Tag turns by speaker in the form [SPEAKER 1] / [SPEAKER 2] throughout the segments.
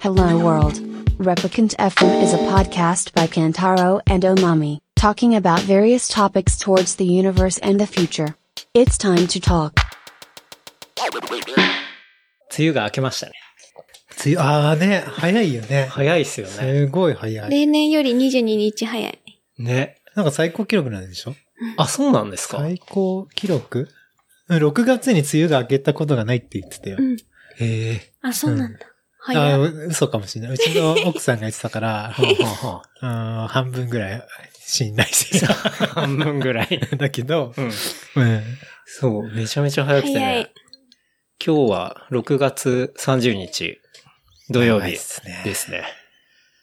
[SPEAKER 1] Hello World. Replicant FM is a podcast by Kantaro and Omami, talking about various topics towards the universe and the future. It's time to talk.
[SPEAKER 2] 梅雨が明けましたね。
[SPEAKER 3] 梅雨、ああね、早いよね。
[SPEAKER 2] 早いっすよね。
[SPEAKER 3] すごい早い。
[SPEAKER 4] 例年より22日早い。
[SPEAKER 2] ね。
[SPEAKER 3] なんか最高記録なんでしょ
[SPEAKER 2] あ、そうなんですか。
[SPEAKER 3] 最高記録うん ?6 月に梅雨が明けたことがないって言ってたよ
[SPEAKER 4] う。ん。
[SPEAKER 2] へえ。
[SPEAKER 4] あ、そうなんだ。
[SPEAKER 3] あ
[SPEAKER 4] 早い。
[SPEAKER 3] ー嘘かもしれない。うちの奥さんが言ってた か
[SPEAKER 2] は
[SPEAKER 3] ら、
[SPEAKER 2] あはあは
[SPEAKER 3] うん半分ぐらい信頼して
[SPEAKER 2] あ半分ぐらい。
[SPEAKER 3] た。だけど、
[SPEAKER 2] うん。
[SPEAKER 3] うん。
[SPEAKER 2] そう、めちゃめちゃ早くて
[SPEAKER 4] 早
[SPEAKER 2] ね
[SPEAKER 4] い。
[SPEAKER 2] 今日は6月30日、土曜
[SPEAKER 3] 早い
[SPEAKER 2] 日
[SPEAKER 3] っすね
[SPEAKER 2] ですね。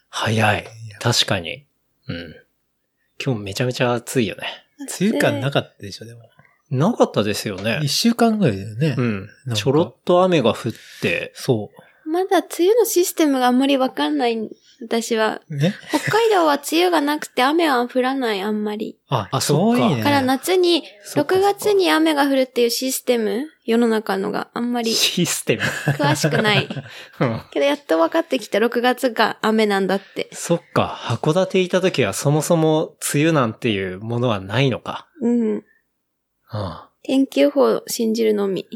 [SPEAKER 2] 早い。確かに。うん。今日めちゃめちゃ暑いよね。
[SPEAKER 3] 梅雨感なかったでしょ、でも。
[SPEAKER 2] なかったですよね
[SPEAKER 3] 一。週間ぐらいだよね。
[SPEAKER 2] うん
[SPEAKER 3] な。んか
[SPEAKER 2] ちょろっと雨が降って、
[SPEAKER 3] そ
[SPEAKER 4] まだ梅雨のシステムがあんまりわかんない、私は。
[SPEAKER 3] う。ね。
[SPEAKER 4] 北海道は梅雨がなくて雨は降らない、あんまり。
[SPEAKER 3] あ、
[SPEAKER 2] あ
[SPEAKER 3] そう
[SPEAKER 2] そうか
[SPEAKER 3] いいね。
[SPEAKER 4] から夏に、
[SPEAKER 2] そっかそ
[SPEAKER 4] 6
[SPEAKER 2] っか
[SPEAKER 4] 月に雨が降るっていうシステム、世の中のがあんまり
[SPEAKER 2] システム。
[SPEAKER 4] 詳しくない。
[SPEAKER 2] うん
[SPEAKER 4] けどやっと分かってきた、6月が雨なんだって。
[SPEAKER 2] そっか、函館いた時はそもそも梅雨なんていうものはないのか。
[SPEAKER 4] うん。
[SPEAKER 2] あ
[SPEAKER 4] 天気予報を信じるのみ。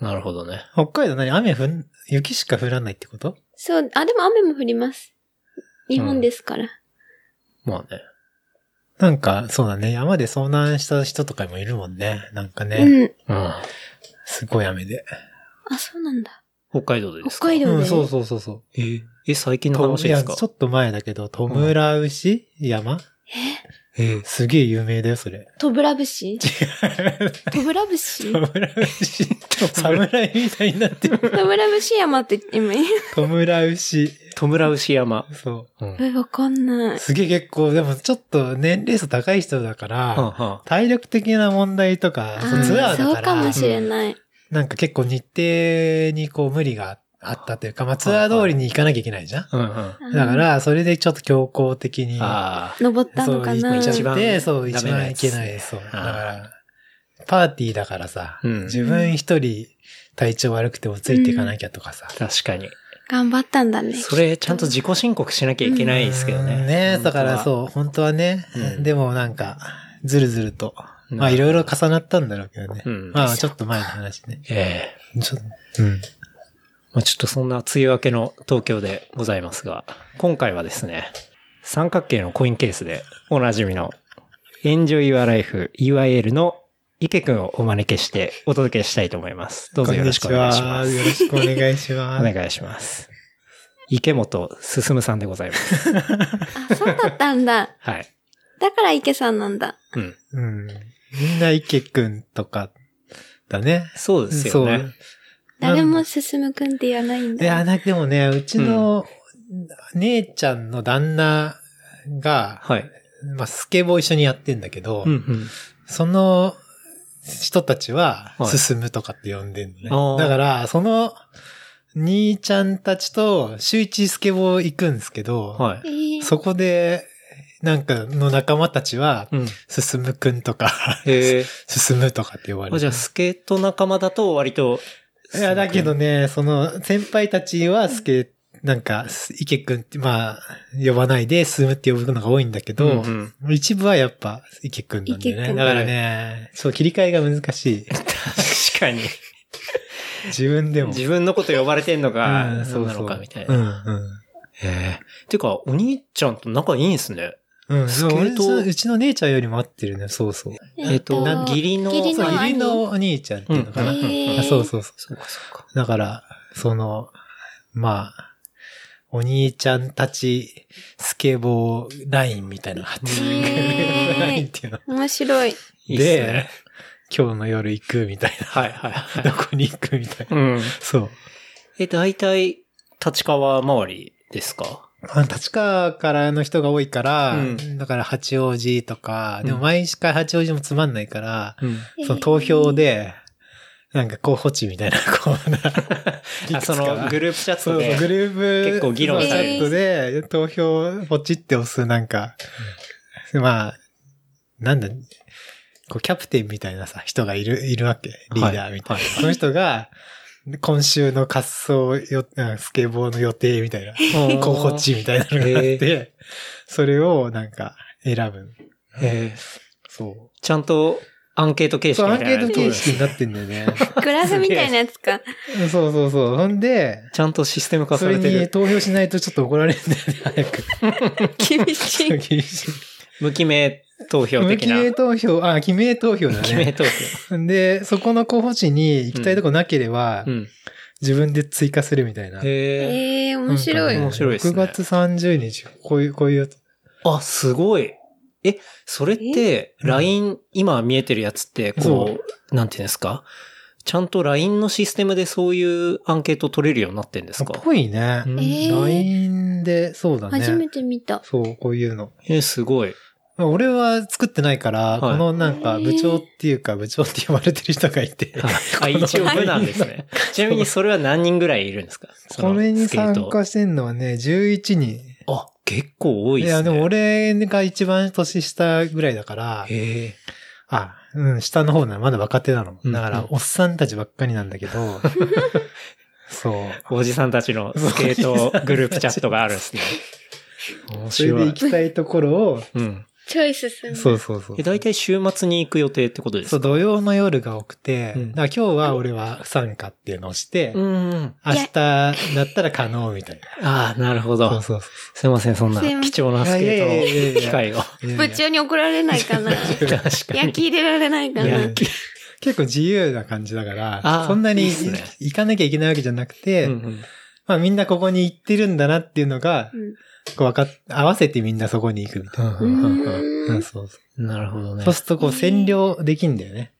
[SPEAKER 2] あ、なるほどね。
[SPEAKER 3] 北海道何雨降ん、雪しか降らないってこと
[SPEAKER 4] そう、あ、でも雨も降ります。日本ですから。
[SPEAKER 2] まあね。
[SPEAKER 3] なんか、そうだね。山で遭難した人とかもいるもんね。なんかね、
[SPEAKER 4] うん。
[SPEAKER 2] うん。
[SPEAKER 3] すごい雨で。
[SPEAKER 4] あ、そうなんだ。
[SPEAKER 2] 北海道でです
[SPEAKER 4] 北
[SPEAKER 2] か
[SPEAKER 4] 海道
[SPEAKER 3] う
[SPEAKER 4] で。
[SPEAKER 3] ん、そうそうそうそう。
[SPEAKER 2] え、え、最近の
[SPEAKER 3] と
[SPEAKER 2] 話
[SPEAKER 3] い
[SPEAKER 2] で
[SPEAKER 3] や、
[SPEAKER 2] す
[SPEAKER 3] ち
[SPEAKER 2] か
[SPEAKER 3] ょっと前だけど、戸村牛山
[SPEAKER 2] え、
[SPEAKER 3] すげえ有名だよ、それ。
[SPEAKER 4] トブラブシ トブラブシ
[SPEAKER 3] 戸村牛、侍みたいになって る。
[SPEAKER 4] トブラブシ山って今言
[SPEAKER 3] 戸村牛。
[SPEAKER 2] 戸村牛山。
[SPEAKER 3] そ
[SPEAKER 2] うん。は
[SPEAKER 4] う。え、わかんな
[SPEAKER 3] う。
[SPEAKER 4] い。
[SPEAKER 3] すげえ結構、でもちょっと年齢差高い人だか
[SPEAKER 2] あ、
[SPEAKER 3] ら、
[SPEAKER 2] は
[SPEAKER 3] 体力的な問題とか、
[SPEAKER 4] あ
[SPEAKER 3] そうツア
[SPEAKER 4] ー
[SPEAKER 3] ーだ
[SPEAKER 4] そう
[SPEAKER 3] か
[SPEAKER 4] からも、しれない。
[SPEAKER 3] なんか結構日程にこう無理があったというか、まあツアー通りに行かなきゃいけないじゃん
[SPEAKER 2] あ、うんうん。あ
[SPEAKER 4] あー
[SPEAKER 3] だか、ら、それでちょっと強行的に、
[SPEAKER 2] あ、
[SPEAKER 4] 登った
[SPEAKER 3] そ
[SPEAKER 4] の
[SPEAKER 3] う、
[SPEAKER 4] かな
[SPEAKER 2] 行っちゃ
[SPEAKER 3] 一
[SPEAKER 2] 一
[SPEAKER 3] 番
[SPEAKER 2] 番
[SPEAKER 3] で、そう、
[SPEAKER 2] ダ
[SPEAKER 3] 一
[SPEAKER 2] メな
[SPEAKER 3] 番
[SPEAKER 2] や
[SPEAKER 3] い
[SPEAKER 2] つ
[SPEAKER 3] けない、そう。だ
[SPEAKER 2] あー
[SPEAKER 3] から、パーティーだからさ、
[SPEAKER 2] うん
[SPEAKER 3] 自分一人体調悪くてもついていかなきゃとかさ。
[SPEAKER 2] 確かに。
[SPEAKER 4] 頑張ったんだね。
[SPEAKER 2] それ、ちゃんと自己申告しなきゃいけないですけど
[SPEAKER 3] う
[SPEAKER 2] ね。
[SPEAKER 3] んねだから
[SPEAKER 2] う。
[SPEAKER 3] そう、本当はね
[SPEAKER 2] う、ん
[SPEAKER 3] でもなんか、ずるずると。
[SPEAKER 2] うん
[SPEAKER 3] まあ、いろいろ重なったんだろうけどね
[SPEAKER 2] う。ん
[SPEAKER 3] まあ、ちょっと前の話ね。
[SPEAKER 2] ええ。
[SPEAKER 3] ちょっと、うん。
[SPEAKER 2] まあ、ちょっとそんな梅雨明けの東京でございますが、今回はですね、三角形のコインケースでおなじみの Enjoy Your Life UIL の池くんをお招きしてお届けしたいと思います。どうぞよろしくお願いしま
[SPEAKER 3] こんにち
[SPEAKER 2] す。
[SPEAKER 3] はよろしくお願いし
[SPEAKER 2] お
[SPEAKER 3] ます。
[SPEAKER 2] 願いします。池本進さんでござい ます。
[SPEAKER 4] あ、そうだったんだ。
[SPEAKER 2] はい。
[SPEAKER 4] だから池さんなんだ。
[SPEAKER 2] うん。
[SPEAKER 3] うん。みんな池くんとか、だね。
[SPEAKER 2] そうですよね。
[SPEAKER 4] 誰も進むくんって言わないん
[SPEAKER 3] いや、
[SPEAKER 4] だ。
[SPEAKER 3] な、でもね、うちの、姉ちゃんの旦那が、
[SPEAKER 2] はい。
[SPEAKER 3] まあ、スケボー一緒にやってんだけど、
[SPEAKER 2] うんうん。
[SPEAKER 3] その人たちは、
[SPEAKER 2] はい
[SPEAKER 3] 進むとかって呼んでん
[SPEAKER 2] あ
[SPEAKER 3] の
[SPEAKER 2] ー
[SPEAKER 3] ね。だから、その、兄ちゃんたちと、週一スケボー行くんですけど、
[SPEAKER 2] はい。
[SPEAKER 4] ええ
[SPEAKER 3] そこで、なんか、の仲間たちは、
[SPEAKER 2] うん。
[SPEAKER 3] 進むくんとか、
[SPEAKER 2] へえ。
[SPEAKER 3] 進むとかって呼ばれ
[SPEAKER 2] あ
[SPEAKER 3] て
[SPEAKER 2] じゃあ、スケート仲間だと割と、
[SPEAKER 3] いや、だけどね、その、先輩たちは、すけ、なんか、す池くんって、まあ、呼ばないで、すむって呼ぶのが多いんだけ
[SPEAKER 2] うん
[SPEAKER 3] ど
[SPEAKER 2] う、ん、
[SPEAKER 3] 一部はやっぱ、池くんなんだよ
[SPEAKER 4] 池
[SPEAKER 3] ね。
[SPEAKER 4] くん
[SPEAKER 3] だからね、そう、切り替えが難 しい。
[SPEAKER 2] 確かに。
[SPEAKER 3] 自分でも。
[SPEAKER 2] 自分のこと呼ばれてんの
[SPEAKER 3] う
[SPEAKER 2] か、
[SPEAKER 3] ん
[SPEAKER 2] そうなのかみたいな。
[SPEAKER 3] うん、
[SPEAKER 2] へえ。てか、お兄ちゃんと仲いいんすね。
[SPEAKER 3] うん。うん、
[SPEAKER 2] スケート
[SPEAKER 3] そう俺うちの姉ちゃんよりも合ってるね、そうそう。
[SPEAKER 2] えっと、義理の、
[SPEAKER 4] 義理
[SPEAKER 3] そう、
[SPEAKER 4] の
[SPEAKER 3] 義
[SPEAKER 4] 兄
[SPEAKER 3] 理のお兄ちゃんっていうのかな。
[SPEAKER 2] うん
[SPEAKER 4] ええ
[SPEAKER 3] あそうそうそ
[SPEAKER 2] そうかそうか。
[SPEAKER 3] う。だから、その、まあ、お兄ちゃんたち、スケボーラインみたいなのがあって、スケボー ラインっていうの。
[SPEAKER 4] 面白い。
[SPEAKER 2] いいっすね
[SPEAKER 3] で、今日の夜行くみたい
[SPEAKER 2] はいはいは
[SPEAKER 3] な。
[SPEAKER 2] い。
[SPEAKER 3] どこに行くみたいな。
[SPEAKER 2] うん。
[SPEAKER 3] そう。
[SPEAKER 2] え、大体、立川周りですか
[SPEAKER 3] あ立川からの人が多いから、
[SPEAKER 2] うん
[SPEAKER 3] だから八王子とか、でも
[SPEAKER 2] うん
[SPEAKER 3] 毎回八王子もつまんないから、
[SPEAKER 2] うん。、
[SPEAKER 3] その投票で、なんか候補地みたいな、こうな
[SPEAKER 2] あ、その、グル
[SPEAKER 3] ループ
[SPEAKER 2] ープチャッ
[SPEAKER 3] そ
[SPEAKER 2] ト
[SPEAKER 3] うそう、グ
[SPEAKER 2] で。
[SPEAKER 3] ループ、
[SPEAKER 2] 結構議論
[SPEAKER 4] される
[SPEAKER 3] チャットで、投票ポチって押す、なんか、まあ、なんだ、こう、キャプテンみたいなさ、人がいる、いるわけ、リーダーみたいな。
[SPEAKER 2] はいはい
[SPEAKER 3] その人が、今週の滑走よ、うんスケボーの予定みたいな、候補地みたいなのがあっ
[SPEAKER 2] へ
[SPEAKER 3] て、それをなんか選ぶ。
[SPEAKER 2] えー
[SPEAKER 3] そ
[SPEAKER 2] ちゃんとアンケート形
[SPEAKER 3] う。
[SPEAKER 2] 式
[SPEAKER 3] そう、
[SPEAKER 2] み
[SPEAKER 3] アンケ
[SPEAKER 2] たいな
[SPEAKER 3] ート
[SPEAKER 2] やつ
[SPEAKER 3] 形式になってんだよね。
[SPEAKER 4] グラフみたいなやつか。
[SPEAKER 3] そうそうそう。ほんで、
[SPEAKER 2] ちゃんとシステム化
[SPEAKER 3] そ
[SPEAKER 2] さ
[SPEAKER 3] れ
[SPEAKER 2] れて
[SPEAKER 3] に
[SPEAKER 2] る。
[SPEAKER 3] 投票しないとちょっと怒られるんだよね、早く。
[SPEAKER 4] 厳しい。
[SPEAKER 3] 厳しい。
[SPEAKER 2] 無記名投票
[SPEAKER 3] 無
[SPEAKER 2] 的
[SPEAKER 3] 記
[SPEAKER 2] な。
[SPEAKER 3] 名投票、あ、記名投票だ
[SPEAKER 2] 記名
[SPEAKER 3] ね。
[SPEAKER 2] 投票。
[SPEAKER 3] で、そこの候補地に行きたいとこなければ、
[SPEAKER 2] うん。
[SPEAKER 3] 自分で追加するみたいな。
[SPEAKER 2] へえ。
[SPEAKER 4] ええ面白
[SPEAKER 2] なん
[SPEAKER 4] い。
[SPEAKER 2] かね面白いですね
[SPEAKER 3] 6月30日、こういう、こういうやつ。
[SPEAKER 2] あ、すごい。え、それって、
[SPEAKER 3] うん
[SPEAKER 2] LINE、今見えてるやつって、
[SPEAKER 3] そ
[SPEAKER 2] こう、なんていうんですかちゃんと LINE のシステムでそういうアンケート取れるようになってんですか
[SPEAKER 3] っぽいね。
[SPEAKER 2] うん
[SPEAKER 4] えー
[SPEAKER 3] LINE で、そうだね。
[SPEAKER 4] 初めて見た。
[SPEAKER 3] そう、こういうの。
[SPEAKER 2] えー、す ごい。
[SPEAKER 3] まあ俺は作ってないから、
[SPEAKER 2] い
[SPEAKER 3] このなんか
[SPEAKER 4] へー
[SPEAKER 3] 部長っていうか、部長って呼ばれてる人がいて、
[SPEAKER 2] あ、一応無なんですね。ちなみにそれは何人ぐらいいるんですか その
[SPEAKER 3] これに
[SPEAKER 2] スケー
[SPEAKER 3] 参
[SPEAKER 2] ト
[SPEAKER 3] 加してんのはね、11人。
[SPEAKER 2] あ、結構多い
[SPEAKER 3] い
[SPEAKER 2] ですね。
[SPEAKER 3] や、でも俺が一番年下ぐらいだから、
[SPEAKER 2] へえ。
[SPEAKER 3] あ、うん、下の方なの、まだ若手なの。
[SPEAKER 2] うん
[SPEAKER 3] だから、おっさんたちばっかりなんだ けど、そう。
[SPEAKER 2] おじさんたちのスケートグループチャットがあるんですね。面
[SPEAKER 3] それ
[SPEAKER 2] 白
[SPEAKER 3] で行
[SPEAKER 2] い。
[SPEAKER 3] きたいところを、
[SPEAKER 2] うん。
[SPEAKER 4] チョイスする。
[SPEAKER 3] そうそうそう
[SPEAKER 2] え、。大体週末に行く予定ってことです
[SPEAKER 3] そう、
[SPEAKER 2] か
[SPEAKER 3] 土曜の夜が多くて、
[SPEAKER 2] うん
[SPEAKER 3] だから今日は俺は不参加っていうのをして、
[SPEAKER 2] うんうん。
[SPEAKER 3] 明日だったら可能みたいな。
[SPEAKER 2] ああ、なるほど。
[SPEAKER 3] そうそうそ
[SPEAKER 2] すいません、そんな
[SPEAKER 4] すいませ
[SPEAKER 2] 貴
[SPEAKER 4] ん
[SPEAKER 2] 重なスケ
[SPEAKER 3] いやいやいやいや
[SPEAKER 2] ー
[SPEAKER 3] い
[SPEAKER 2] トの機
[SPEAKER 3] や
[SPEAKER 2] 会を。
[SPEAKER 3] う。いやいや
[SPEAKER 4] 部長に怒られないかな。
[SPEAKER 2] 確か
[SPEAKER 4] 焼
[SPEAKER 2] に。
[SPEAKER 4] き入れられないか
[SPEAKER 3] いやい
[SPEAKER 4] な。
[SPEAKER 3] や結構自由な感じだから
[SPEAKER 2] あ、ー
[SPEAKER 3] そんなに
[SPEAKER 2] いい
[SPEAKER 3] い
[SPEAKER 2] っすね
[SPEAKER 3] 行かなきゃいけないわけじゃなくて、
[SPEAKER 2] うんうん
[SPEAKER 3] まあみんなここに行ってるんだなっていうのが
[SPEAKER 4] う、ん
[SPEAKER 3] こうわかっ、合わせてみんなそこに行くみたいな。
[SPEAKER 2] う
[SPEAKER 4] うん
[SPEAKER 2] うん
[SPEAKER 3] うん
[SPEAKER 4] ん。
[SPEAKER 3] そうそう
[SPEAKER 2] なるほどね
[SPEAKER 3] そう。するとこう占領できんだよね。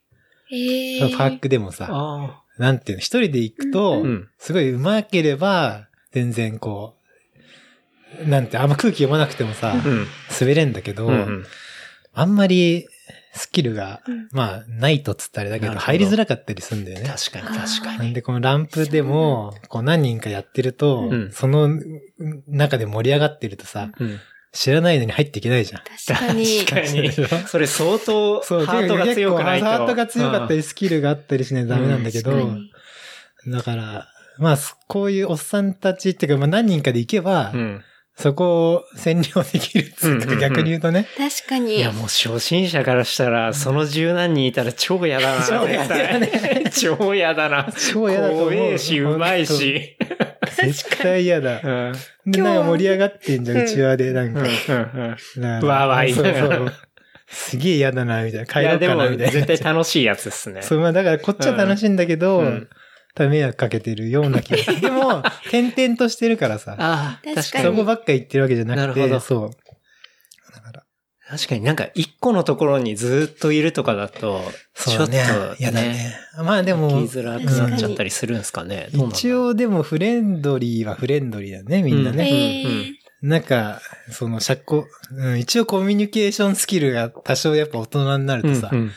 [SPEAKER 4] ええ
[SPEAKER 3] パークでもさ、
[SPEAKER 2] あ
[SPEAKER 3] なんていうの、一人で行くと
[SPEAKER 2] あ。う、ん。
[SPEAKER 3] すごい上手ければ、全然こう、なんて、あんま空気読まなくてもさ、
[SPEAKER 2] うん。
[SPEAKER 3] 滑れんだけど、
[SPEAKER 2] うん
[SPEAKER 3] あんまりスキルが
[SPEAKER 4] うん、
[SPEAKER 3] まあ、ないとっつったらあれだ
[SPEAKER 2] な
[SPEAKER 3] けど、
[SPEAKER 2] るほど
[SPEAKER 3] 入りづらかったりするんだよね。
[SPEAKER 2] 確かに、
[SPEAKER 4] あー
[SPEAKER 2] 確かに。
[SPEAKER 3] なんで、このランプでも、こう何人かやってると、
[SPEAKER 2] うん
[SPEAKER 3] その中で盛り上がってるとさ、
[SPEAKER 2] うん
[SPEAKER 3] 知らないのに入っていけないじゃん。
[SPEAKER 4] 確かに。
[SPEAKER 2] 確かに
[SPEAKER 3] そう。
[SPEAKER 2] それ相当、ハ
[SPEAKER 3] そう、
[SPEAKER 2] ートが強くないと。
[SPEAKER 3] ハートが強かった
[SPEAKER 2] うん
[SPEAKER 3] り、スキルがあったりしないとダメなんだけど、
[SPEAKER 4] 確かに
[SPEAKER 3] だから、まあ、こういうおっさんたちっていうか、まあ何人かで行けば、
[SPEAKER 2] うん。
[SPEAKER 3] そこを占領できるっていう
[SPEAKER 2] うんうんう
[SPEAKER 3] か、
[SPEAKER 2] ん
[SPEAKER 3] 逆に言うとね。
[SPEAKER 4] 確か
[SPEAKER 2] い
[SPEAKER 4] に
[SPEAKER 2] や、。もう初心者からしたら、その十何人いたら超嫌だな。
[SPEAKER 3] 超嫌だ
[SPEAKER 2] ね。超嫌だな。
[SPEAKER 3] 超嫌だと思う。
[SPEAKER 2] 怖えし、うまい。し。
[SPEAKER 3] 絶対嫌だ
[SPEAKER 2] う。ん。うん。
[SPEAKER 3] で、なんか盛り上がってんじゃん、うちわで、なん
[SPEAKER 2] う
[SPEAKER 3] か。
[SPEAKER 2] ん。
[SPEAKER 3] なん
[SPEAKER 2] う
[SPEAKER 3] か
[SPEAKER 2] わーわー
[SPEAKER 3] そう
[SPEAKER 2] 言いなが
[SPEAKER 3] そ
[SPEAKER 2] ら
[SPEAKER 3] う。すげえ嫌だな、みたいな。
[SPEAKER 2] い
[SPEAKER 3] 帰ろ
[SPEAKER 2] や、
[SPEAKER 3] う
[SPEAKER 2] で
[SPEAKER 3] か
[SPEAKER 2] も、
[SPEAKER 3] な、みたいな。
[SPEAKER 2] 絶対楽しいやつですね。
[SPEAKER 3] そう、まあだからこっちは楽しいんだけど、
[SPEAKER 2] うん
[SPEAKER 3] 多分迷惑かけてるような気が する。でも、点々としてるからさ、
[SPEAKER 2] ああ、確
[SPEAKER 4] 確
[SPEAKER 2] か
[SPEAKER 4] か
[SPEAKER 3] そ
[SPEAKER 2] に
[SPEAKER 4] に。
[SPEAKER 3] こばっか言ってるわけじゃなくて、
[SPEAKER 2] なるほど
[SPEAKER 3] そう。
[SPEAKER 2] 確かになんか一個のところにずっといるとかだと、
[SPEAKER 3] そう
[SPEAKER 2] ちょ
[SPEAKER 3] だ
[SPEAKER 2] っと
[SPEAKER 3] ね。嫌だ
[SPEAKER 2] ね、
[SPEAKER 3] ね。まあで
[SPEAKER 2] 生き
[SPEAKER 3] も、
[SPEAKER 2] づらくなっちゃったりするんですかね。どうなんだろう
[SPEAKER 3] 一、応でもフレンドリーはフレンドリーだね、みんな
[SPEAKER 2] う
[SPEAKER 3] ね。
[SPEAKER 4] え
[SPEAKER 2] うんう
[SPEAKER 4] え
[SPEAKER 2] ん
[SPEAKER 3] なんか、その社交、うん、一応コミュニケーションスキルが多少やっぱ大人になる
[SPEAKER 2] う
[SPEAKER 3] と
[SPEAKER 2] ん
[SPEAKER 3] さ、
[SPEAKER 2] うん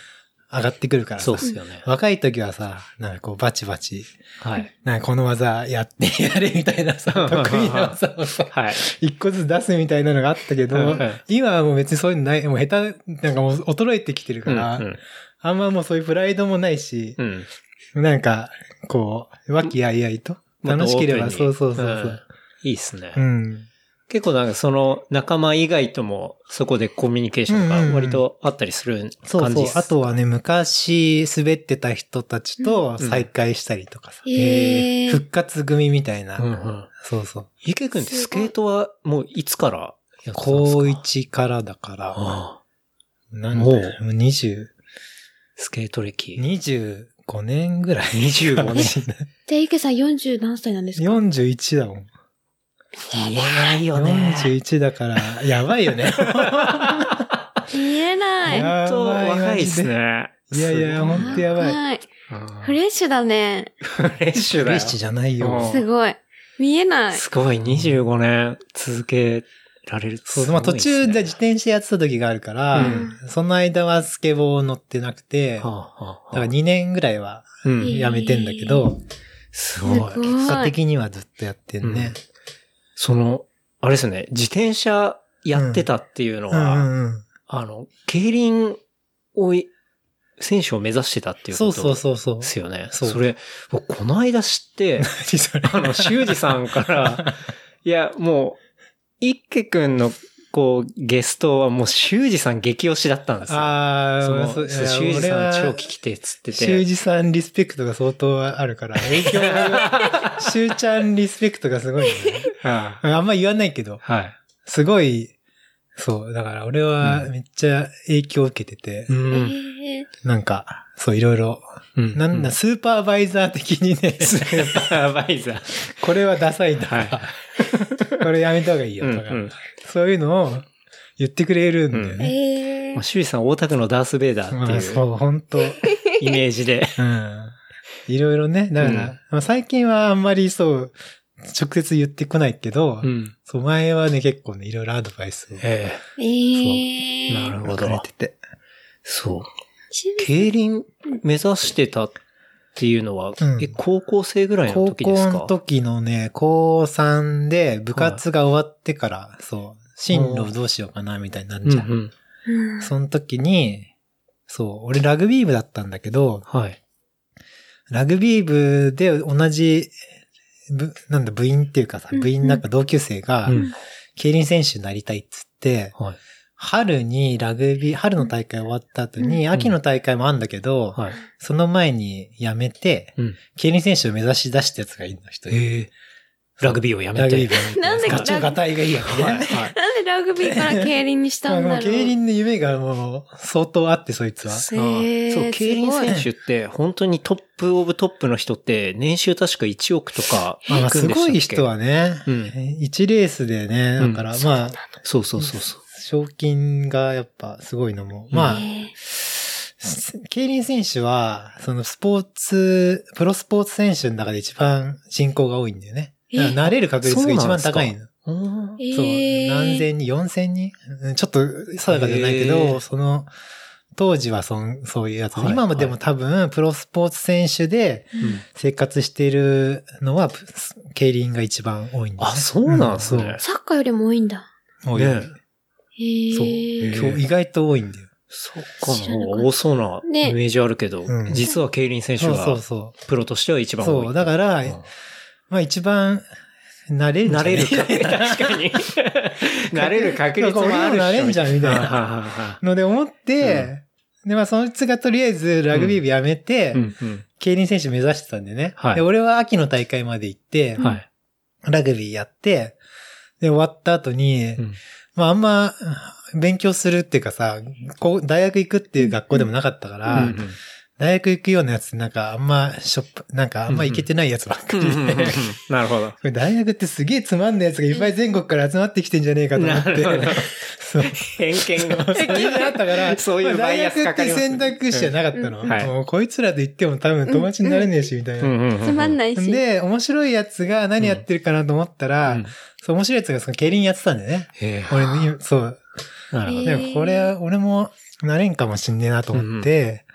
[SPEAKER 3] 上がってくるから
[SPEAKER 2] そ
[SPEAKER 3] さ
[SPEAKER 2] うっ。すよね。
[SPEAKER 3] 若い時はさ、なんかこうバチバチ、
[SPEAKER 2] はい。
[SPEAKER 3] なんかこの技やってやれみたいなさ、得意な技をさ、
[SPEAKER 2] はい。
[SPEAKER 3] 一個ずつ出すみたいなのがあったけど
[SPEAKER 2] はいはい、
[SPEAKER 3] 今はもう別にそういうのない、もう下手、なんかもう衰えてきてる
[SPEAKER 2] う
[SPEAKER 3] か
[SPEAKER 2] ん
[SPEAKER 3] ら、
[SPEAKER 2] うん
[SPEAKER 3] あんまもうそういうプライドもないし、
[SPEAKER 2] うん
[SPEAKER 3] なんか、こう、和気あいあいと、楽しけれ
[SPEAKER 2] も
[SPEAKER 3] ば、
[SPEAKER 2] っと
[SPEAKER 3] そ
[SPEAKER 2] オ
[SPEAKER 3] う
[SPEAKER 2] ープ
[SPEAKER 3] そ
[SPEAKER 2] ン
[SPEAKER 3] う
[SPEAKER 2] に。
[SPEAKER 3] そうそううん
[SPEAKER 2] いいっすね。
[SPEAKER 3] うん。
[SPEAKER 2] 結構なんかその仲間以外ともそこでコミュニケーション
[SPEAKER 3] うんうんう
[SPEAKER 2] が
[SPEAKER 3] ん
[SPEAKER 2] 割とあったりする
[SPEAKER 3] そう
[SPEAKER 2] 感
[SPEAKER 3] そ
[SPEAKER 2] じ
[SPEAKER 3] う
[SPEAKER 2] っ。す
[SPEAKER 3] あとはね、昔滑ってた人たちと再会したりとかさ、
[SPEAKER 4] ええ
[SPEAKER 3] 復活組みたいな、
[SPEAKER 2] うんうん。
[SPEAKER 3] そうそう。
[SPEAKER 2] 池くんってスケートはもういつからやってたんですか
[SPEAKER 3] 高一からだから、
[SPEAKER 2] ああ
[SPEAKER 3] なんだ
[SPEAKER 2] もう
[SPEAKER 3] もう20、
[SPEAKER 2] スケート歴。
[SPEAKER 3] 25年ぐらい。
[SPEAKER 2] 25年。
[SPEAKER 4] じゃあ、池さん40何歳なんですか
[SPEAKER 3] 41だもん。
[SPEAKER 2] 言えないよね。
[SPEAKER 3] 41だから、やばいよね。
[SPEAKER 4] 言えない。
[SPEAKER 2] 本当
[SPEAKER 3] やばい
[SPEAKER 2] 若いですね。
[SPEAKER 3] いやいや、ほ
[SPEAKER 2] す
[SPEAKER 3] んとやばい。
[SPEAKER 4] はい。
[SPEAKER 2] ごい
[SPEAKER 4] フレッシュだね。
[SPEAKER 2] フレッシュ
[SPEAKER 3] フ
[SPEAKER 2] だ
[SPEAKER 3] レッ
[SPEAKER 2] よ。
[SPEAKER 3] シュじゃない
[SPEAKER 2] うん
[SPEAKER 3] よ。
[SPEAKER 4] すごい。見えない。
[SPEAKER 2] すごい、25年続けられる。
[SPEAKER 3] そう、まあ途中で
[SPEAKER 2] で
[SPEAKER 3] 自転車やってた時があるから、
[SPEAKER 4] うん
[SPEAKER 3] その間はスケボー乗ってなくて、
[SPEAKER 2] はあ
[SPEAKER 3] だ
[SPEAKER 2] はあは
[SPEAKER 3] から
[SPEAKER 2] あ
[SPEAKER 3] 2年ぐらいは
[SPEAKER 2] うん。
[SPEAKER 3] やめてんだけど、
[SPEAKER 2] すごい
[SPEAKER 4] す。ごい
[SPEAKER 3] 結果的にはずっとやってんね。
[SPEAKER 2] その、あれですね、自転車やってたっていうの
[SPEAKER 3] うんう
[SPEAKER 2] は、
[SPEAKER 3] んうん。
[SPEAKER 2] あの、競輪をい選手を目指してたっていう
[SPEAKER 3] そ
[SPEAKER 2] こ
[SPEAKER 3] うそ
[SPEAKER 2] と
[SPEAKER 3] うそうそう
[SPEAKER 2] で。すよね。
[SPEAKER 3] そう
[SPEAKER 2] それ、僕この間知って、
[SPEAKER 3] 何そ れ
[SPEAKER 2] あの、修二さんから、いや、もう、一家くんの、こう、ゲストはもう修二さん激推しだったんですよ。
[SPEAKER 3] あ
[SPEAKER 2] その
[SPEAKER 3] あ、
[SPEAKER 2] そう
[SPEAKER 3] う
[SPEAKER 2] 修二さん超聞
[SPEAKER 3] き
[SPEAKER 2] きてえっつってて。
[SPEAKER 3] 修二さんリスペクトが相当あるから、影響が、修ちゃんリスペクトがすごいね。
[SPEAKER 2] は
[SPEAKER 3] あんま言わないけど、
[SPEAKER 2] いはい。
[SPEAKER 3] すごい、そう、だから俺は
[SPEAKER 2] うん
[SPEAKER 3] めっちゃ影響を受けてて、
[SPEAKER 2] うん。
[SPEAKER 4] ええ
[SPEAKER 3] なんか、そういろいろ、
[SPEAKER 2] うん
[SPEAKER 3] なんだ、スーパーバイザー的に ね、
[SPEAKER 2] スーパーバイザー。
[SPEAKER 3] これはダサいんだ、
[SPEAKER 2] はい
[SPEAKER 3] これやめた方がいいよとか、
[SPEAKER 2] うんうん
[SPEAKER 3] そういうのを言ってくれるんだよね。
[SPEAKER 4] ええ
[SPEAKER 2] まあ、修二さん大田区のダース・ベイダーっ
[SPEAKER 3] ま
[SPEAKER 2] て
[SPEAKER 3] あ、
[SPEAKER 2] いう
[SPEAKER 3] そう、本当
[SPEAKER 2] イメージで。
[SPEAKER 3] うんいろいろね、だ
[SPEAKER 2] う
[SPEAKER 3] から、
[SPEAKER 2] ん
[SPEAKER 3] まあ最近はあんまりそう、直接言ってこないけど、
[SPEAKER 2] うん。
[SPEAKER 3] そう前はね、結構ね、いろいろアドバイスをく
[SPEAKER 2] え
[SPEAKER 4] ええ
[SPEAKER 2] なるほど
[SPEAKER 3] れてて。
[SPEAKER 2] そう。
[SPEAKER 4] ちなみに
[SPEAKER 2] 競輪目指してたっていうのは、
[SPEAKER 3] うん
[SPEAKER 2] え高校生ぐらいの
[SPEAKER 3] 高
[SPEAKER 2] 時です
[SPEAKER 3] 校
[SPEAKER 2] か
[SPEAKER 3] の時のね、高3で部活が終わってから、そう、進路どうしようかな、みたいになるじゃん。
[SPEAKER 2] うんうん。
[SPEAKER 4] うん
[SPEAKER 3] その時に、そう、俺ラグビー部だったんだけど、
[SPEAKER 2] はい。
[SPEAKER 3] ラグビー部で同じ部、なんだ、部員っていうかさ、
[SPEAKER 4] うんうん
[SPEAKER 3] 部員なんか同級生が、
[SPEAKER 2] うん
[SPEAKER 3] 競輪選手になりたいっつって、
[SPEAKER 2] はい。
[SPEAKER 3] 春にラグビー、春の大会終わった後に、
[SPEAKER 4] うん
[SPEAKER 3] 秋の大会もあんだけど、
[SPEAKER 2] はい。
[SPEAKER 3] その前に辞めて、
[SPEAKER 2] うん。
[SPEAKER 3] 競輪選手を目指し出したやつがいるの、一人。
[SPEAKER 2] ええラグビーをやめて。
[SPEAKER 3] ラグビー部辞めて。
[SPEAKER 4] なんで
[SPEAKER 3] ガチョガタイがいいやつね。
[SPEAKER 2] はい。
[SPEAKER 4] なんでラグビーから競輪にしたんだ
[SPEAKER 3] も
[SPEAKER 4] ろ
[SPEAKER 3] う
[SPEAKER 4] う。
[SPEAKER 3] 競輪の夢がもう相当あって、そいつは。
[SPEAKER 2] そ
[SPEAKER 4] へー
[SPEAKER 2] う、競輪選手って、本当にトップオブトップの人って、年収確か1億とかいくん
[SPEAKER 3] まあ、
[SPEAKER 2] でしたっ
[SPEAKER 3] す
[SPEAKER 2] け
[SPEAKER 3] ごい人。はね、
[SPEAKER 2] うん
[SPEAKER 3] 一レースでね、だから、
[SPEAKER 2] うん
[SPEAKER 3] まあ、
[SPEAKER 2] そうそうそうそう。
[SPEAKER 3] 賞金がやっぱすごいのも、
[SPEAKER 2] うん
[SPEAKER 3] まあ、
[SPEAKER 4] ええ
[SPEAKER 3] 競輪選手は、そのスポーツ、プロスポーツ選手の中で一番人口が多いんだよね。
[SPEAKER 4] え
[SPEAKER 3] だから慣れる確率が一番高いの。
[SPEAKER 2] うん
[SPEAKER 4] ええ
[SPEAKER 3] そう。何千人、四千人うんちょっと定かじゃないけど、
[SPEAKER 2] へえ
[SPEAKER 3] その、当時はそんそういうやつ。
[SPEAKER 2] はい
[SPEAKER 3] 今もでも多分、プロスポーツ選手で生活しているのは、プ競輪が一番多いんだよね、
[SPEAKER 2] あ、そうなんですね。
[SPEAKER 4] サッカーよりも多いんだ。
[SPEAKER 3] うん。そう多いよ
[SPEAKER 2] ね
[SPEAKER 4] え
[SPEAKER 3] そう
[SPEAKER 4] え
[SPEAKER 2] え
[SPEAKER 3] 今日意外と多いんだよ。
[SPEAKER 2] そっ
[SPEAKER 4] 知
[SPEAKER 2] か、
[SPEAKER 4] らな
[SPEAKER 2] も
[SPEAKER 4] かった
[SPEAKER 2] う多そうな
[SPEAKER 4] ね
[SPEAKER 2] イメージあるけど、
[SPEAKER 3] うん
[SPEAKER 2] 実は競輪選手
[SPEAKER 3] そうそう
[SPEAKER 2] が
[SPEAKER 3] そ
[SPEAKER 2] プロとしては一
[SPEAKER 3] う。
[SPEAKER 2] 番多い。
[SPEAKER 3] そう。だから、
[SPEAKER 2] うん
[SPEAKER 3] まあ一番、慣れるんじゃ
[SPEAKER 2] 慣
[SPEAKER 3] な
[SPEAKER 2] れ
[SPEAKER 3] い
[SPEAKER 2] る か、 確かに。慣れる確率もあるし。
[SPEAKER 3] 俺もなれんじゃんみたいな
[SPEAKER 2] ははは
[SPEAKER 3] ので思って、で、まあ、そいつがとりあえずラグビー部やめて、
[SPEAKER 2] うんうん
[SPEAKER 3] 競輪選手目指してたんでね。
[SPEAKER 2] はい
[SPEAKER 3] で、俺は秋の大会まで行って、
[SPEAKER 2] はい。
[SPEAKER 3] ラグビーやって、で、終わった後に、
[SPEAKER 2] うん
[SPEAKER 3] まあ、あんま、勉強するっていうかさ、こう、大学行くっていう学校でもなかったから、
[SPEAKER 2] うんうん
[SPEAKER 3] 大学行くようなやつなんかあんま、ショップ、なんかあんま行けてないやつばっかりで、
[SPEAKER 2] なるほど。
[SPEAKER 3] これ大学ってすげえつまんないやつがいっぱい全国から集まってきてんじゃねえかと思っ
[SPEAKER 2] なるほど
[SPEAKER 3] て。そう。
[SPEAKER 2] 偏見が。
[SPEAKER 3] そういうのあったから、
[SPEAKER 2] そういうバイアスかかり
[SPEAKER 3] 大
[SPEAKER 2] ます
[SPEAKER 3] 学って選択肢じゃなかったの。
[SPEAKER 2] うんはい
[SPEAKER 3] もうこいつらと言っても多分友達になれねえし、みたいな。
[SPEAKER 4] つまん
[SPEAKER 2] い。
[SPEAKER 4] ないし。
[SPEAKER 3] で、面白いやつが何やってるかなと思ったら、
[SPEAKER 2] うん
[SPEAKER 3] そう、面白いやつがその競輪やってたんだよね。俺の今、そう。
[SPEAKER 2] なるほど。
[SPEAKER 4] へ
[SPEAKER 3] で
[SPEAKER 4] ー
[SPEAKER 3] もこれ、俺もなれんかもしんねえなと思って、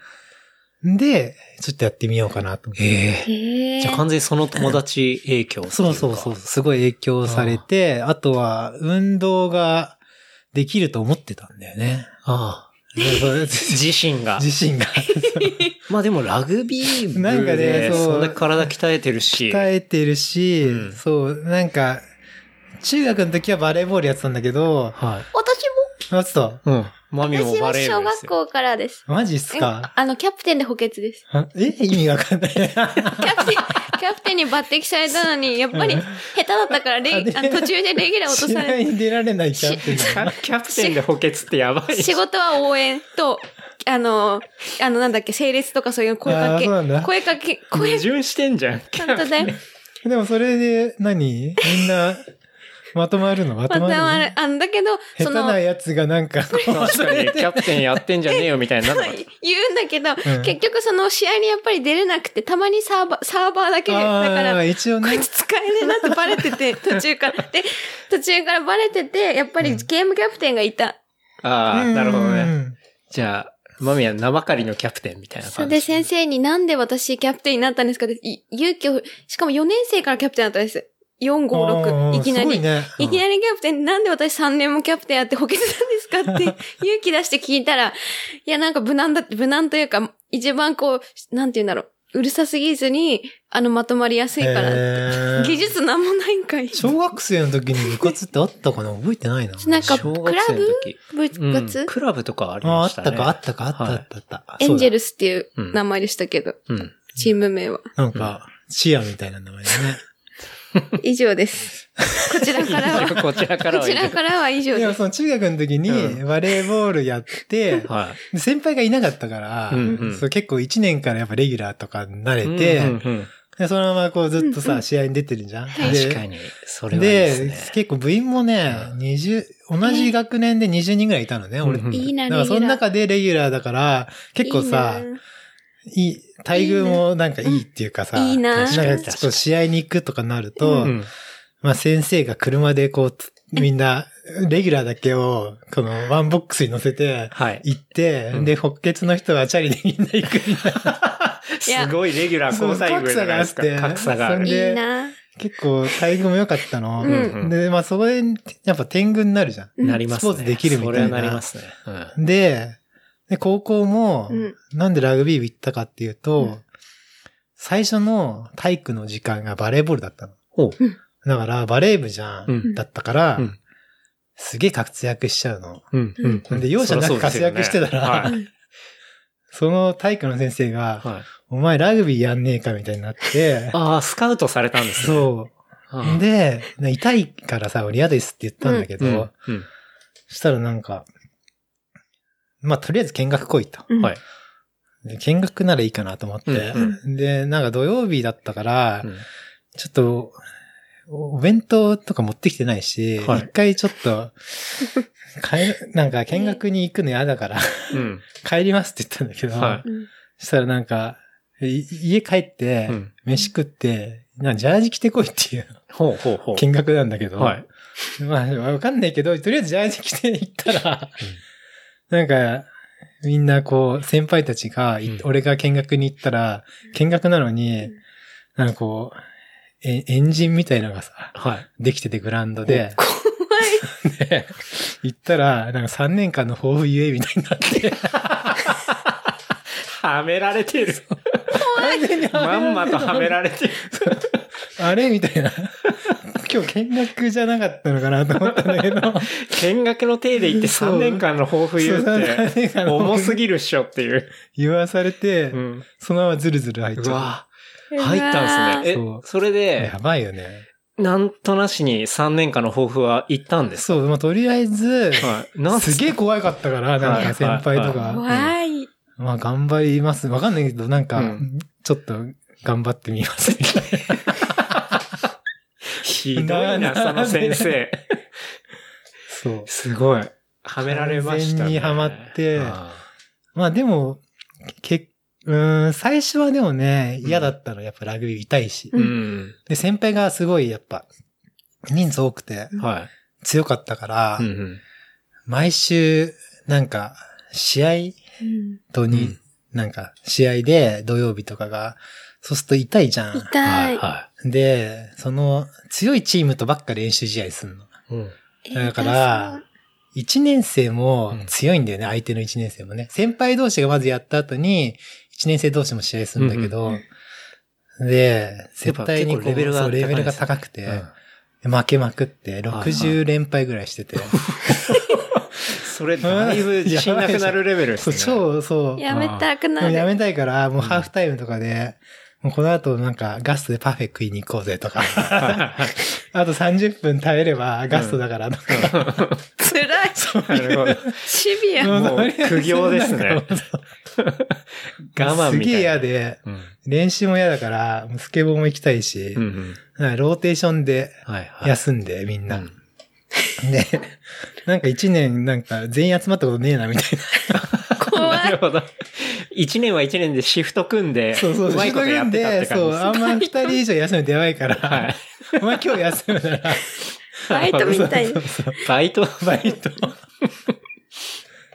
[SPEAKER 3] で、ちょっとやってみようかなと思って。
[SPEAKER 2] ええ。
[SPEAKER 4] ええ
[SPEAKER 2] じゃあ完全にその友達影響っていか
[SPEAKER 3] そうそうそう。。すごい影響されて、あとは、運動ができると思ってたんだよね。
[SPEAKER 2] ああ。
[SPEAKER 3] でそう自
[SPEAKER 2] 自身が。
[SPEAKER 3] 信が。
[SPEAKER 2] まあでもラグビー部
[SPEAKER 3] なんか
[SPEAKER 2] で
[SPEAKER 3] ねそう
[SPEAKER 2] そんだけ体鍛えてるし。
[SPEAKER 3] 鍛えてるし、
[SPEAKER 2] うん
[SPEAKER 3] そう、なんか、中学の時はバレーボールやってたんだけ
[SPEAKER 2] はい。
[SPEAKER 3] ど、
[SPEAKER 4] 私
[SPEAKER 3] あ、ちょっ
[SPEAKER 2] うん。マミ
[SPEAKER 4] も、
[SPEAKER 2] も
[SPEAKER 4] 私
[SPEAKER 2] バ
[SPEAKER 4] は
[SPEAKER 2] レー
[SPEAKER 4] 小
[SPEAKER 2] 部です
[SPEAKER 4] 学
[SPEAKER 2] よ。
[SPEAKER 4] 校からです。
[SPEAKER 3] と、マジっすか
[SPEAKER 4] あの、キャプテンで補欠 です。
[SPEAKER 3] え意味わかんない。
[SPEAKER 4] キャプテン、キャプテンに抜擢された のに、やっぱり、下手だったから、レギ
[SPEAKER 3] あ
[SPEAKER 4] あ
[SPEAKER 3] で
[SPEAKER 4] の途中でレギュラー落と
[SPEAKER 3] 試
[SPEAKER 4] さ
[SPEAKER 3] 合
[SPEAKER 4] れ
[SPEAKER 3] に出られないキャプテンだね
[SPEAKER 2] キャプテンで補欠ってやばい
[SPEAKER 4] て、仕事は応援と、あの、あの、なんだっけ、整列とかそういう声かけ、
[SPEAKER 3] あーそうなんだ
[SPEAKER 4] 声かけ、
[SPEAKER 2] 矛
[SPEAKER 4] 声、
[SPEAKER 2] 盾してんじゃん。
[SPEAKER 4] 本当だよ。
[SPEAKER 3] でもそれで何、みんな、まとまるのま
[SPEAKER 4] ま
[SPEAKER 3] と
[SPEAKER 4] た
[SPEAKER 3] まるの
[SPEAKER 4] あれ、あの、だけど、
[SPEAKER 3] 下
[SPEAKER 4] そ
[SPEAKER 3] 手
[SPEAKER 4] の、
[SPEAKER 3] なやつがなんか、こう
[SPEAKER 2] 確かに、キャプテンやってんじゃねえよみたいにな るのか
[SPEAKER 4] 言うんだけど、
[SPEAKER 3] ん
[SPEAKER 4] 結局その試合にやっぱり出れなくて、たまにサーバー、サーバーだけで、だか
[SPEAKER 3] あ
[SPEAKER 4] ら
[SPEAKER 3] あ、、一応
[SPEAKER 4] こい
[SPEAKER 3] ね、
[SPEAKER 4] つ使えねえなってバレてて、 途中から。で、途中からバレてて、やっぱりゲームキャプテンがいた。
[SPEAKER 2] ああ、なるほど
[SPEAKER 3] う
[SPEAKER 2] ね。
[SPEAKER 3] ん。
[SPEAKER 2] じゃあ、マミは名ばかりのキャプテンみたいな
[SPEAKER 4] それ
[SPEAKER 2] 感
[SPEAKER 4] で
[SPEAKER 2] じ。
[SPEAKER 4] 先生になんで私キャプテンになったんですかって、い勇気を、しかも4年生からキャプテンだったんです。 4、5、
[SPEAKER 3] あー
[SPEAKER 4] 6、いきな
[SPEAKER 3] すご
[SPEAKER 4] り。
[SPEAKER 3] いね。
[SPEAKER 4] いきなりキャプテン、なんで私3年もキャプテンやって補欠なんですかって 勇気出して聞いたら、いやなんか無難だ、無難というか、一番こう、なんて言うんだろう、うるさすぎずに、あの、まとまりやすいから、
[SPEAKER 3] へー
[SPEAKER 4] 技術なんもないんかい。
[SPEAKER 3] 小学生の時に部活ってあったかな覚えてないな。
[SPEAKER 4] なんか、
[SPEAKER 2] 小
[SPEAKER 4] ク
[SPEAKER 2] 学
[SPEAKER 4] ラ
[SPEAKER 2] 生の
[SPEAKER 4] ブ
[SPEAKER 2] 時。
[SPEAKER 4] 部
[SPEAKER 2] うん
[SPEAKER 4] 活、
[SPEAKER 2] クラブとかあり
[SPEAKER 3] ああ
[SPEAKER 2] ま
[SPEAKER 3] っ
[SPEAKER 2] したたね。
[SPEAKER 3] かあったかあった
[SPEAKER 2] はい
[SPEAKER 3] あったあった。
[SPEAKER 4] エンジェ
[SPEAKER 3] ル。
[SPEAKER 4] ルスっていう名前でしたけど、
[SPEAKER 2] うん。
[SPEAKER 4] チーム名は。
[SPEAKER 3] なんか、シアみたいな名前だ
[SPEAKER 4] 以上です。こちらから は。
[SPEAKER 2] こちらから
[SPEAKER 4] こ
[SPEAKER 2] は
[SPEAKER 4] ちらからは以上
[SPEAKER 3] ね。で
[SPEAKER 4] で
[SPEAKER 3] も
[SPEAKER 4] す。
[SPEAKER 3] その中学の時に
[SPEAKER 2] う
[SPEAKER 3] バレーボールやって、
[SPEAKER 2] はい。
[SPEAKER 3] で先輩がいなかったから、
[SPEAKER 2] うんうん
[SPEAKER 3] そう結構1年からやっぱレギュラーとかになれて、
[SPEAKER 2] うんうんうん
[SPEAKER 3] でそのままこうずっとさ、試合に出てるじゃん。で
[SPEAKER 2] 確かに、それはいい
[SPEAKER 3] で
[SPEAKER 2] ですね。
[SPEAKER 3] 結構部員もね、20、同じ学年で20人ぐらいいたのね、俺。
[SPEAKER 2] うんうん
[SPEAKER 4] いいな、
[SPEAKER 3] だから
[SPEAKER 4] レギュ
[SPEAKER 3] その
[SPEAKER 4] ラー
[SPEAKER 3] 中でレギュラーだから、結構さ、いい、待遇もなんかいいっていうかさ、
[SPEAKER 4] いい
[SPEAKER 3] な
[SPEAKER 4] な
[SPEAKER 3] んかちょっと試合に行くとかなると、
[SPEAKER 2] うん
[SPEAKER 3] まあ先生が車でこう、つみんな、レギュラーだけを、このワンボックスに乗せて、
[SPEAKER 2] はい。
[SPEAKER 3] 行って、
[SPEAKER 2] うん
[SPEAKER 3] で、補欠の人はチャリでみんな行くみたいな。
[SPEAKER 4] いや
[SPEAKER 2] すごいレギュラー交際ぐらいじゃないですか
[SPEAKER 3] そう。
[SPEAKER 2] 格
[SPEAKER 3] 格
[SPEAKER 2] 差が
[SPEAKER 3] 差が
[SPEAKER 2] あ
[SPEAKER 3] あ
[SPEAKER 4] い
[SPEAKER 3] る
[SPEAKER 2] る。
[SPEAKER 4] いないいな。
[SPEAKER 3] 結構待遇も良かったの。
[SPEAKER 4] うん
[SPEAKER 3] で、まあそこで、やっぱ天狗になるじゃん。
[SPEAKER 4] うん
[SPEAKER 2] なりますね。
[SPEAKER 3] スポーツできるみたいな
[SPEAKER 2] それはなりますね。うん
[SPEAKER 3] で、で高校も、
[SPEAKER 4] うん
[SPEAKER 3] なんでラグビー部行ったかっていうと、
[SPEAKER 4] うん
[SPEAKER 3] 最初の体育の時間がバレーボールだったの。
[SPEAKER 2] ほう
[SPEAKER 3] だから、バレー部じゃん、
[SPEAKER 2] うん
[SPEAKER 3] だったから、
[SPEAKER 2] うん
[SPEAKER 3] すげえ活躍しちゃうの。
[SPEAKER 2] うんうんうん
[SPEAKER 3] で容赦なく活躍してたら
[SPEAKER 2] そりゃそうですよね
[SPEAKER 3] その体育の先生が、
[SPEAKER 2] はいはい
[SPEAKER 3] お前ラグビーやんねえかみたいに なって、
[SPEAKER 2] ああ、スカウトされたんですね。
[SPEAKER 3] そ
[SPEAKER 2] は
[SPEAKER 3] う。
[SPEAKER 2] い、
[SPEAKER 3] で、痛いからさ、俺嫌ですって言ったんだけど、
[SPEAKER 2] うんうん
[SPEAKER 3] そしたらなんか、まあ、とりあえず見学来いと。
[SPEAKER 4] うん
[SPEAKER 2] はい。
[SPEAKER 3] で見学ならいいかなと思って、
[SPEAKER 2] うん
[SPEAKER 3] で、なんか土曜日だったから、
[SPEAKER 2] うん
[SPEAKER 3] ちょっと、おお弁当とか持ってきてないし、一、
[SPEAKER 2] はい
[SPEAKER 3] 回ちょっと、帰る、なんか見学に行くの嫌だから、
[SPEAKER 2] うん
[SPEAKER 3] 帰りますって言ったんだけど、
[SPEAKER 2] は
[SPEAKER 4] うん
[SPEAKER 3] そしたらなんか、い家帰って、
[SPEAKER 2] うん
[SPEAKER 3] 飯食って、なんかジャージ着てこいっていう
[SPEAKER 2] ほうほうほ
[SPEAKER 3] 見学なんだけど、
[SPEAKER 2] はい。
[SPEAKER 3] まあ、わかんないけど、とりあえずジャージ着て行ったら、なんか、みんなこう、先輩たちがい、
[SPEAKER 2] うん
[SPEAKER 3] 俺が見学に行ったら、見学なのに、
[SPEAKER 4] うん
[SPEAKER 3] なんかこう、え、エンジンみたいのがさ、
[SPEAKER 2] はい。
[SPEAKER 3] できててグラウンドで、
[SPEAKER 4] 怖 い。
[SPEAKER 3] で行ったら、なんか3年間の抱負ゆえみたいになって、
[SPEAKER 2] はめられてる。まんまとはめられてる。
[SPEAKER 3] あれみたいな。今日見学じゃなかったのかなと思ったんだけど、
[SPEAKER 2] 見学の体で行って
[SPEAKER 3] そう
[SPEAKER 2] 3年間の抱負言う
[SPEAKER 3] そう
[SPEAKER 2] っ
[SPEAKER 3] 3年
[SPEAKER 2] て、
[SPEAKER 3] 間の抱負
[SPEAKER 2] 重すぎるっしょっていう。
[SPEAKER 3] 言わされて、
[SPEAKER 2] うん
[SPEAKER 3] そのままズルズル入っち
[SPEAKER 2] う
[SPEAKER 3] ゃ
[SPEAKER 2] わ入ったんですね。
[SPEAKER 3] そう
[SPEAKER 2] え、それ
[SPEAKER 3] う。
[SPEAKER 2] で
[SPEAKER 3] や、ばいよね。
[SPEAKER 2] なんとなしに3年間の抱負は行ったんです。
[SPEAKER 3] そう、まあ、とりあえず、
[SPEAKER 2] はい。なん
[SPEAKER 3] すげえ怖かったから、なんか先輩と
[SPEAKER 4] うわ
[SPEAKER 3] か。
[SPEAKER 4] 怖い。
[SPEAKER 3] まあ頑張ります。わかんないけど、なん
[SPEAKER 2] う
[SPEAKER 3] か
[SPEAKER 2] ん、
[SPEAKER 3] ちょっと頑張ってみ ますみたいな。
[SPEAKER 2] ひどいな、その先生。
[SPEAKER 3] そう。
[SPEAKER 2] すごい。はめられました、ね。
[SPEAKER 3] 完全にはまって
[SPEAKER 2] あ
[SPEAKER 3] まあでも、けうーん、最初はでもね、嫌だったの、やっぱラグビー痛いし
[SPEAKER 2] ー。うん。
[SPEAKER 3] で、先輩がすごいやっぱ、人数多くて
[SPEAKER 2] は
[SPEAKER 3] 強かったから
[SPEAKER 2] い。う、ん
[SPEAKER 3] 毎週、なんか、試合
[SPEAKER 4] うん
[SPEAKER 3] と
[SPEAKER 2] う
[SPEAKER 3] に
[SPEAKER 2] ん、
[SPEAKER 3] なんか、試合で土曜日とかが、そうすると痛いじゃん。
[SPEAKER 2] うん。は
[SPEAKER 4] 痛
[SPEAKER 2] い。
[SPEAKER 4] い。
[SPEAKER 2] は
[SPEAKER 3] で、その、強いチームとばっか練習試合するの。
[SPEAKER 2] い。うん。
[SPEAKER 3] だから、一年生も強いんだよね、相手の一年生もね。先輩同士がまずやった後に、一年生同士も試合するんだけど、で、絶対にこう
[SPEAKER 2] やっぱ結構レベルが
[SPEAKER 3] そうレベルが
[SPEAKER 2] 高
[SPEAKER 3] 高くて、負けまくって、60連敗ぐらいしてて、
[SPEAKER 2] それ、だいぶ自信なくなるレベルです
[SPEAKER 3] そう
[SPEAKER 2] ね。
[SPEAKER 3] 超、そう、
[SPEAKER 4] やめたく
[SPEAKER 3] も
[SPEAKER 4] な
[SPEAKER 3] う
[SPEAKER 4] る。
[SPEAKER 3] やめたいから、もうハーフタイムとかで、もうこの後なんかガストでパフェ食いに行こう ぜとか、あと30分耐えればガストだからとか、
[SPEAKER 4] 辛い。
[SPEAKER 2] なるほど。
[SPEAKER 4] シビア。
[SPEAKER 3] もう
[SPEAKER 2] もう苦行ですね
[SPEAKER 3] なんかもう
[SPEAKER 2] 我慢みたいな。
[SPEAKER 3] すげえ嫌。で、
[SPEAKER 2] うん。
[SPEAKER 3] 練習も嫌だから、もうスケボーも行きたいし、
[SPEAKER 2] うんうん。
[SPEAKER 3] なんかローテーションで
[SPEAKER 2] はいはい。
[SPEAKER 3] 休んで、みん
[SPEAKER 2] う
[SPEAKER 3] な。
[SPEAKER 2] ん
[SPEAKER 3] で、なんか一年なんか全員集まったことねえな、みたい
[SPEAKER 4] 怖。
[SPEAKER 2] ないるほど。一年は一年でシフト組んで、
[SPEAKER 3] な。そうそう、
[SPEAKER 2] うまいことやってたって感
[SPEAKER 3] そ
[SPEAKER 2] じ
[SPEAKER 3] う、
[SPEAKER 2] です。
[SPEAKER 3] あんま二人以上休むとやばいから、
[SPEAKER 2] はい。
[SPEAKER 3] お前今日休むな ら、
[SPEAKER 4] バイトみたい
[SPEAKER 3] そ
[SPEAKER 4] な
[SPEAKER 3] う。そうそう
[SPEAKER 2] バイト。
[SPEAKER 3] バイト。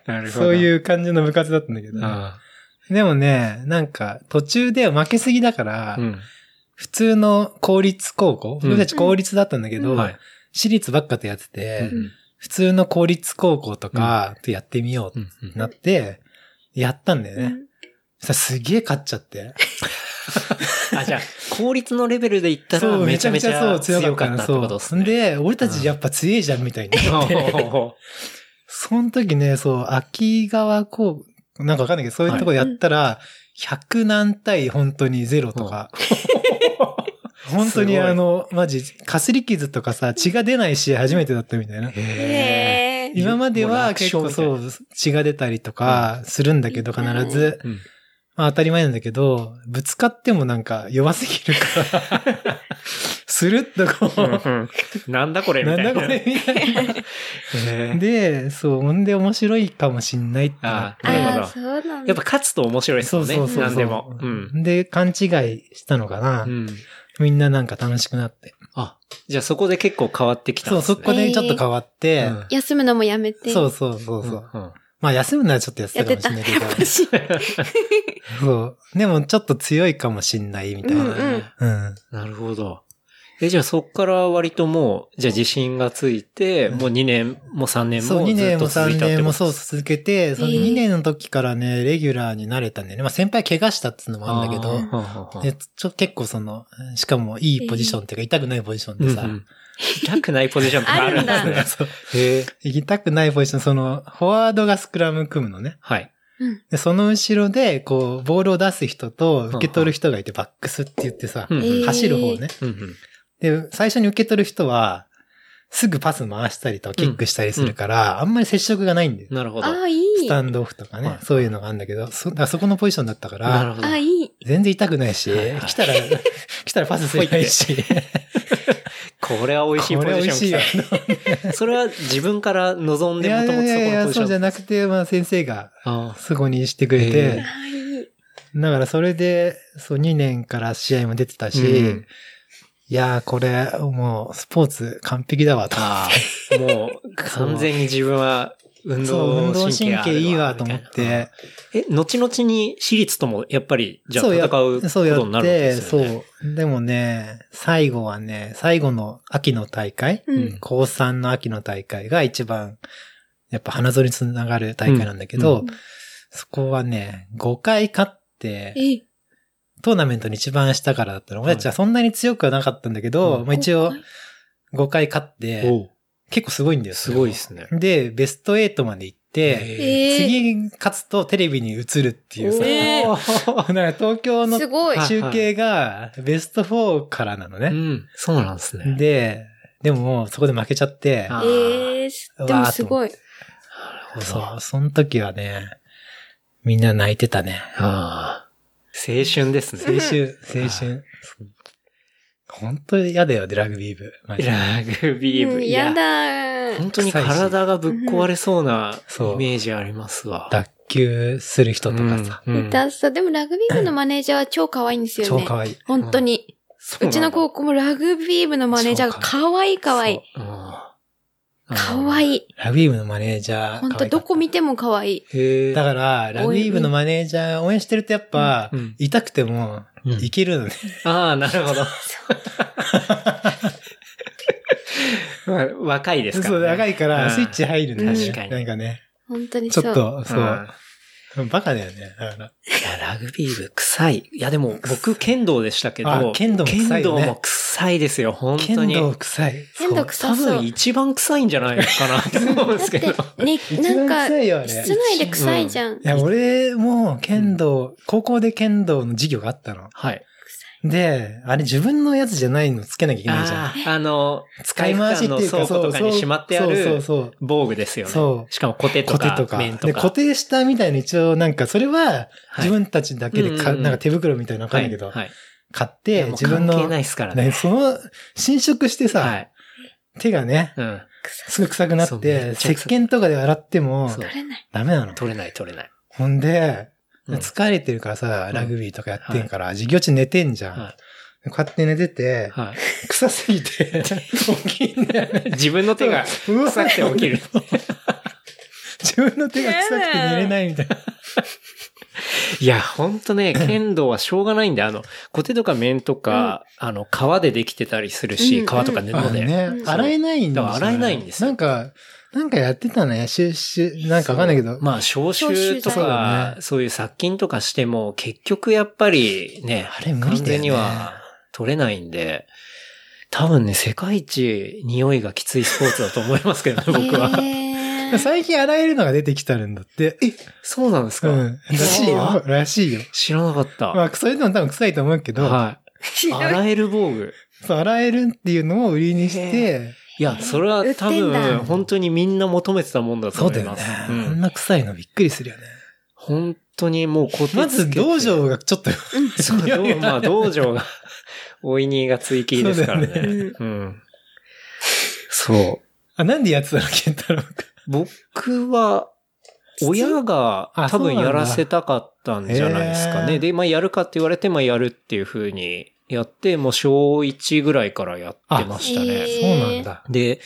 [SPEAKER 2] なるほど。
[SPEAKER 3] そう
[SPEAKER 2] う。
[SPEAKER 3] いう感じの部活だったんだけど。
[SPEAKER 2] あ
[SPEAKER 3] でもね、なんか途中で負けすぎだから、
[SPEAKER 2] あ。うん。
[SPEAKER 3] 普通の公立高校、
[SPEAKER 2] うん
[SPEAKER 3] 僕たち公立だったんだけど、
[SPEAKER 4] うん
[SPEAKER 2] はい
[SPEAKER 3] 私立ばっかとやってて、
[SPEAKER 2] うん
[SPEAKER 3] 普通の公立高校とかとやってみよう
[SPEAKER 2] うんう
[SPEAKER 3] っ
[SPEAKER 2] ん
[SPEAKER 3] てなって、やったんだよ
[SPEAKER 4] う
[SPEAKER 3] ね。
[SPEAKER 4] ん
[SPEAKER 3] さ、すげえ勝っち ゃって。
[SPEAKER 2] あ、じゃあ、効率のレベルで言ったら、
[SPEAKER 3] そう、
[SPEAKER 2] め
[SPEAKER 3] め
[SPEAKER 2] ち
[SPEAKER 3] ち
[SPEAKER 2] ゃ
[SPEAKER 3] ゃ
[SPEAKER 2] め
[SPEAKER 3] め
[SPEAKER 2] ち
[SPEAKER 3] ちゃ
[SPEAKER 2] ゃ
[SPEAKER 3] そう
[SPEAKER 2] 強
[SPEAKER 3] 強
[SPEAKER 2] か
[SPEAKER 3] か
[SPEAKER 2] っ
[SPEAKER 3] ったた
[SPEAKER 2] ってことで
[SPEAKER 3] そう。
[SPEAKER 2] す
[SPEAKER 3] そ
[SPEAKER 2] ね。
[SPEAKER 3] んで、俺たちやっぱ強いじゃんみたいになって。その時ね、そう、秋川高校、なんかわかんないけど、そういうとこやったら、100何対本当にゼロとか。 本当
[SPEAKER 2] す
[SPEAKER 3] に
[SPEAKER 2] ごい
[SPEAKER 3] あの、マジ、かすり傷とかさ、血が出ない試合初めてだったみたいな。
[SPEAKER 2] へ
[SPEAKER 4] へえ。
[SPEAKER 3] 今まで
[SPEAKER 2] もう
[SPEAKER 3] は
[SPEAKER 2] 楽
[SPEAKER 3] 結
[SPEAKER 2] 勝
[SPEAKER 3] 構そう、血が出たりとかするんだけど、必ず。
[SPEAKER 2] ーうん
[SPEAKER 3] まあ当たり前なんだけど、ぶつかってもなんか弱す ぎるから、スルッとこう、
[SPEAKER 2] なんだこれみ
[SPEAKER 3] な
[SPEAKER 2] た
[SPEAKER 3] ん
[SPEAKER 2] いな。
[SPEAKER 3] だこれみたいな。
[SPEAKER 2] へー
[SPEAKER 3] で、そう、ほんで面白いかもしんないってなっ
[SPEAKER 2] なるほ
[SPEAKER 3] て。
[SPEAKER 2] ど
[SPEAKER 4] ああ、そうなん
[SPEAKER 2] や
[SPEAKER 4] だ
[SPEAKER 2] っぱ。勝つと面白いです
[SPEAKER 3] そ
[SPEAKER 2] も
[SPEAKER 3] うん
[SPEAKER 2] ね。
[SPEAKER 3] そうそうそう。
[SPEAKER 2] 何でも。うん。
[SPEAKER 3] で、勘違いしたのかな、
[SPEAKER 2] うん
[SPEAKER 3] みんななんか楽しくなって。
[SPEAKER 2] あ、じゃあそこで結構変わってきたん
[SPEAKER 3] そ
[SPEAKER 2] で
[SPEAKER 3] う、
[SPEAKER 2] すね。
[SPEAKER 3] そこでちょっと変わって、
[SPEAKER 2] うん
[SPEAKER 4] 休むのもやめて。
[SPEAKER 3] そうそうそうそう。
[SPEAKER 2] うんうん
[SPEAKER 3] まあ休むのはちょっとやって
[SPEAKER 4] や
[SPEAKER 3] た
[SPEAKER 4] っ
[SPEAKER 3] か
[SPEAKER 4] て。
[SPEAKER 3] もしたんない
[SPEAKER 4] や
[SPEAKER 3] けど
[SPEAKER 4] っ、ぱし。
[SPEAKER 3] そう。でもちょっと強いかもしんないみたいな。
[SPEAKER 4] うんうん
[SPEAKER 3] うん。
[SPEAKER 2] なるほど。え、じゃあそっから割ともう、じゃあ自信がついて、もう2年も3年
[SPEAKER 3] そう、
[SPEAKER 2] も
[SPEAKER 3] 2
[SPEAKER 2] ずっ
[SPEAKER 3] 年
[SPEAKER 2] と
[SPEAKER 3] も
[SPEAKER 2] 続い
[SPEAKER 3] 3
[SPEAKER 2] たって
[SPEAKER 3] 年
[SPEAKER 2] こ
[SPEAKER 3] も
[SPEAKER 2] と
[SPEAKER 3] そう続けて、その2年の時からね、レギュラーになれたんだよね。まあ先輩怪我したっていうのもあるんだけど、
[SPEAKER 2] ど
[SPEAKER 3] でちょ結構その、しかもいいポジションっていうか、痛くないポジションでさ、
[SPEAKER 2] 痛くないポジションとかあるんです
[SPEAKER 4] あるん
[SPEAKER 2] ね
[SPEAKER 4] だ。
[SPEAKER 3] そう
[SPEAKER 2] へえ。
[SPEAKER 3] 痛くないポジション、その、フォワードがスクラム組むのね。
[SPEAKER 2] はい。
[SPEAKER 3] で、その後ろで、こう、ボールを出す人と、受け取る人がいて、バックスって言ってさ
[SPEAKER 2] う、んうん
[SPEAKER 3] 走る方ね。
[SPEAKER 2] うんうん
[SPEAKER 3] で、最初に受け取る人は、すぐパス回したりとかキックしたりするから、あんまり接触がないんだよ。
[SPEAKER 2] なるほど。
[SPEAKER 4] ああ、い
[SPEAKER 3] ス
[SPEAKER 4] い。
[SPEAKER 3] タ
[SPEAKER 4] あ
[SPEAKER 3] ンドオフとか
[SPEAKER 2] は
[SPEAKER 3] ね
[SPEAKER 2] い、
[SPEAKER 3] そういうのがあるんだけど、そ、だからそこのポジションだったか
[SPEAKER 2] な
[SPEAKER 3] ら、
[SPEAKER 2] るほど。
[SPEAKER 4] あ、いい。
[SPEAKER 3] 全然痛くないし
[SPEAKER 2] はいはい、
[SPEAKER 3] 来 たら、来たらパスすればいいし、
[SPEAKER 2] これは美味しいポ
[SPEAKER 3] これ
[SPEAKER 2] ジ
[SPEAKER 3] 美
[SPEAKER 2] シ
[SPEAKER 3] 味し
[SPEAKER 2] ョ
[SPEAKER 3] いよ
[SPEAKER 2] ン。来た。それは自分から望ん
[SPEAKER 3] い
[SPEAKER 2] で
[SPEAKER 3] や
[SPEAKER 2] も
[SPEAKER 3] い
[SPEAKER 2] ともと
[SPEAKER 3] やい
[SPEAKER 2] そこ
[SPEAKER 3] や
[SPEAKER 2] の
[SPEAKER 3] い
[SPEAKER 2] ポ
[SPEAKER 3] や、
[SPEAKER 2] ジシ
[SPEAKER 3] そ
[SPEAKER 2] ョ
[SPEAKER 3] う
[SPEAKER 2] ン
[SPEAKER 3] じ
[SPEAKER 2] だ
[SPEAKER 3] ゃ
[SPEAKER 2] っ
[SPEAKER 3] なくて、まあ先生が、
[SPEAKER 2] た。あ
[SPEAKER 3] そこにしてくれ
[SPEAKER 2] へえ
[SPEAKER 3] て
[SPEAKER 4] あ、あ、いい。
[SPEAKER 3] だからそれで、そう2年から試合も出てた
[SPEAKER 2] あ。
[SPEAKER 3] し、
[SPEAKER 2] うん
[SPEAKER 3] いやーこれ、もう、スポーツ完璧だわ、と。
[SPEAKER 2] ああ、もう完全に自分は運
[SPEAKER 3] そう、運
[SPEAKER 2] 動
[SPEAKER 3] 動
[SPEAKER 2] 神経
[SPEAKER 3] 神
[SPEAKER 2] ある
[SPEAKER 3] 経いいわ、と思っ
[SPEAKER 2] みたいな
[SPEAKER 3] て。
[SPEAKER 2] え、後々に私立ともやっぱり、じゃあ
[SPEAKER 3] そう
[SPEAKER 2] 戦
[SPEAKER 3] や
[SPEAKER 2] うこと
[SPEAKER 3] そうや
[SPEAKER 2] にな
[SPEAKER 3] っ
[SPEAKER 2] るんで
[SPEAKER 3] て、
[SPEAKER 2] すよね。
[SPEAKER 3] そう。でもね、最後はね、最後の秋の大会、
[SPEAKER 4] うんん。
[SPEAKER 3] 高3の秋の大会が一番、やっぱ花園につながる大会なんだけど、
[SPEAKER 4] うん
[SPEAKER 3] そこはね、5回勝って、
[SPEAKER 4] ええ、
[SPEAKER 3] トーナメントに一番下からだったの。
[SPEAKER 2] はい
[SPEAKER 3] 俺たちはそんなに強くはなかったんだけど、
[SPEAKER 2] うん
[SPEAKER 3] まあ一応5回勝っ
[SPEAKER 2] お
[SPEAKER 3] て、
[SPEAKER 2] う
[SPEAKER 3] 結構すごいんだよ。
[SPEAKER 2] すごいですね。
[SPEAKER 3] ね。で、ベスト8まで行って、
[SPEAKER 2] え
[SPEAKER 4] ええ。
[SPEAKER 3] 次勝つとテレビに映るっていうさ、
[SPEAKER 4] え
[SPEAKER 2] お
[SPEAKER 3] なんか東京の
[SPEAKER 4] すごい。
[SPEAKER 2] あ
[SPEAKER 3] 中継がベスト4からなの
[SPEAKER 2] う
[SPEAKER 3] ね。
[SPEAKER 2] ん、そうなんですね。
[SPEAKER 3] で、でもそこで負けちゃって、
[SPEAKER 2] あ
[SPEAKER 4] ええ、でもすごい。
[SPEAKER 3] そう、その時はね、みんな泣いてたね。
[SPEAKER 2] ああ。青春です
[SPEAKER 3] 青
[SPEAKER 2] ね。
[SPEAKER 3] 春、青春。本当に嫌だよね、ラグビー部。マジで
[SPEAKER 2] ラグビー
[SPEAKER 4] う
[SPEAKER 2] 部。
[SPEAKER 4] ん
[SPEAKER 2] い
[SPEAKER 4] や
[SPEAKER 2] や、
[SPEAKER 4] だー。
[SPEAKER 2] 本当に体がぶっ壊れそうな
[SPEAKER 3] そう
[SPEAKER 2] イメージありますわ。
[SPEAKER 3] 脱臼する人とかさ、
[SPEAKER 2] うんうん
[SPEAKER 4] 痛そう。でもラグビー部のマネージャーは超可愛いんですよ
[SPEAKER 3] 超
[SPEAKER 4] ね。
[SPEAKER 3] 可愛い。
[SPEAKER 4] 本当に。うちの
[SPEAKER 2] 子
[SPEAKER 4] 高校もラグビー部のマネージャーが可愛い可愛い。
[SPEAKER 2] い。
[SPEAKER 4] 可愛い。
[SPEAKER 3] ラグビー部のマネージャー。
[SPEAKER 4] 本
[SPEAKER 3] 可愛
[SPEAKER 4] 当
[SPEAKER 3] いか
[SPEAKER 4] ど
[SPEAKER 3] った
[SPEAKER 4] こ見ても可愛い。
[SPEAKER 2] へえ
[SPEAKER 3] だから、ラグビー部のマネージャー応援してるとやっぱ、
[SPEAKER 2] うん
[SPEAKER 3] 痛くても、いけるのね。
[SPEAKER 2] ああ、なるほど。 まあ若いですから
[SPEAKER 3] そう、
[SPEAKER 2] ね。
[SPEAKER 3] 長いか
[SPEAKER 2] うん
[SPEAKER 3] ら、スイッチ入るんだよね。
[SPEAKER 2] 確かに
[SPEAKER 3] なんかね、
[SPEAKER 4] 本当に
[SPEAKER 3] ち
[SPEAKER 4] そ
[SPEAKER 3] ょっ
[SPEAKER 4] う。
[SPEAKER 3] と、
[SPEAKER 2] う
[SPEAKER 3] そ
[SPEAKER 2] ん
[SPEAKER 3] う、バカだよね。だから
[SPEAKER 2] いや、ラグビー部臭い。いや、でも僕、剣道でしたけど
[SPEAKER 3] あ、剣道も臭いよね
[SPEAKER 2] 剣道も臭いですよ、本
[SPEAKER 3] 剣
[SPEAKER 2] 当に。
[SPEAKER 3] 道臭い。
[SPEAKER 4] 剣道臭
[SPEAKER 2] 多
[SPEAKER 4] そう
[SPEAKER 2] 分一番臭いんじゃないかなって思うんですけど。
[SPEAKER 4] だって、ね、なんか、
[SPEAKER 3] 臭いよね
[SPEAKER 4] 室内で臭いじゃん。
[SPEAKER 3] いや、俺も剣道、高校で剣道の授業があったの。
[SPEAKER 2] はい。
[SPEAKER 3] で、あれ自分のやつじゃないのつけなきゃいけないじゃん。
[SPEAKER 2] あーあの、
[SPEAKER 3] 使い回しってい
[SPEAKER 2] 体
[SPEAKER 3] うか、
[SPEAKER 2] 育館の倉庫とかにしまってある
[SPEAKER 3] そうそうそう。
[SPEAKER 2] 防具ですよね。
[SPEAKER 3] そう
[SPEAKER 2] しかもコテと
[SPEAKER 3] コテ
[SPEAKER 2] か、
[SPEAKER 3] とか。
[SPEAKER 2] 面
[SPEAKER 3] で、
[SPEAKER 2] とか。
[SPEAKER 3] 固定したみたいな一応なんか、それは自分たちだけで
[SPEAKER 2] うんう
[SPEAKER 3] か、
[SPEAKER 2] んうん
[SPEAKER 3] なんか手袋みたいなのわかんないけど、
[SPEAKER 2] はい。
[SPEAKER 3] 買っ
[SPEAKER 2] い
[SPEAKER 3] て
[SPEAKER 2] や、もう
[SPEAKER 3] 自分
[SPEAKER 2] 関係
[SPEAKER 3] の、
[SPEAKER 2] ないですからね。
[SPEAKER 3] ね、その、侵食して
[SPEAKER 2] は
[SPEAKER 3] さ、
[SPEAKER 2] い。
[SPEAKER 3] 手がね、
[SPEAKER 2] うん。
[SPEAKER 3] すぐ臭くな
[SPEAKER 2] そう
[SPEAKER 3] っ
[SPEAKER 2] め
[SPEAKER 3] て、
[SPEAKER 2] っち
[SPEAKER 3] 石
[SPEAKER 2] ゃ臭い
[SPEAKER 3] 鹸とかで洗っても、
[SPEAKER 2] そう
[SPEAKER 4] 取れない。
[SPEAKER 3] ダメなの。
[SPEAKER 2] 取れない取れない。
[SPEAKER 3] ほんで、
[SPEAKER 2] うん
[SPEAKER 3] 疲れてるからさ、
[SPEAKER 2] ん
[SPEAKER 3] ラグビーとかやってんから、授業中寝てんじゃん。
[SPEAKER 2] は
[SPEAKER 3] こうやって寝てて、
[SPEAKER 2] はい。
[SPEAKER 3] 臭す ぎて、起きんだよね。
[SPEAKER 2] 自分の手が
[SPEAKER 3] うわ
[SPEAKER 2] 臭くて起きる。
[SPEAKER 3] 自分の手が臭くて寝れないみたいな。
[SPEAKER 2] いや、ほんとね、剣道はしょうがないんだよ。あの、小手とか面とか、あの、革でできてたりする
[SPEAKER 4] うんう
[SPEAKER 2] し、
[SPEAKER 4] ん
[SPEAKER 2] 革とか布
[SPEAKER 3] あの
[SPEAKER 2] で。
[SPEAKER 3] ね
[SPEAKER 4] う、ん
[SPEAKER 3] 洗えないんだ
[SPEAKER 2] だから洗えないんですよ
[SPEAKER 3] なんか、なんかやってたね。シュッシュ、なんかわかんないけど。
[SPEAKER 2] まあ、消臭と
[SPEAKER 4] 消臭剤
[SPEAKER 3] だ
[SPEAKER 2] か
[SPEAKER 3] よ、ね
[SPEAKER 2] そういう殺菌とかしても、結局やっぱりね、
[SPEAKER 3] あれ無理だよね
[SPEAKER 2] 完全には取れないんで、多分ね、世界一匂いがきついスポーツだと思います けどね、僕は。
[SPEAKER 4] へー
[SPEAKER 3] 最近洗えるのが出てきたんだって。え、
[SPEAKER 2] そうなんです
[SPEAKER 3] う
[SPEAKER 2] か、
[SPEAKER 3] ん。らしいよ。らしいよ。
[SPEAKER 2] 知らなかった。
[SPEAKER 3] まあ、それでも多分臭いと思うけど、
[SPEAKER 2] はい。洗える防具。
[SPEAKER 3] そう洗えるっていうのを売りにして、
[SPEAKER 2] いや、それは多
[SPEAKER 4] 売ってんだ
[SPEAKER 2] 分、本当にみんな求めてたもんだと
[SPEAKER 3] そう
[SPEAKER 2] 思
[SPEAKER 3] だ
[SPEAKER 2] い
[SPEAKER 3] よ
[SPEAKER 2] ま
[SPEAKER 3] ね
[SPEAKER 2] す。。
[SPEAKER 3] あ
[SPEAKER 2] うん
[SPEAKER 3] んな臭いのびっくりするよね。
[SPEAKER 2] 本当にもうこて
[SPEAKER 3] ま ず、道場がちょっと、
[SPEAKER 2] そう
[SPEAKER 3] いやい
[SPEAKER 2] どう
[SPEAKER 3] や
[SPEAKER 2] まあ道場が、おいにが追記ですからね。
[SPEAKER 3] そうだ
[SPEAKER 4] よね
[SPEAKER 2] うん。そう。
[SPEAKER 3] あ、なんでやってたの、ケンタロウ君
[SPEAKER 2] 僕は、親が
[SPEAKER 3] あ
[SPEAKER 2] 多分
[SPEAKER 3] そうなんだ
[SPEAKER 2] やらせたかったんじゃないですか
[SPEAKER 3] へ
[SPEAKER 2] ね。
[SPEAKER 3] ー
[SPEAKER 2] で、まあやるかって言われて、まあやるっていう風にやって、もう小1ぐらいからやってましたね。
[SPEAKER 4] へ
[SPEAKER 3] そ
[SPEAKER 4] ー
[SPEAKER 3] うなんだ。
[SPEAKER 2] で、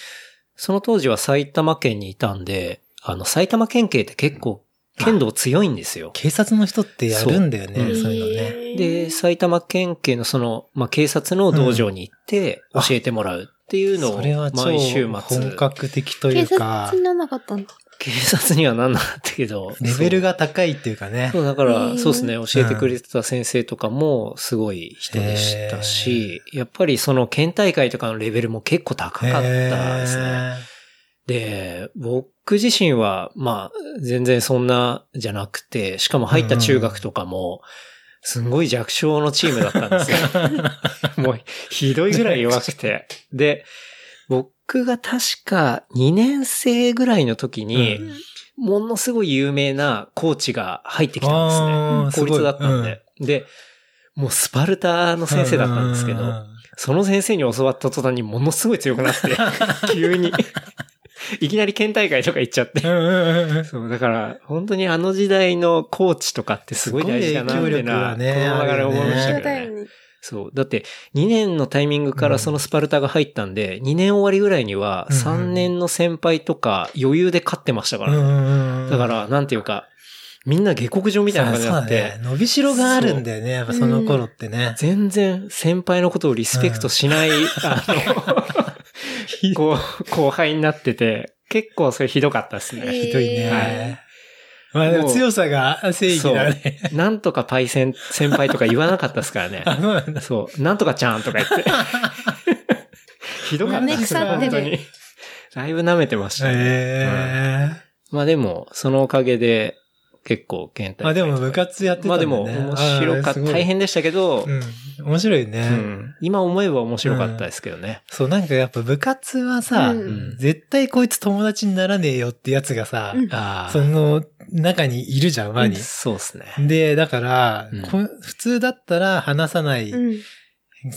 [SPEAKER 2] その当時は埼玉県にいたんで、あの、埼玉県警って結構、剣道強いんですよ。
[SPEAKER 3] 警察の人ってやるんだよね、
[SPEAKER 2] そう
[SPEAKER 3] そういうのね。
[SPEAKER 4] へー
[SPEAKER 2] で、埼玉県警のその、まあ、警察の道場に行って教えてもらうっていうのを、
[SPEAKER 3] それは超
[SPEAKER 2] 毎週末。
[SPEAKER 3] 本格的とい
[SPEAKER 4] 警
[SPEAKER 3] うか
[SPEAKER 4] 察、にならなかったんだ。
[SPEAKER 2] 警察にはなんなかったけど。
[SPEAKER 3] レベル
[SPEAKER 2] が。
[SPEAKER 3] が高いっていうかね
[SPEAKER 2] そ。う、だか
[SPEAKER 4] へ
[SPEAKER 2] ら、
[SPEAKER 4] ー
[SPEAKER 2] そうですね、教えてくれてた先生とかもすごい人でしたし、やっぱりその県大会とかのレベルも結構高かったですね。で、僕自身は、まあ、全然そんなじゃなくて、しかも入った中学とかも、すんごい弱小のチームだったん ですよ。もう、 ひどいぐらい弱くて。で、僕が確か2年生ぐらいの時に、
[SPEAKER 3] うん
[SPEAKER 2] ものすごい有名なコーチが入ってきたんです ね。
[SPEAKER 3] あーす
[SPEAKER 2] 公
[SPEAKER 3] ごい
[SPEAKER 2] 立だったんで。で、もうスパルタの先生だったんですけど、
[SPEAKER 3] ううん
[SPEAKER 2] その先生に教わった途端にものすごい強くな って、急に、いきなり県大会とか行っちゃって。
[SPEAKER 3] うんうんうん
[SPEAKER 2] そう、だから、本当にあの時代のコーチとかってすごい大事だな、
[SPEAKER 3] す
[SPEAKER 2] っ
[SPEAKER 3] ごい
[SPEAKER 2] て
[SPEAKER 3] 影響力
[SPEAKER 2] な、
[SPEAKER 3] だね
[SPEAKER 2] この流れ思いました
[SPEAKER 4] そ
[SPEAKER 2] け
[SPEAKER 4] う
[SPEAKER 2] ど
[SPEAKER 4] だ
[SPEAKER 2] ね
[SPEAKER 4] よ。ね。
[SPEAKER 2] そう。だって、2年のタイミングからそのスパルタが入ったんで、2年終わりぐらいには、
[SPEAKER 3] うんうん
[SPEAKER 2] 3年の先輩とか余裕で勝ってましたから
[SPEAKER 3] う
[SPEAKER 2] ね。
[SPEAKER 3] んうんうん
[SPEAKER 2] だから、なんていうか、みんな下克上みたいな感じになって、
[SPEAKER 3] そうだね伸びしろがあるんだよね、やっぱその頃ってね。
[SPEAKER 2] 全然先輩のことをリスペクトしない、あの、こう後輩になってて、結構それひどかったですね。
[SPEAKER 4] へ
[SPEAKER 3] ひどいね。まあでも強さが正義だね。
[SPEAKER 2] なんとかパイセン先輩とか言わなかったですからね。
[SPEAKER 3] あそうなんだ
[SPEAKER 2] そう。なんとかちゃんとか言 って。ひどかった
[SPEAKER 4] 舐め
[SPEAKER 2] です
[SPEAKER 4] 腐
[SPEAKER 2] よ、
[SPEAKER 4] って
[SPEAKER 2] 本
[SPEAKER 4] る
[SPEAKER 2] 当に。だいぶ舐めてましたね。
[SPEAKER 3] へ
[SPEAKER 2] まあでも、そのおかげで、結構、県大
[SPEAKER 3] えまあ
[SPEAKER 2] 会と
[SPEAKER 3] で
[SPEAKER 2] か
[SPEAKER 3] も部活やってた
[SPEAKER 2] まあ
[SPEAKER 3] んだ
[SPEAKER 2] で
[SPEAKER 3] ね
[SPEAKER 2] も、面白かった。大。変でしたけど、
[SPEAKER 3] あーすごいうん。面白いうね。
[SPEAKER 2] ん今思えば面白かったですけどね。
[SPEAKER 3] そう、なんかやっぱ部活はさ
[SPEAKER 4] う、ん
[SPEAKER 3] 絶対こいつ友達にならねえよってやつがさ、
[SPEAKER 4] うん
[SPEAKER 2] ああ。
[SPEAKER 3] その中にいるじゃん、輪に。
[SPEAKER 2] そうですね。
[SPEAKER 3] で、だから
[SPEAKER 2] うん、
[SPEAKER 3] こ普通だったら話さない、
[SPEAKER 4] うん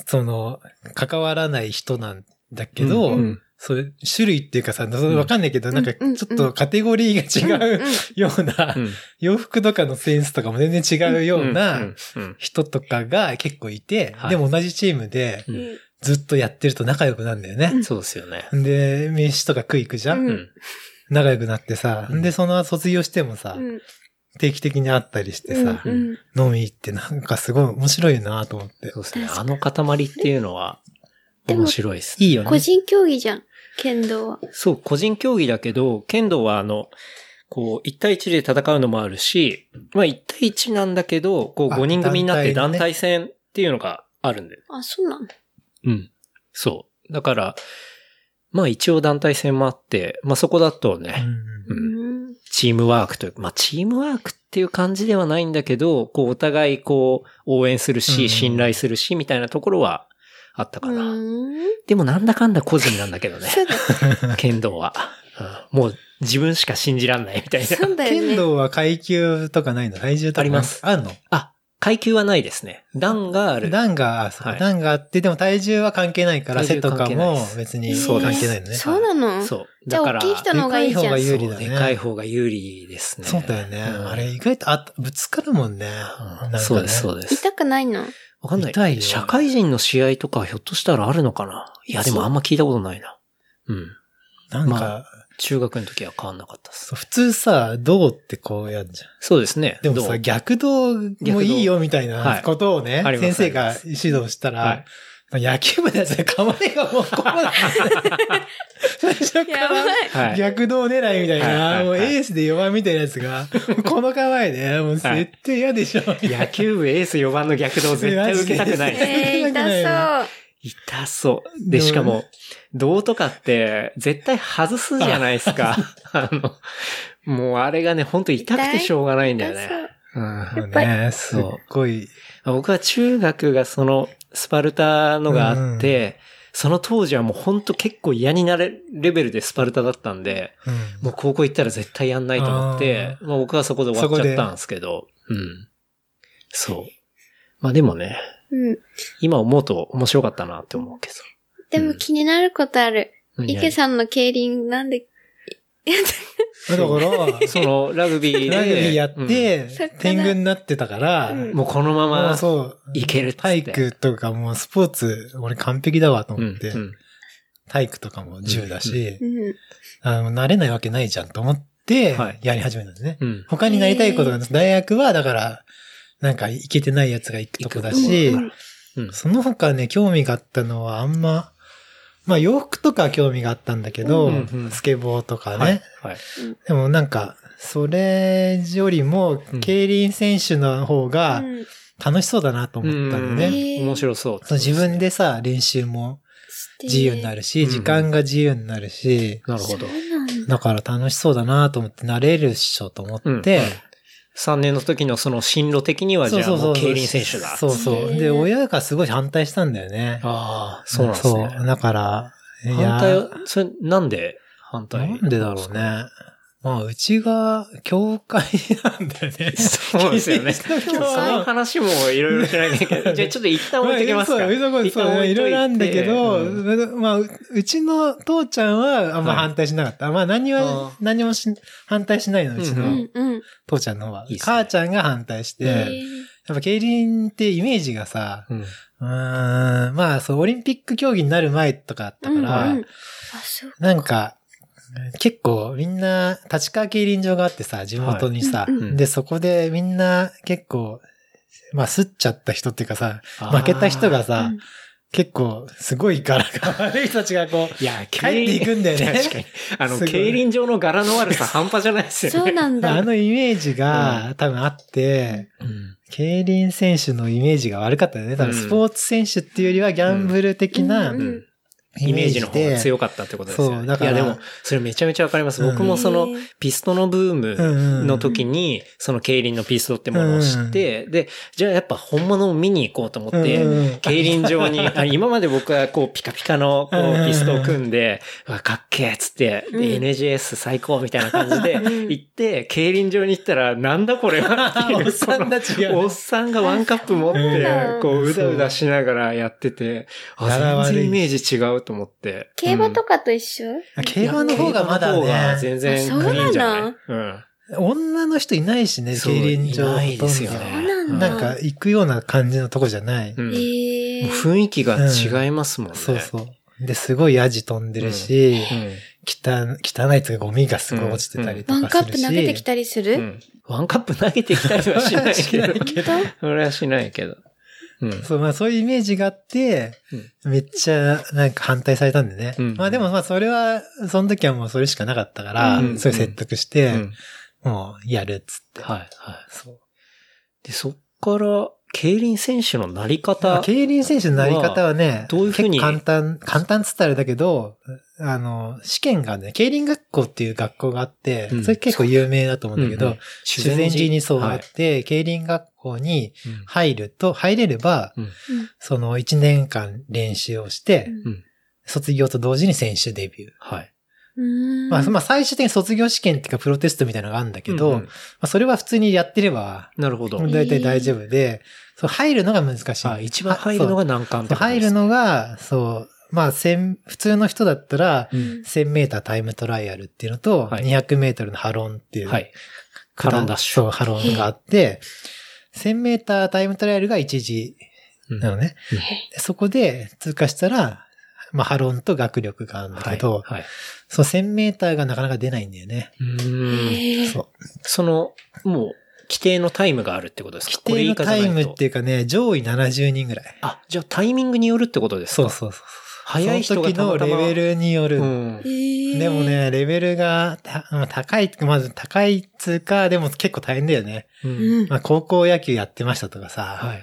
[SPEAKER 3] その、関わらない人なんだけ
[SPEAKER 2] う
[SPEAKER 3] ど、
[SPEAKER 2] んうん
[SPEAKER 3] そういう種類っていうかさ、わかんないけど、なんかち
[SPEAKER 4] うん
[SPEAKER 3] ょっとカテゴリーが違うような、
[SPEAKER 2] うん
[SPEAKER 3] 洋服とかのセンスとかも全然違うような、
[SPEAKER 2] うん
[SPEAKER 3] 人とかが結構いて、
[SPEAKER 2] はい
[SPEAKER 3] でも同じチームで
[SPEAKER 2] うん
[SPEAKER 4] うん
[SPEAKER 3] ずっとやってると仲良くなるんだよ
[SPEAKER 2] う
[SPEAKER 3] ね。
[SPEAKER 2] んそうですよね。
[SPEAKER 3] で、飯とか食い行くじゃん、
[SPEAKER 4] うん
[SPEAKER 2] うん
[SPEAKER 3] 仲良くなってさ、
[SPEAKER 2] うん
[SPEAKER 3] で、その卒業してもさ、
[SPEAKER 4] うん
[SPEAKER 3] 定期的に会ったりしてさ、
[SPEAKER 4] うんうん
[SPEAKER 3] 飲み行ってなんかすごい面白いなと思って。
[SPEAKER 2] そうですね。あの塊っていうのは、
[SPEAKER 4] でも
[SPEAKER 2] 面白いですね。
[SPEAKER 3] いいよ
[SPEAKER 4] 個
[SPEAKER 3] ね。
[SPEAKER 4] 人競技じゃん、剣道は。
[SPEAKER 2] そう、個人競技だけど、剣道はあの、こう、1対1で戦うのもあるし、まあ1対1なんだけど、こう
[SPEAKER 3] あ
[SPEAKER 2] 5人組になって
[SPEAKER 3] 団
[SPEAKER 2] 団
[SPEAKER 3] 体ね
[SPEAKER 2] 体戦っていうのがあるんで。
[SPEAKER 4] あ、そうなんだ。
[SPEAKER 2] うん。そう。だから、まあ一応団体戦もあって、まあそこだと
[SPEAKER 3] う
[SPEAKER 2] ね、
[SPEAKER 3] ん
[SPEAKER 2] うん
[SPEAKER 4] うん
[SPEAKER 2] チームワークというか、まあチームワークっていう感じではないんだけど、こうお互いこう応援する
[SPEAKER 3] うん
[SPEAKER 2] し、信頼するし、みたいなところはあったかな。
[SPEAKER 4] うん
[SPEAKER 2] でもなんだかんだ個人なんだけどね、
[SPEAKER 4] そうだ
[SPEAKER 2] 剣道は。うんもう自分しか信じらんないみたいな。
[SPEAKER 4] そうだよね。
[SPEAKER 3] 剣道は階級とかないの体重とか
[SPEAKER 2] あります
[SPEAKER 3] あんの
[SPEAKER 2] あ、階級はないですね。段がある。
[SPEAKER 3] 段が、あそう
[SPEAKER 2] はい
[SPEAKER 3] 段があって、でも体重は関係ないから、
[SPEAKER 2] 体
[SPEAKER 3] 背
[SPEAKER 2] 重
[SPEAKER 3] と
[SPEAKER 2] 関
[SPEAKER 3] か
[SPEAKER 2] 係ない
[SPEAKER 3] も
[SPEAKER 2] です
[SPEAKER 3] 別
[SPEAKER 4] え
[SPEAKER 3] に
[SPEAKER 4] ー
[SPEAKER 2] そう
[SPEAKER 3] 関係ないのね。
[SPEAKER 4] そうなの
[SPEAKER 2] そう。
[SPEAKER 4] じゃあ
[SPEAKER 2] だから、
[SPEAKER 4] 大きい人の方がいいじゃん。
[SPEAKER 3] でかい方が有利
[SPEAKER 2] そう
[SPEAKER 3] だね
[SPEAKER 2] でかい方が有利ですね。
[SPEAKER 3] そうだよね。
[SPEAKER 2] うん
[SPEAKER 3] あれ意外とあぶつかるもんね。なんかね
[SPEAKER 2] そうです、そうです。
[SPEAKER 4] 痛くないの
[SPEAKER 2] わかんない。
[SPEAKER 3] 痛いよ
[SPEAKER 2] 社会人の試合とかひょっとしたらあるのかないや、でもあんま聞いたことないな。うん。
[SPEAKER 3] なんか、
[SPEAKER 2] ま中学の時は変わんなかったです。
[SPEAKER 3] そう普通さ、どうってこうやんじゃん。
[SPEAKER 2] そうですね。
[SPEAKER 3] でも
[SPEAKER 2] どう
[SPEAKER 3] さ、逆動もいいよみたい
[SPEAKER 2] は
[SPEAKER 3] ないことをね、
[SPEAKER 2] ありま
[SPEAKER 3] 先
[SPEAKER 2] す
[SPEAKER 3] 生が
[SPEAKER 2] あります
[SPEAKER 3] 指導したら、
[SPEAKER 2] はい
[SPEAKER 3] 野球部のやつで構えがもうここ まで。最初か
[SPEAKER 4] や ばい。
[SPEAKER 2] は
[SPEAKER 3] ら
[SPEAKER 2] い
[SPEAKER 3] 逆動狙いみたい
[SPEAKER 2] はいは
[SPEAKER 3] な、
[SPEAKER 2] い
[SPEAKER 3] もう
[SPEAKER 2] はい
[SPEAKER 3] エースで4番みたいなやつ が、この構えで、もう絶対嫌でしょ。
[SPEAKER 2] 野球部エース4番の逆動絶対受けたくない
[SPEAKER 3] マ
[SPEAKER 2] で
[SPEAKER 3] ジ
[SPEAKER 2] す。
[SPEAKER 4] えー、痛そ
[SPEAKER 2] 痛そう。で、しかも、銅とかって絶対外すじゃないです か。あの、もうあれがね、ほんと痛くてしょうがないんだよ
[SPEAKER 4] 痛い
[SPEAKER 2] ね。うん
[SPEAKER 3] もうね、すっ
[SPEAKER 2] そう
[SPEAKER 3] ごい。
[SPEAKER 2] 僕は中学がそのスパルタのがあって、その当時はもうほんと結構嫌になれるレベルでスパルタだったんで、
[SPEAKER 3] うん
[SPEAKER 2] もう高校行ったら絶対やんないと思って、まあ僕はそこで終わっちゃったんですけど、うん。そう。まあでもね、
[SPEAKER 4] う。うん。
[SPEAKER 2] 今思うと面白かったなって思うけ
[SPEAKER 4] でも気になることある。
[SPEAKER 2] ど。
[SPEAKER 4] 池さんの競輪なんで、
[SPEAKER 3] だから、
[SPEAKER 2] そのラグビーで。
[SPEAKER 3] ラグビーやって
[SPEAKER 4] そっか、
[SPEAKER 3] 天狗になってたから、
[SPEAKER 4] うん
[SPEAKER 2] うんもうこのま
[SPEAKER 3] も
[SPEAKER 2] ま
[SPEAKER 3] うそう。
[SPEAKER 2] いけるっつって。
[SPEAKER 3] 体育とかもうスポーツ、俺完璧だわと
[SPEAKER 2] う
[SPEAKER 3] 思っ
[SPEAKER 2] ん。
[SPEAKER 3] て
[SPEAKER 2] う、ん
[SPEAKER 3] 体育とかも10だし
[SPEAKER 4] う、ん。
[SPEAKER 3] あの、慣れないわけないじゃんと思って
[SPEAKER 2] はい、
[SPEAKER 3] やり始めたんですね。
[SPEAKER 2] うん。
[SPEAKER 3] 他になりたいことが、大学はだから、なんか行けてないやつが行くとこだし
[SPEAKER 2] 行、くうん。
[SPEAKER 3] その他ね、興味があったのはあんま、まあ洋服とかは興味があったんだけど、
[SPEAKER 2] うんうん
[SPEAKER 3] スケボーとかね。
[SPEAKER 2] はい。はい。
[SPEAKER 3] でもなんか、それよりも
[SPEAKER 2] うん、
[SPEAKER 3] 競輪選手の方が
[SPEAKER 4] うん
[SPEAKER 3] 楽しそうだなと思ったんで
[SPEAKER 2] うん
[SPEAKER 3] ね。
[SPEAKER 4] へー
[SPEAKER 2] 面白そう。
[SPEAKER 3] そう自分でさ、練習も自由にな
[SPEAKER 4] る。
[SPEAKER 3] る
[SPEAKER 2] う
[SPEAKER 3] し、
[SPEAKER 2] ん
[SPEAKER 3] 時間が自由になるし、
[SPEAKER 2] なるほど。
[SPEAKER 3] だから楽しそうだなと思って、なれるっしょと思
[SPEAKER 2] うん
[SPEAKER 3] って、
[SPEAKER 2] 3年の時のその進路的には、じゃあもう競輪選手だ。
[SPEAKER 3] そうそう。
[SPEAKER 4] へ
[SPEAKER 3] で、
[SPEAKER 4] ー
[SPEAKER 3] 親がすごい反対したんだよね。
[SPEAKER 2] ああ、そうなんですね
[SPEAKER 3] そう。。だから、いや
[SPEAKER 2] 反対は、それなんで反対
[SPEAKER 3] なんでだろう。ね。まあ、うちが、教会なんだよね。
[SPEAKER 2] そうです よね。
[SPEAKER 3] キリス
[SPEAKER 2] そ
[SPEAKER 3] ト教は
[SPEAKER 2] の話もいろいろしなきゃいけ ない。じゃあちょっと一旦置いときますか。
[SPEAKER 3] そう、そうそう
[SPEAKER 2] 一旦置
[SPEAKER 3] い
[SPEAKER 2] と
[SPEAKER 3] ろいろなんだけど、
[SPEAKER 2] うん
[SPEAKER 3] まあ、ううちの父ちゃんはあんま
[SPEAKER 2] はい
[SPEAKER 3] 反対しなかった。まあ、何
[SPEAKER 2] あ
[SPEAKER 3] は
[SPEAKER 2] ー、
[SPEAKER 3] 何もし、反対しないの、うち
[SPEAKER 2] う
[SPEAKER 4] う
[SPEAKER 2] ん
[SPEAKER 3] の
[SPEAKER 4] んうん。
[SPEAKER 3] 父ちゃんの方は。
[SPEAKER 2] いいっすね
[SPEAKER 3] 母ちゃんが反対して、
[SPEAKER 2] うん
[SPEAKER 3] や
[SPEAKER 4] へ
[SPEAKER 3] っ
[SPEAKER 4] ー
[SPEAKER 3] ぱ競輪ってイメージがさ、
[SPEAKER 2] うん
[SPEAKER 3] うーん、まあ、そう、オリンピック競技になる前とかあったから、
[SPEAKER 4] うんうんあ、そう。
[SPEAKER 3] なんか、結構みんな、立川競輪場があってさ、地元にさ、
[SPEAKER 4] は
[SPEAKER 2] う
[SPEAKER 4] い
[SPEAKER 2] んうん
[SPEAKER 3] で、そこでみんな結構、まあ、すっちゃった人っていうかさ、
[SPEAKER 2] あー
[SPEAKER 3] 負けた人が
[SPEAKER 4] う
[SPEAKER 3] さ
[SPEAKER 4] ん、
[SPEAKER 3] 結構、すごい柄が悪い人たちがこ う、
[SPEAKER 2] いや、
[SPEAKER 3] 帰っていくんだよね
[SPEAKER 2] 確かに。あの、
[SPEAKER 3] すごい
[SPEAKER 2] 競輪場の柄の悪さ半端じゃないですよね。
[SPEAKER 4] そうなん だ。
[SPEAKER 3] あのイメージが多分あって、
[SPEAKER 2] うん
[SPEAKER 3] 競輪選手のイメージが悪かったよね。多分
[SPEAKER 2] うん
[SPEAKER 3] スポーツ選手っていうよりはギャンブル的な
[SPEAKER 4] う
[SPEAKER 3] イ
[SPEAKER 4] ん
[SPEAKER 3] メ
[SPEAKER 2] うん
[SPEAKER 3] ージ
[SPEAKER 2] イメージ
[SPEAKER 3] で、
[SPEAKER 2] の方が強かったってことですよ
[SPEAKER 3] そう
[SPEAKER 2] ね。
[SPEAKER 3] だから
[SPEAKER 2] いや、でも、それめちゃめちゃわかります。
[SPEAKER 3] うん
[SPEAKER 2] 僕もその
[SPEAKER 4] へー、
[SPEAKER 2] ピストのブームの時に、その競輪のピストってものを知って、で、じゃあやっぱ本物を見に行こうと思って、
[SPEAKER 3] うんうん
[SPEAKER 2] 競輪場に、あ今まで僕はこうピカピカのこ
[SPEAKER 3] うんうんう
[SPEAKER 2] うんピストを組んで、うわ、かっけえっつって、で
[SPEAKER 4] うん
[SPEAKER 2] NGS 最高みたいな感じで
[SPEAKER 4] うん
[SPEAKER 2] 行って、競輪場に行ったらなんだこれはっていう。
[SPEAKER 3] おっさんたちが
[SPEAKER 2] そのおっさんがワンカップ持っ
[SPEAKER 4] う
[SPEAKER 2] て
[SPEAKER 4] ん、
[SPEAKER 2] こううだうだしながらやってて、
[SPEAKER 3] 柄
[SPEAKER 2] あ、
[SPEAKER 3] 悪
[SPEAKER 2] 全
[SPEAKER 3] い
[SPEAKER 2] 然イメージ違うと思って。
[SPEAKER 4] 競馬と
[SPEAKER 2] か
[SPEAKER 4] かと一緒
[SPEAKER 3] 競馬の方がまだね、
[SPEAKER 2] 全然グリーンじゃない。
[SPEAKER 4] あ
[SPEAKER 2] うん。
[SPEAKER 3] 女の人いないしね、
[SPEAKER 2] そ
[SPEAKER 3] 競
[SPEAKER 2] う
[SPEAKER 3] 輪場
[SPEAKER 2] いないですよ
[SPEAKER 3] ほとんど
[SPEAKER 2] ね。
[SPEAKER 4] そうなんだ
[SPEAKER 3] なんか行くような感じのとこじゃない。
[SPEAKER 2] うんもう
[SPEAKER 4] へえ。
[SPEAKER 2] 雰囲気が違いますもんね。
[SPEAKER 3] そうそう。で、すごいヤジ飛んでる
[SPEAKER 2] う
[SPEAKER 3] し、
[SPEAKER 2] ん。
[SPEAKER 3] 汚汚いというかゴミがすごい落ちてたりと
[SPEAKER 4] ワン
[SPEAKER 3] かす
[SPEAKER 4] カ
[SPEAKER 3] る
[SPEAKER 4] ップ
[SPEAKER 3] し。
[SPEAKER 4] 投げてきたりす
[SPEAKER 2] う
[SPEAKER 4] る
[SPEAKER 2] ん。ワンカップ投げてきたりはしない けど。
[SPEAKER 4] 本当
[SPEAKER 2] それはしないけど。うん。
[SPEAKER 3] そう、まあそういうイメージがあって、めっちゃなんか反対されたんでね。
[SPEAKER 2] うん
[SPEAKER 3] まあでもまあそれは、その時はもうそれしかなかったから、
[SPEAKER 2] うん
[SPEAKER 3] それ説得して、
[SPEAKER 2] うん
[SPEAKER 3] もうやるっつって。
[SPEAKER 2] はい、はい。
[SPEAKER 3] そう
[SPEAKER 2] で、そっから、競輪選手のなり
[SPEAKER 3] まあ
[SPEAKER 2] 方。
[SPEAKER 3] 競輪選手のなり方はね、
[SPEAKER 2] どういうふうに
[SPEAKER 3] 結構簡単、簡単っつったらあれだけど、あの、試験がね、競輪学校っていう学校があって、
[SPEAKER 2] うん
[SPEAKER 3] それ結構有名だと思うんだけど、
[SPEAKER 2] うんうん
[SPEAKER 3] 修善寺にそうあ
[SPEAKER 2] は
[SPEAKER 3] っ
[SPEAKER 2] い
[SPEAKER 3] て、競輪学校に
[SPEAKER 2] うん
[SPEAKER 3] 入ると、入れれば、
[SPEAKER 2] うん
[SPEAKER 3] その1年間練習をして、
[SPEAKER 4] うん
[SPEAKER 2] うん
[SPEAKER 3] 卒業と同時に選手デビュー。
[SPEAKER 2] はい。
[SPEAKER 4] うーん。
[SPEAKER 3] まあ、まあ、最終的に卒業試験っていうか、プロテストみたいなのがあるんだけど、
[SPEAKER 2] うんう
[SPEAKER 3] ま
[SPEAKER 2] ん
[SPEAKER 3] あ、それは普通にやってれば、
[SPEAKER 2] なるほど。
[SPEAKER 4] ん
[SPEAKER 3] 大体大丈夫で、そう入るのが難しい。
[SPEAKER 2] あ、一番入るのが難関ってこと
[SPEAKER 3] 入るのが、そう、まあ、千普通の人だったら、
[SPEAKER 2] うん
[SPEAKER 3] 1000メータータイムトライアルっていうのと、
[SPEAKER 2] はい
[SPEAKER 3] 200メートルのハロンっていう、
[SPEAKER 2] はい。
[SPEAKER 3] 下
[SPEAKER 2] ハロンダッシュ
[SPEAKER 3] そう、ハロンがあって、1000メータータイムトライアルが一時
[SPEAKER 2] うん
[SPEAKER 3] なのね。
[SPEAKER 2] うん
[SPEAKER 3] でそこで通過したら、まあ、波論と学力があるんだけど、
[SPEAKER 2] はい。
[SPEAKER 3] そう、1000メーターがなかなか出ないんだよね。
[SPEAKER 2] うーん。
[SPEAKER 4] へー
[SPEAKER 3] そう。
[SPEAKER 2] その、もう、規定のタイムがあるってことですか
[SPEAKER 3] 規定のタイム
[SPEAKER 2] これ言い
[SPEAKER 3] って
[SPEAKER 2] 方ないと
[SPEAKER 3] いうかね、上位70人ぐらい。
[SPEAKER 2] あ、じゃあタイミングによるってことです
[SPEAKER 3] そ
[SPEAKER 2] か
[SPEAKER 3] うそうそう。
[SPEAKER 2] 早い人がたまた
[SPEAKER 3] そ
[SPEAKER 2] ま
[SPEAKER 3] の時のレベルによる。
[SPEAKER 2] うん。
[SPEAKER 3] でも、
[SPEAKER 4] へー
[SPEAKER 3] ね、レベルがたまあ高い、まず高いっつうか、でも結構大変だよね。
[SPEAKER 2] うん。
[SPEAKER 4] うん
[SPEAKER 3] まあ高校野球やってましたとかさ、
[SPEAKER 2] はい。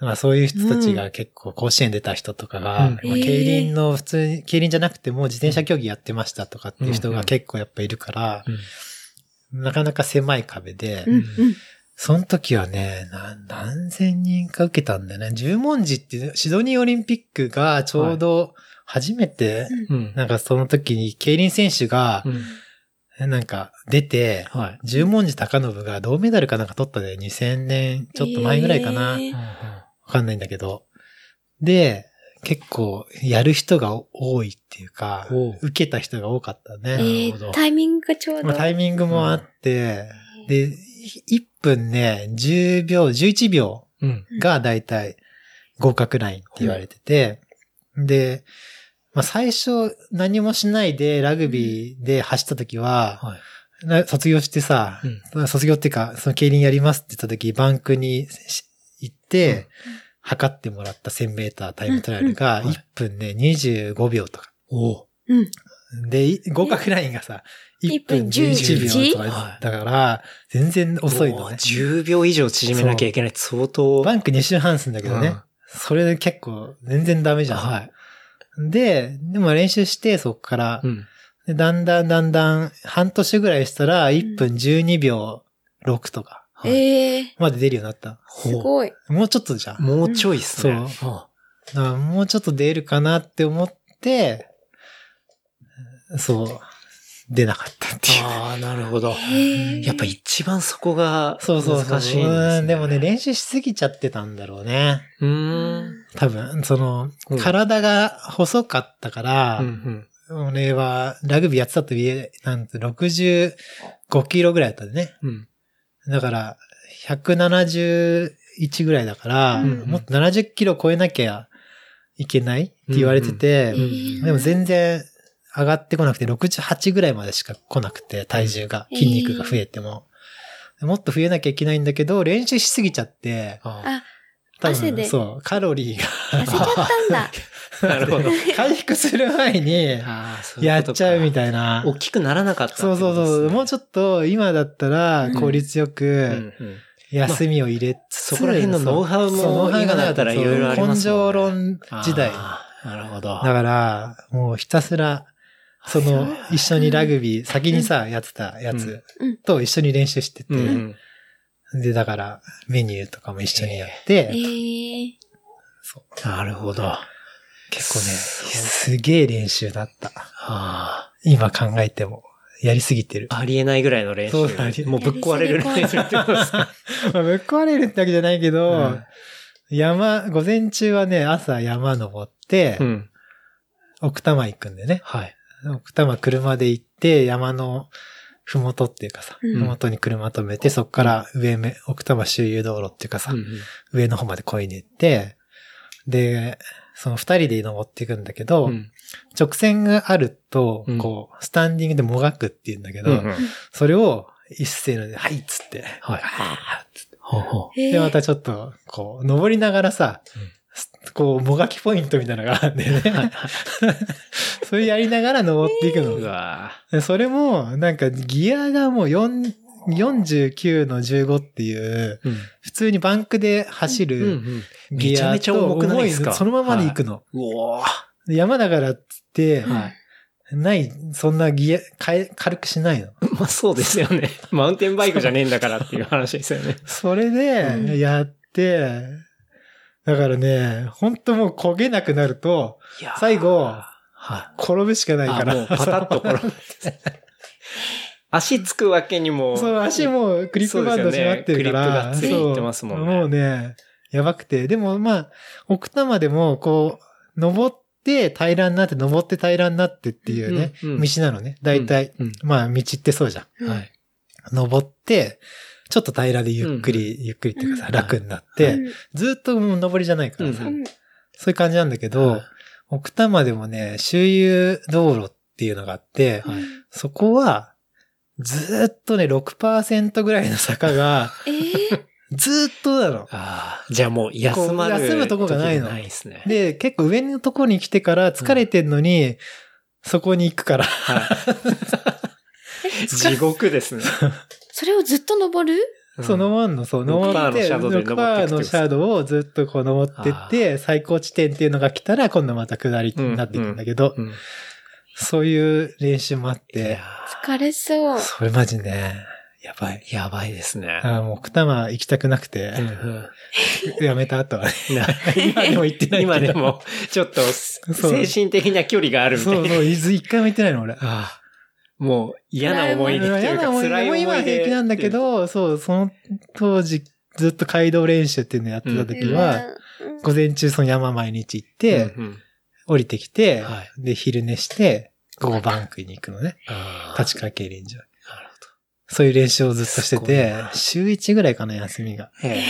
[SPEAKER 3] まあそういう人たちが結構甲子園出た人とかが、
[SPEAKER 2] うん
[SPEAKER 3] まあ、
[SPEAKER 4] へー
[SPEAKER 3] 競輪の普通に、競輪じゃなくても自転車競技やってましたとかっていう人が結構やっぱいるから、なかなか狭い壁で、
[SPEAKER 4] うんうん
[SPEAKER 3] その時はね、な何千人か受けたんだよね。十文字ってシドニーオリンピックがちょうど初めて、
[SPEAKER 2] うん。
[SPEAKER 3] なんかその時に競輪選手が
[SPEAKER 2] う、ん。
[SPEAKER 3] なんか出て、
[SPEAKER 2] はい。
[SPEAKER 3] 十文字高信が銅メダルかなんか取ったんだよ。2000年ちょっと前ぐらいかな。わ、
[SPEAKER 4] へー
[SPEAKER 3] かんないんだけど。で、結構やる人が多いっていうか
[SPEAKER 2] おう、
[SPEAKER 3] 受けた人が多かった
[SPEAKER 4] え
[SPEAKER 3] ね。
[SPEAKER 2] なるほど
[SPEAKER 4] ータイミングがちょうど。
[SPEAKER 3] まあ、タイミングもあって、で、1分ね、10秒、11秒
[SPEAKER 2] うん。
[SPEAKER 3] がだいたい合格ラインって言われてて、で、まあ最初何もしないでラグビーで走った時は、
[SPEAKER 2] はい。
[SPEAKER 3] な卒業してさ、卒業っていうか、その競輪やりますって言った時、バンクにし行って、測ってもらった1000メータータイムトライアルが、
[SPEAKER 2] うんうん
[SPEAKER 3] 1分ね、25秒とか。
[SPEAKER 2] お
[SPEAKER 4] うん。
[SPEAKER 3] で、い合格ラインがさ、1分11
[SPEAKER 4] 11
[SPEAKER 3] 秒とかだから、全然遅いのね。
[SPEAKER 2] 10秒以上縮めなきゃいけない。相当。
[SPEAKER 3] バンク2周半すんだけど
[SPEAKER 2] う
[SPEAKER 3] ね
[SPEAKER 2] ん。
[SPEAKER 3] それで結構、全然ダメじゃん。
[SPEAKER 2] はい。
[SPEAKER 3] で、でも練習して、そこから
[SPEAKER 2] う、ん。
[SPEAKER 3] でだんだんだんだん、半年ぐらいしたら、1分12秒6とか、
[SPEAKER 4] えー
[SPEAKER 3] まで出るようになった。
[SPEAKER 4] すごい。
[SPEAKER 3] もうちょっとじゃん。
[SPEAKER 2] もうちょいっすね。
[SPEAKER 3] そうだからもうちょっと出るかなって思って、そう、出なかったっていう。
[SPEAKER 2] ああ、なるほど。
[SPEAKER 4] へー
[SPEAKER 2] やっぱ一番そこが
[SPEAKER 3] そう
[SPEAKER 2] 難しい
[SPEAKER 3] そ
[SPEAKER 2] んで
[SPEAKER 3] うそう
[SPEAKER 2] す、
[SPEAKER 3] うんでもね、練習しすぎちゃってたんだろうね。
[SPEAKER 2] う
[SPEAKER 4] う
[SPEAKER 2] ーん。
[SPEAKER 3] 多分、その
[SPEAKER 2] うん、
[SPEAKER 3] 体が細かったから、
[SPEAKER 2] うん
[SPEAKER 3] 俺はラグビーやってたと言え、なんて65キロぐらいだったんでね。
[SPEAKER 2] うん。うん。
[SPEAKER 3] だから、171ぐらいだから、
[SPEAKER 4] うん
[SPEAKER 3] もっと70キロ超えなきゃいけないって言われてて、
[SPEAKER 2] うん
[SPEAKER 3] でも全然上がってこなくて、68ぐらいまでしか来なくて、体重が、
[SPEAKER 4] うん
[SPEAKER 3] 筋肉が増えても。もっと増えなきゃいけないんだけど、練習しすぎちゃって、
[SPEAKER 2] あ
[SPEAKER 4] あ、汗で
[SPEAKER 3] そう、カロリー が
[SPEAKER 4] 痩せちゃった んだ。
[SPEAKER 2] あなるほど。
[SPEAKER 3] 回復する前に、
[SPEAKER 2] ああ、そうい
[SPEAKER 3] や
[SPEAKER 2] う
[SPEAKER 3] っ
[SPEAKER 2] ことか
[SPEAKER 3] ちゃうみたいな。
[SPEAKER 2] 大きくならなかったってこ
[SPEAKER 3] そうそ
[SPEAKER 2] とで
[SPEAKER 3] う
[SPEAKER 2] すね。
[SPEAKER 3] そう。もうちょっと、今だったら
[SPEAKER 4] うん
[SPEAKER 3] 効率よく、
[SPEAKER 2] うんうん
[SPEAKER 3] 休みを入れつつ、
[SPEAKER 2] そこら辺のノウハウも
[SPEAKER 3] そうノハウが
[SPEAKER 2] 今だったらいろいろあります
[SPEAKER 3] 根
[SPEAKER 2] も
[SPEAKER 3] 性
[SPEAKER 2] ん
[SPEAKER 3] 論時代。だ
[SPEAKER 2] あーなるほど。
[SPEAKER 3] から、もうひたすら、その、一緒にラグビー、先にさ、やってたやつ
[SPEAKER 4] うん
[SPEAKER 3] と一緒に練習してて、
[SPEAKER 2] うんうん
[SPEAKER 3] で、だから、メニューとかも一緒にやって、
[SPEAKER 4] えー
[SPEAKER 2] なるほど。
[SPEAKER 3] 結構ね、
[SPEAKER 2] そう
[SPEAKER 3] すげえ練習だった。
[SPEAKER 2] あ
[SPEAKER 3] 今考えても、やりすぎてる。
[SPEAKER 2] ーありえないぐらいの練
[SPEAKER 3] そうありえ
[SPEAKER 2] 習。
[SPEAKER 3] ない
[SPEAKER 2] もうぶっ壊れる練習ってことですか。
[SPEAKER 3] まあぶっ壊れるってわけじゃないけど、
[SPEAKER 2] うん
[SPEAKER 3] 山、午前中はね、朝山登って、
[SPEAKER 2] うん。
[SPEAKER 3] 奥多摩行くんでね。
[SPEAKER 2] はい。
[SPEAKER 3] 奥多摩車で行って、山のふもとっていうかさ、
[SPEAKER 4] うん
[SPEAKER 3] ふもとに車止めて、そっから上め、奥多摩周遊道路っていうかさ、
[SPEAKER 2] うんうん
[SPEAKER 3] 上の方まで漕いで行って、で、その二人で登っていくんだけど、
[SPEAKER 2] うん
[SPEAKER 3] 直線があると
[SPEAKER 2] うん、
[SPEAKER 3] こう、スタンディングでもがくって言うんだけど、
[SPEAKER 2] うんうん
[SPEAKER 3] それを一斉ので、はいっつって、
[SPEAKER 2] はい
[SPEAKER 3] あーっつって
[SPEAKER 2] ほうほ
[SPEAKER 4] えー
[SPEAKER 3] で、またちょっと、こう、登りながらさ、こう、もがきポイントみたいなのがあるんだよ ね。 それやりながら登っていく
[SPEAKER 2] う。
[SPEAKER 3] の
[SPEAKER 2] う。わー
[SPEAKER 3] でそれも、なんか、ギアがもう4 49の15っていう、
[SPEAKER 2] うん
[SPEAKER 3] 普通にバンクで走
[SPEAKER 2] うん
[SPEAKER 3] る
[SPEAKER 2] うんめ
[SPEAKER 3] ギ
[SPEAKER 2] ちゃ
[SPEAKER 3] ア
[SPEAKER 2] めちゃ
[SPEAKER 3] と
[SPEAKER 2] 重くない
[SPEAKER 3] 重
[SPEAKER 2] で
[SPEAKER 3] い
[SPEAKER 2] すか
[SPEAKER 3] そのままで行くの。
[SPEAKER 2] うおー
[SPEAKER 3] で山だからっつって、
[SPEAKER 2] はい。
[SPEAKER 3] ない、そんなギア、かえ軽くしないの。
[SPEAKER 2] まあそうですよね。マウンテンバイクじゃねえんだからっていう話ですよね。
[SPEAKER 3] それ
[SPEAKER 4] うん
[SPEAKER 3] で、やって、だからね、ほんともう焦げなくなると、
[SPEAKER 2] いやー
[SPEAKER 3] 最後、
[SPEAKER 2] は
[SPEAKER 3] 転ぶしかない
[SPEAKER 2] い。
[SPEAKER 3] か
[SPEAKER 2] あ
[SPEAKER 3] ら。
[SPEAKER 2] も うパタッとこの足つくわけにも。
[SPEAKER 3] そう、足もうクリップバンド閉まってるから。
[SPEAKER 2] そうですよねクリップがついて
[SPEAKER 3] そう
[SPEAKER 2] ますもんね
[SPEAKER 3] もうね、やばくて。でもまあ、奥多摩でも、こう、登って平らになって、登って平らになってっていうね、
[SPEAKER 2] うんうん
[SPEAKER 3] 道なのね。大体、
[SPEAKER 2] うん
[SPEAKER 3] まあ、道ってそうじゃん。
[SPEAKER 4] うん
[SPEAKER 2] はい。
[SPEAKER 3] 登って、ちょっと平らでゆっくり、ゆっくりっていうかさ、
[SPEAKER 2] うん
[SPEAKER 3] 楽になっ
[SPEAKER 4] う
[SPEAKER 3] て、
[SPEAKER 4] ん
[SPEAKER 3] ずっともう登りじゃないからさ、
[SPEAKER 2] う
[SPEAKER 4] うん
[SPEAKER 3] そういう感じなんだけど、奥多摩でもね、周遊道路っていうのがあって、
[SPEAKER 2] はい
[SPEAKER 3] そこは、ずーっとね、6%ぐらいの 坂が、
[SPEAKER 4] えー、
[SPEAKER 3] ずーっとなの。
[SPEAKER 2] ああ、じゃあもう休まる。
[SPEAKER 3] こう休むとこがないの
[SPEAKER 2] 時ないですね。
[SPEAKER 3] で、結構上のとこに来てから疲れてんのに、そこに行くから。
[SPEAKER 2] はい。地獄ですね。
[SPEAKER 4] それをずっと登る
[SPEAKER 3] そう、登んの、そう、登って、
[SPEAKER 2] ロッカーのシャドウで登ってく
[SPEAKER 3] ロッカーのシャドウをずっとこう登ってって、最高地点っていうのが来たら、今度また下りになっていくんだけど、
[SPEAKER 2] うん。
[SPEAKER 3] そういう練習もあっ
[SPEAKER 2] いや
[SPEAKER 3] て、
[SPEAKER 4] 疲れそう。
[SPEAKER 3] それマジね、やばい。
[SPEAKER 2] ーやばいですね。
[SPEAKER 3] あーもう、奥多摩行きたくなくて、
[SPEAKER 2] うんうん
[SPEAKER 3] やめた後はね。
[SPEAKER 2] な
[SPEAKER 3] 今でも行ってないけど
[SPEAKER 2] 今でも、ちょっと、精神的な距離があるみた
[SPEAKER 3] そ
[SPEAKER 2] いうな。
[SPEAKER 3] そう、伊豆一回も行ってないの、俺。
[SPEAKER 2] ああもう嫌な思い出ってい
[SPEAKER 3] 嫌
[SPEAKER 2] うか
[SPEAKER 3] な思い
[SPEAKER 2] 辛
[SPEAKER 3] 出
[SPEAKER 2] い
[SPEAKER 3] も
[SPEAKER 2] 思い出。
[SPEAKER 3] 今平気なんだけ。ど、そう、その当時、ずっと街道練習っていうのやってた時は、
[SPEAKER 4] うん
[SPEAKER 3] 午前中その山毎日行って、
[SPEAKER 2] うんうん
[SPEAKER 3] 降りてきて、
[SPEAKER 2] はい
[SPEAKER 3] で、昼寝して、午後バンクに行くのね。
[SPEAKER 2] ああ
[SPEAKER 3] 立川競輪場。
[SPEAKER 2] なるほ
[SPEAKER 3] そういう練習をずっとし
[SPEAKER 2] す
[SPEAKER 3] て
[SPEAKER 2] ごい
[SPEAKER 3] て
[SPEAKER 2] な、
[SPEAKER 3] 週1ぐらいかな、休みが。
[SPEAKER 2] どえ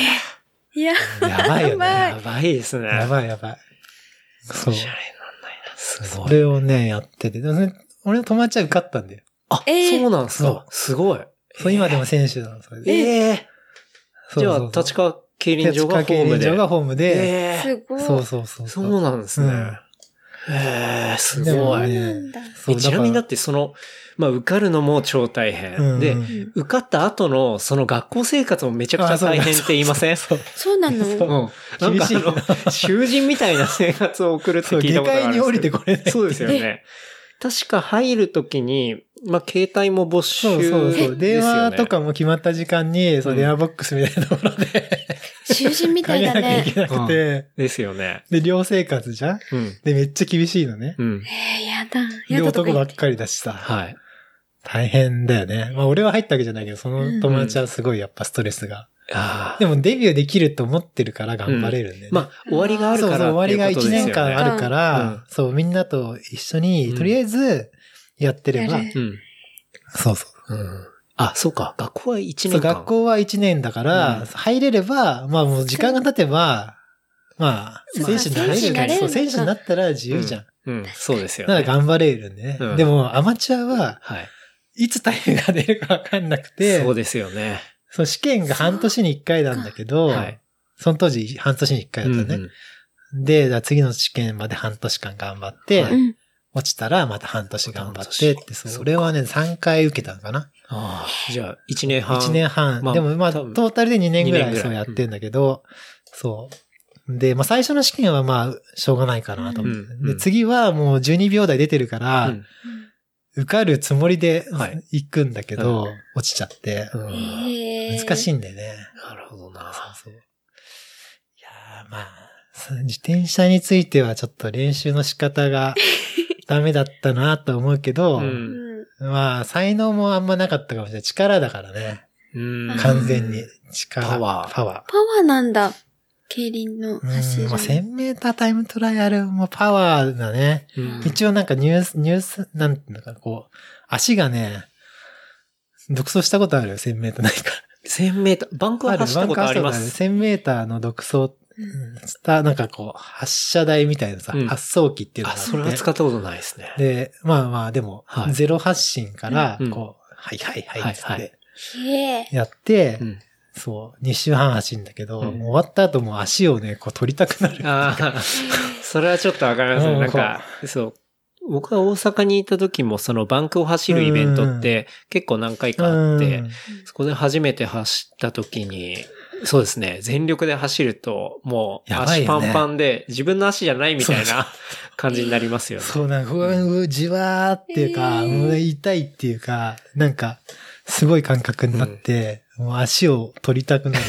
[SPEAKER 4] いや、
[SPEAKER 3] やばいよ
[SPEAKER 4] やば
[SPEAKER 3] ね。
[SPEAKER 4] い
[SPEAKER 2] えやばいですね。
[SPEAKER 3] やばいやばい。そう
[SPEAKER 2] おしゃ。れになんないな。す
[SPEAKER 3] そ
[SPEAKER 2] ごい。
[SPEAKER 3] れをね、やってて。でもね、俺の友達は受かったんだよ。
[SPEAKER 2] あ、
[SPEAKER 4] えー
[SPEAKER 2] そうなんです
[SPEAKER 3] そ
[SPEAKER 2] か。すごい。
[SPEAKER 3] そう、今でも選手なの、それで。
[SPEAKER 2] ええ
[SPEAKER 3] そう
[SPEAKER 2] じゃ
[SPEAKER 3] そう
[SPEAKER 2] あ、
[SPEAKER 3] そう
[SPEAKER 2] 立川競輪場がホーム
[SPEAKER 3] 立川競輪場が
[SPEAKER 2] で。
[SPEAKER 3] ホームで。
[SPEAKER 2] ええ
[SPEAKER 4] すごい。
[SPEAKER 3] そうそうそう。
[SPEAKER 2] そうなんですね
[SPEAKER 3] うん。
[SPEAKER 2] ええす
[SPEAKER 3] でも
[SPEAKER 2] ご
[SPEAKER 3] ね
[SPEAKER 2] い。
[SPEAKER 4] なんだ。
[SPEAKER 3] そう
[SPEAKER 2] えちなみにだ
[SPEAKER 3] か
[SPEAKER 2] ってその、まあ受かるのも超大
[SPEAKER 3] らう
[SPEAKER 2] 変。
[SPEAKER 3] ん
[SPEAKER 2] で
[SPEAKER 3] う、
[SPEAKER 4] うん
[SPEAKER 3] ん
[SPEAKER 2] 受かった後のその学校生活もめちゃくちゃ大変って言いません
[SPEAKER 3] そう、
[SPEAKER 4] そうなの
[SPEAKER 2] うん。なんか
[SPEAKER 3] 厳しいな
[SPEAKER 2] あの、囚人みたいな生活を送るって
[SPEAKER 3] そう
[SPEAKER 2] 聞い
[SPEAKER 3] 下
[SPEAKER 2] たことがある
[SPEAKER 3] 界
[SPEAKER 2] んですけ
[SPEAKER 3] に
[SPEAKER 2] ど。
[SPEAKER 3] 降りてこれ ない。
[SPEAKER 2] そうですよね。確か入るときに、まあ、携帯も没収
[SPEAKER 3] そうそうそう。
[SPEAKER 2] ですよね
[SPEAKER 3] 電話とかも決まった時間に、そうの
[SPEAKER 2] ん
[SPEAKER 3] 電話ボックスみたいなところで、
[SPEAKER 4] 囚人みた
[SPEAKER 3] か
[SPEAKER 4] い
[SPEAKER 3] け
[SPEAKER 4] だ
[SPEAKER 3] なきゃい
[SPEAKER 4] ね。
[SPEAKER 3] けなくて、
[SPEAKER 2] ですよね。
[SPEAKER 3] で、寮生活じゃん
[SPEAKER 2] うん。
[SPEAKER 3] で、めっちゃ厳しいのね。
[SPEAKER 2] うん。
[SPEAKER 4] えー、やだ。
[SPEAKER 3] で、
[SPEAKER 4] やだとか
[SPEAKER 3] 男
[SPEAKER 4] 言
[SPEAKER 3] ば
[SPEAKER 4] っ。
[SPEAKER 3] ってかりだしさ、
[SPEAKER 2] はい。
[SPEAKER 3] 大変だよね。まあ、俺は入ったわけじゃないけど、その友達はすごいやっぱストレスが。
[SPEAKER 2] あ
[SPEAKER 3] でも、デビューできると思ってるから頑張れるんでね。
[SPEAKER 2] まあ、終わりがある
[SPEAKER 3] そう
[SPEAKER 2] か
[SPEAKER 3] そう、
[SPEAKER 2] ら
[SPEAKER 3] 終わりが
[SPEAKER 2] っていうこと
[SPEAKER 3] 1
[SPEAKER 2] ですよね
[SPEAKER 3] 年間あるか
[SPEAKER 2] うん
[SPEAKER 3] ら
[SPEAKER 2] うん、
[SPEAKER 3] そう、みんなと一緒に、
[SPEAKER 2] うん
[SPEAKER 3] とりあえず、やってれば
[SPEAKER 4] や、る
[SPEAKER 3] そうそう。
[SPEAKER 2] うん。あ、そうか。学校は1
[SPEAKER 3] そう
[SPEAKER 2] 年間。
[SPEAKER 3] 学校は1年だから、
[SPEAKER 2] うん
[SPEAKER 3] 入れれば、まあもう時間が経てば、まあ、
[SPEAKER 4] そ
[SPEAKER 3] 選
[SPEAKER 4] う
[SPEAKER 3] 手になれるから、
[SPEAKER 4] 選手になれるのか
[SPEAKER 3] そう、選手になったら自由じゃん。
[SPEAKER 2] うん。そうですよ
[SPEAKER 3] なら
[SPEAKER 2] ね。
[SPEAKER 3] 頑張れるんでね。
[SPEAKER 2] うん
[SPEAKER 3] でも、アマチュアは、
[SPEAKER 2] はい。
[SPEAKER 3] いつタイムが出るかわかんなくて、
[SPEAKER 2] そうですよね。
[SPEAKER 3] その試験が半年に1回なんだけど、
[SPEAKER 2] はい。
[SPEAKER 3] その当時半年に1回だったね。で、だから次の試験まで半年間頑張って、
[SPEAKER 2] は
[SPEAKER 4] う
[SPEAKER 2] い
[SPEAKER 4] ん。
[SPEAKER 3] 落ちたらまた半年頑張ってっ
[SPEAKER 2] 半
[SPEAKER 3] て、
[SPEAKER 2] 年
[SPEAKER 3] それはね、3回受けたのかな。
[SPEAKER 2] ああ、じゃあ、1年半。
[SPEAKER 3] 1年半。
[SPEAKER 2] まあ
[SPEAKER 3] でもま
[SPEAKER 2] 多
[SPEAKER 3] あ、ト
[SPEAKER 2] 分
[SPEAKER 3] ータルで2年ぐ
[SPEAKER 2] 2
[SPEAKER 3] ら
[SPEAKER 2] 年
[SPEAKER 3] い
[SPEAKER 2] ぐらい
[SPEAKER 3] そうやってんだけど、そう。で、まあ最初の試験はまあ、しょうがないかなと思って。
[SPEAKER 2] うんう
[SPEAKER 3] で、
[SPEAKER 2] ん
[SPEAKER 3] 次はもう12秒台出てるから、
[SPEAKER 2] うん
[SPEAKER 3] 受かるつもりで
[SPEAKER 2] はい
[SPEAKER 3] 行くんだけど、落ちちゃって、
[SPEAKER 2] うん
[SPEAKER 4] えー
[SPEAKER 3] 難しいんだよね。
[SPEAKER 2] なるほどな。
[SPEAKER 3] そうそう。いやーまあ、そ自転車についてはちょっと練習の仕 方がダメだったなと思うけど、
[SPEAKER 2] うん
[SPEAKER 4] うん
[SPEAKER 3] まあ、才能もあんまなかったかもしれない。力だからね。
[SPEAKER 2] うん。
[SPEAKER 3] 完全に。力。
[SPEAKER 2] パワー
[SPEAKER 3] パワー。
[SPEAKER 4] パワーなんだ。競輪の走
[SPEAKER 3] うん
[SPEAKER 4] る。
[SPEAKER 3] まあ、1000メータータイムトライアルもパワーだね。
[SPEAKER 2] うん
[SPEAKER 3] 一応なんかニュース、ニュース、なんていうのかな、こう、足がね、独走したことあるよ、1000メーターないか。
[SPEAKER 2] 1000メーター、バンクは走ったことありま
[SPEAKER 3] バンカー
[SPEAKER 2] す。
[SPEAKER 3] 走ったことある1000メーターの独走、した、なんかこう、発射台みたいなさ、
[SPEAKER 2] うん
[SPEAKER 3] 発送機っていうの
[SPEAKER 2] あ、
[SPEAKER 3] があって。
[SPEAKER 2] それは使ったことないですね。
[SPEAKER 3] で、まあまあ、でも、
[SPEAKER 2] はい
[SPEAKER 3] ゼロ発進から、
[SPEAKER 2] うん
[SPEAKER 3] こう、はいはい
[SPEAKER 2] は
[SPEAKER 3] はいいっつって、
[SPEAKER 4] へえ。
[SPEAKER 3] やって、
[SPEAKER 2] うん
[SPEAKER 3] そう、2周半走るんだけど、
[SPEAKER 2] うん
[SPEAKER 3] もう終わった後もう足をね、こう取りたくなる。
[SPEAKER 2] ああ、それはちょっとわかります
[SPEAKER 3] う
[SPEAKER 2] ね。
[SPEAKER 3] ん
[SPEAKER 2] なんか、そう。僕が大阪にいた時も、そのバンクを走るイベントって結構何回かあって、
[SPEAKER 3] うん
[SPEAKER 2] そこで初めて走った時に、そうですね、全力で走ると、もう
[SPEAKER 3] やばい
[SPEAKER 2] 足パ
[SPEAKER 3] よね
[SPEAKER 2] ンパンで、自分の足じゃないみたい
[SPEAKER 3] そ
[SPEAKER 2] な感じになりますよね。
[SPEAKER 3] そうなんか、うわうじわーっていうか、
[SPEAKER 4] えー
[SPEAKER 3] もう痛いっていうか、なんか、すごい感覚になって、もう足を取りたくなる。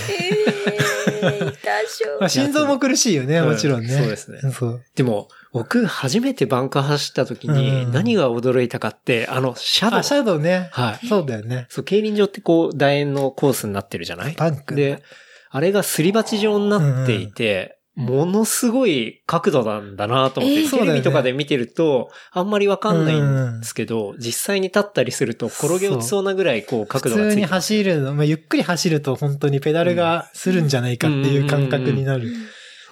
[SPEAKER 4] えー、痛そう
[SPEAKER 3] まあ、。心臓も苦しいよね、
[SPEAKER 2] うん
[SPEAKER 3] もちろんね。
[SPEAKER 2] そうですね
[SPEAKER 3] そう。
[SPEAKER 2] でも、僕初めてバンク走った時
[SPEAKER 3] う
[SPEAKER 2] に
[SPEAKER 3] ん
[SPEAKER 2] 何が驚いたかって、あの、シャド
[SPEAKER 3] あ、
[SPEAKER 2] ウ。
[SPEAKER 3] シャドウね。
[SPEAKER 2] はい。
[SPEAKER 3] そうだよね。
[SPEAKER 2] そう、競輪場ってこう、楕円のコースになってるじゃない
[SPEAKER 3] バンク。
[SPEAKER 2] で、あれがすり鉢状になっていて、ものすごい角度なんだなと思って、
[SPEAKER 4] えー
[SPEAKER 2] テレビとかで見てると、あんまりわかんない
[SPEAKER 3] うん
[SPEAKER 2] んですけど、実際に立ったりすると転げ落ちそうなぐらいこう
[SPEAKER 3] 普
[SPEAKER 2] 角度がつ
[SPEAKER 3] 通
[SPEAKER 2] いて
[SPEAKER 3] に
[SPEAKER 2] る
[SPEAKER 3] 走るの、まあ、ゆっくり走ると本当にペダルがするんじゃないかっていう感覚になる
[SPEAKER 4] う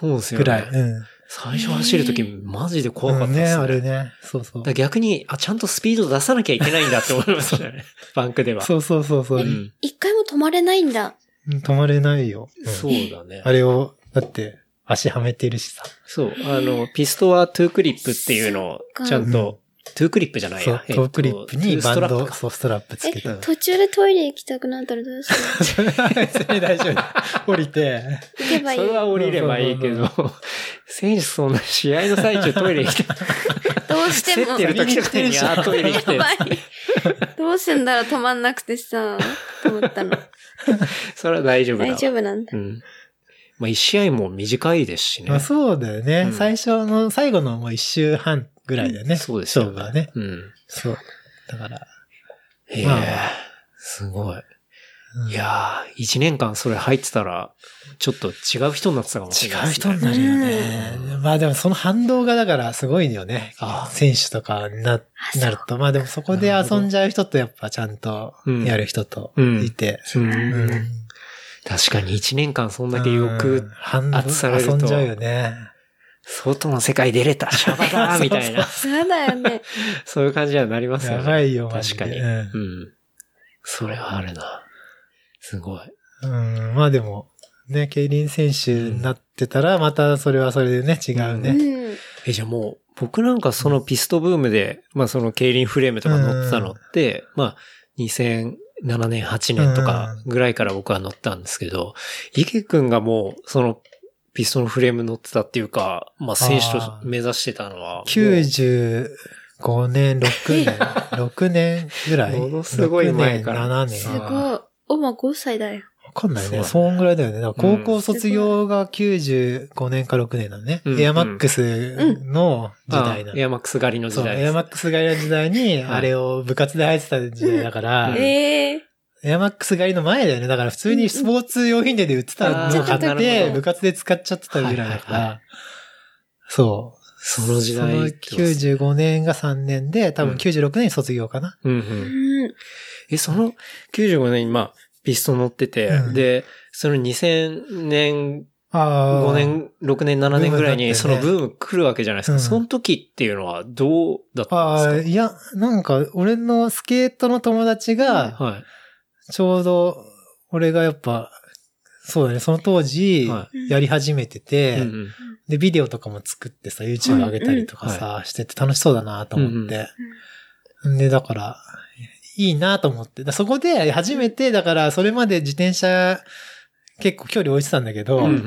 [SPEAKER 2] そうですよ
[SPEAKER 3] ぐ
[SPEAKER 2] ね。
[SPEAKER 3] らい。うん。
[SPEAKER 2] 最初走るとき、
[SPEAKER 4] ね
[SPEAKER 2] マジで怖かったですね。
[SPEAKER 3] ね、あれね。そうそう
[SPEAKER 2] だか。ら逆に、あ、ちゃんとスピード出さなきゃいけないんだって思いました ね。バンクでは。
[SPEAKER 3] そうそうそうそうう。
[SPEAKER 2] ん。
[SPEAKER 4] 一回も止まれないんだ。
[SPEAKER 3] 止まれないよ。うん
[SPEAKER 2] そうだね。
[SPEAKER 3] あれを、だって、足はめてるしさ。
[SPEAKER 2] そう。あの、ピストはトゥークリップっていうのを
[SPEAKER 4] そっ、か
[SPEAKER 2] ちゃんと、トゥークリップじゃない
[SPEAKER 3] そう
[SPEAKER 2] や。、
[SPEAKER 3] トークリップにバンド、
[SPEAKER 2] そ
[SPEAKER 3] そう、ストラップつけ
[SPEAKER 4] え
[SPEAKER 3] て。、
[SPEAKER 4] 途中でトイレ行きたくなったらどうする
[SPEAKER 3] 別に大丈夫。降りて。
[SPEAKER 4] 行けばいい。
[SPEAKER 2] れは
[SPEAKER 4] ど
[SPEAKER 2] 降りればいいけ
[SPEAKER 3] そう
[SPEAKER 2] ど、選手そんな試合の最中トイレ行きた い。
[SPEAKER 4] うして
[SPEAKER 2] 競
[SPEAKER 4] も。
[SPEAKER 2] ってる 時とかに、あ、トイレ行きたい
[SPEAKER 4] やばい。どうすんだろう止まんなくてさ、と思ったの。
[SPEAKER 2] それは大丈夫だわ。
[SPEAKER 4] 大丈夫なんだ。
[SPEAKER 2] うん。まあ、一試合も短いですしね。
[SPEAKER 3] まあそうだよ
[SPEAKER 2] う
[SPEAKER 3] ね
[SPEAKER 2] ん。
[SPEAKER 3] 最初の、最後のもう一周半ぐらいだよね。
[SPEAKER 2] そうですよ
[SPEAKER 3] 勝負はね。
[SPEAKER 2] うん。
[SPEAKER 3] そう。だから。
[SPEAKER 2] へえ、
[SPEAKER 3] まあ
[SPEAKER 2] すごい。
[SPEAKER 3] うん
[SPEAKER 2] いやー、一年間それ入ってたら、ちょっと違う人になってたかもし
[SPEAKER 3] 違
[SPEAKER 2] れないうです
[SPEAKER 3] 人
[SPEAKER 2] ね。
[SPEAKER 3] になるよね。まあでもその反動がだからすごいよね
[SPEAKER 2] ああ。
[SPEAKER 3] 選手とかにな
[SPEAKER 4] そう
[SPEAKER 3] なると。まあでもそこで遊んじゃう人とやっぱちゃんと
[SPEAKER 2] うん
[SPEAKER 3] やる人といて。
[SPEAKER 2] うん
[SPEAKER 3] うん
[SPEAKER 2] 確かに一年間そんだけよ
[SPEAKER 3] うん
[SPEAKER 2] く、
[SPEAKER 3] 反動
[SPEAKER 2] 圧されると
[SPEAKER 3] 遊んじゃうよね。
[SPEAKER 2] 外の世界出れた、シャバ だーみたいな、
[SPEAKER 4] そうだよね。
[SPEAKER 2] そういう感じにはなりますよ
[SPEAKER 3] や
[SPEAKER 2] ね。
[SPEAKER 3] ばいよ、マジ
[SPEAKER 2] 確かに。
[SPEAKER 3] で。
[SPEAKER 2] う
[SPEAKER 3] うん
[SPEAKER 2] ん。それはあるな。すごい。
[SPEAKER 3] うん。まあでも、ね、競輪選手になってたら、またそれはそれでね、違う
[SPEAKER 4] う
[SPEAKER 3] ね。
[SPEAKER 4] ん。
[SPEAKER 2] え、じゃあもう、僕なんかそのピストブームで、まあその競輪フレームとか乗ってたのって、まあ2007年、8年とかぐらいから僕は乗ったんですけど、池くんがもうそのピストのフレーム乗ってたっていうか、まあ選手と
[SPEAKER 3] あー
[SPEAKER 2] 目指してたのは、
[SPEAKER 3] 95年、6年、6年ぐらい。
[SPEAKER 2] ものすごい前から
[SPEAKER 3] 6年
[SPEAKER 4] す
[SPEAKER 3] 7年。
[SPEAKER 4] ごい。おま5歳だよ。
[SPEAKER 3] わかんない
[SPEAKER 2] そうだ
[SPEAKER 3] ね。
[SPEAKER 2] ね
[SPEAKER 3] そんぐらいだよね。だから高校卒業が95年か6年だね。
[SPEAKER 2] うん
[SPEAKER 3] エアマックスの時代な
[SPEAKER 2] あ
[SPEAKER 3] の
[SPEAKER 2] ーエアマックス狩りの時
[SPEAKER 3] そう、
[SPEAKER 2] 代
[SPEAKER 3] エ
[SPEAKER 2] で
[SPEAKER 3] ア
[SPEAKER 2] す
[SPEAKER 3] マックス狩りの時代に、あれを部活で入ってた時代だから、
[SPEAKER 2] うん
[SPEAKER 4] ええ
[SPEAKER 3] エアマックス狩りの前だよね。だから普通にスポーツ用品店で売ってたのを買
[SPEAKER 2] うんあ
[SPEAKER 3] っ
[SPEAKER 2] ー
[SPEAKER 3] て、部活で使っちゃってたぐらいだか
[SPEAKER 2] はいはいは
[SPEAKER 3] ら、そう。
[SPEAKER 2] その時代
[SPEAKER 3] その95年が3年で、多分96年に卒業かな。
[SPEAKER 2] うんう。
[SPEAKER 4] うんん。
[SPEAKER 2] え、その95年にまあ、ピスト乗ってて、
[SPEAKER 3] うん
[SPEAKER 2] で、その2000年
[SPEAKER 3] ああ。
[SPEAKER 2] 5年、6年、7年ぐらいに
[SPEAKER 3] ブ
[SPEAKER 2] そ
[SPEAKER 3] ームに
[SPEAKER 2] の
[SPEAKER 3] なってね
[SPEAKER 2] ブーム来るわけじゃないですか。
[SPEAKER 3] うん
[SPEAKER 2] その時っていうのはどうだった
[SPEAKER 3] あ
[SPEAKER 2] ん
[SPEAKER 3] あ、
[SPEAKER 2] です
[SPEAKER 3] いや、なんか、俺のスケートの友達が、
[SPEAKER 2] かはい。
[SPEAKER 3] ちょうど、俺がやっぱ、そうだね、その当時
[SPEAKER 2] は、
[SPEAKER 3] やり始めてて、
[SPEAKER 2] うんうん
[SPEAKER 3] で、ビデオとかも作ってさ、YouTube 上げたりとかさ、してて楽しそうだなと思って。で、だから、いいなと思って。だそこで、初めて、だから、それまで自転車、結構距離置いてたんだけど、
[SPEAKER 2] うん うん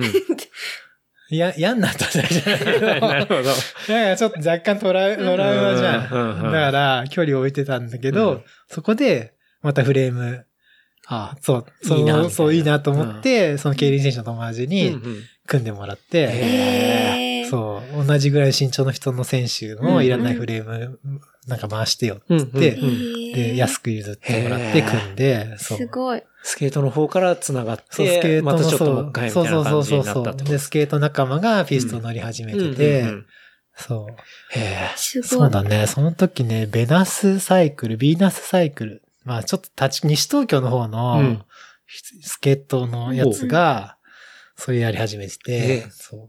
[SPEAKER 3] いや、嫌になったんじゃないけど
[SPEAKER 2] なるほど。
[SPEAKER 3] いやいや、ちょっと若干トラウトラウマじゃ
[SPEAKER 2] うんうんうん
[SPEAKER 3] ん。だから、距離を置いてたんだけど、
[SPEAKER 2] うん
[SPEAKER 3] そこで、またフレーム、
[SPEAKER 2] あ
[SPEAKER 3] そう、その
[SPEAKER 2] いいなみたいな
[SPEAKER 3] そう、いいなと思って、その競輪選手の友達
[SPEAKER 2] うんう
[SPEAKER 3] に
[SPEAKER 2] ん
[SPEAKER 3] 組んでもらっ
[SPEAKER 2] へ
[SPEAKER 3] て、
[SPEAKER 4] ええ
[SPEAKER 3] そう、同じぐらい身長の人の選手のいらないフレーム、なんか回してよ、
[SPEAKER 2] うんう
[SPEAKER 3] つって、
[SPEAKER 2] ん
[SPEAKER 3] で、安く譲ってもらって
[SPEAKER 2] へー
[SPEAKER 3] 組んで、そう。
[SPEAKER 4] すごい。
[SPEAKER 2] スケートの方から繋がっ
[SPEAKER 3] そう、スケー
[SPEAKER 2] て、
[SPEAKER 3] トの、
[SPEAKER 2] またちょっと
[SPEAKER 3] そ
[SPEAKER 2] もう一回みたいな感じになったってこと
[SPEAKER 3] で、
[SPEAKER 2] で
[SPEAKER 3] スケート仲間がピスト乗り始めてて、
[SPEAKER 2] うんうんうん
[SPEAKER 3] そう。
[SPEAKER 2] へえ。
[SPEAKER 4] すごい。
[SPEAKER 3] そうだね。その時ね、ベナスサイクル、ビーナスサイクル。まあちょっと立ち、西東京の方
[SPEAKER 2] う
[SPEAKER 3] の
[SPEAKER 2] ん
[SPEAKER 3] スケートのやつが、そういうやり始めて
[SPEAKER 2] え
[SPEAKER 3] て
[SPEAKER 2] え、
[SPEAKER 3] そう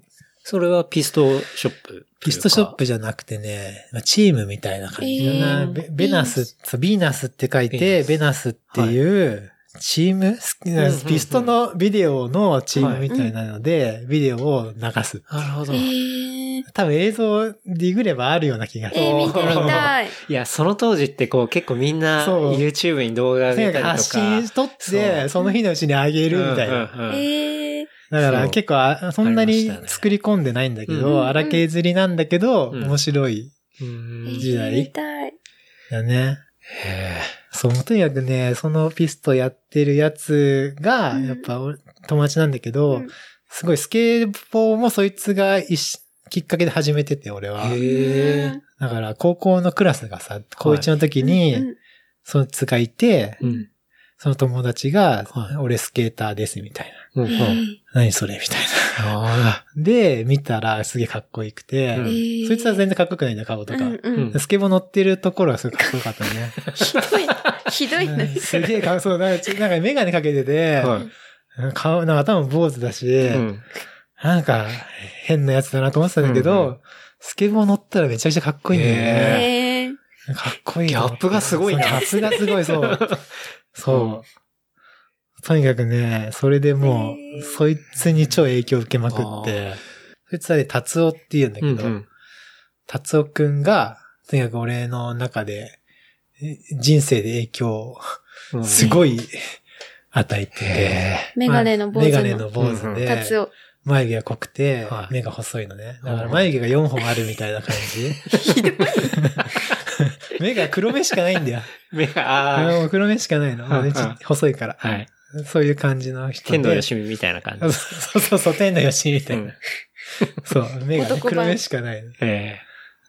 [SPEAKER 2] それはピストショップ。
[SPEAKER 3] ピストショッ。プじゃなくてね、まあチームみたいな感じだな。
[SPEAKER 4] え
[SPEAKER 3] ベベ
[SPEAKER 4] え
[SPEAKER 3] ナ
[SPEAKER 4] ビーナ
[SPEAKER 3] ス、そうビーナスって書い
[SPEAKER 2] ビーナ
[SPEAKER 3] て、
[SPEAKER 2] ス
[SPEAKER 3] ベナスっていう、チーム、ス
[SPEAKER 2] んうん
[SPEAKER 3] ピストのビデオのチームみたいなので、ビデオを流す。
[SPEAKER 2] なるほど。
[SPEAKER 4] え
[SPEAKER 2] い
[SPEAKER 4] え
[SPEAKER 3] 多分映像ディグればあるような気がする。
[SPEAKER 4] ええ見てみたい。
[SPEAKER 2] や、その当時ってこう結構みんな
[SPEAKER 3] そう
[SPEAKER 2] YouTube に動画上げたりとか。
[SPEAKER 3] 発信しとっ
[SPEAKER 2] そ
[SPEAKER 3] て、
[SPEAKER 2] う
[SPEAKER 3] その日のうちにあげるみたいな。
[SPEAKER 2] うんうんうん
[SPEAKER 4] ええ
[SPEAKER 3] だか
[SPEAKER 2] そう
[SPEAKER 3] ら結構あ、そんなに
[SPEAKER 2] ありましたね
[SPEAKER 3] 作り込んでないんだけ
[SPEAKER 2] うんうん
[SPEAKER 3] ど、
[SPEAKER 4] うん
[SPEAKER 3] 荒削りなんだけど、
[SPEAKER 2] うん
[SPEAKER 3] 面白い。
[SPEAKER 2] うん
[SPEAKER 3] 時代
[SPEAKER 4] ええ見たい。
[SPEAKER 3] よね。
[SPEAKER 2] へ
[SPEAKER 3] そう、とにかくね、そのピストやってるやつが、
[SPEAKER 4] うん
[SPEAKER 3] やっぱ俺友達なんだけど、
[SPEAKER 4] うん
[SPEAKER 3] すごいスケボーもそいつが一緒きっかけで始めてて、俺は。
[SPEAKER 2] え。へえ。
[SPEAKER 3] だから高校のクラスがさ、高1の時に、
[SPEAKER 4] うん
[SPEAKER 3] そいつがいて、
[SPEAKER 2] うん。
[SPEAKER 3] その友達が、
[SPEAKER 2] はい
[SPEAKER 3] 俺スケーターです、みたいな。
[SPEAKER 2] うんう
[SPEAKER 4] え
[SPEAKER 2] ん。
[SPEAKER 4] え
[SPEAKER 3] 何それみたいな。
[SPEAKER 2] あ
[SPEAKER 3] で、見たらすげえかっこよくて、
[SPEAKER 2] うん
[SPEAKER 4] ええ
[SPEAKER 3] そいつは全然かっこよくないんだ、顔とか。
[SPEAKER 4] うんうん
[SPEAKER 2] うん
[SPEAKER 3] スケボー乗ってるところはすごいかっこよかった ね。
[SPEAKER 4] ひどい、ひどいな。
[SPEAKER 3] うんすげえ顔、そう、なんかちょなんかメガネかけてて、
[SPEAKER 2] あ。
[SPEAKER 3] 顔、なんか頭も坊主だし、
[SPEAKER 2] うん。
[SPEAKER 3] なんか、変なやつだなと思ってたんだけど、
[SPEAKER 2] うんう
[SPEAKER 3] スケボー乗ったらめちゃくちゃかっこいいんだよ
[SPEAKER 2] へ
[SPEAKER 3] ね。
[SPEAKER 4] へえ。
[SPEAKER 3] かっこいい。
[SPEAKER 2] ギャップがすごいな
[SPEAKER 3] そうギャップがすごい、そう。 そう。とにかくね、それでも
[SPEAKER 4] へー
[SPEAKER 3] う、そいつに超影響を受けまく
[SPEAKER 2] あ
[SPEAKER 3] って
[SPEAKER 2] ー、
[SPEAKER 3] そいつはね、達夫って言うんだ
[SPEAKER 2] うん
[SPEAKER 3] け
[SPEAKER 2] う
[SPEAKER 3] ど、
[SPEAKER 2] ん。
[SPEAKER 3] 達夫くんが、とにかく俺の中で、え人生で影響を
[SPEAKER 2] うん
[SPEAKER 3] すごい与えて、
[SPEAKER 2] へ
[SPEAKER 4] メガネの坊主
[SPEAKER 3] メガネ
[SPEAKER 4] の
[SPEAKER 3] の坊主で、
[SPEAKER 4] タツオ。
[SPEAKER 3] 眉毛が濃くて
[SPEAKER 2] は、い
[SPEAKER 3] 目が細いのね。
[SPEAKER 2] うん
[SPEAKER 3] だから眉毛が4本あるみたいな感 じ。目が黒目しかないんだよ。
[SPEAKER 2] え目が、あー
[SPEAKER 3] もう黒目しかないの。もうねち
[SPEAKER 2] うんうん
[SPEAKER 3] 細いから。
[SPEAKER 2] はい。
[SPEAKER 3] そういう感じの人で。
[SPEAKER 2] 天童よしみみたいな感
[SPEAKER 3] そうそうそうそう、天のよしみた
[SPEAKER 2] じ。う
[SPEAKER 3] い
[SPEAKER 2] ん。
[SPEAKER 3] な。そう、目がね
[SPEAKER 4] 男版
[SPEAKER 3] 黒目しかないの
[SPEAKER 2] え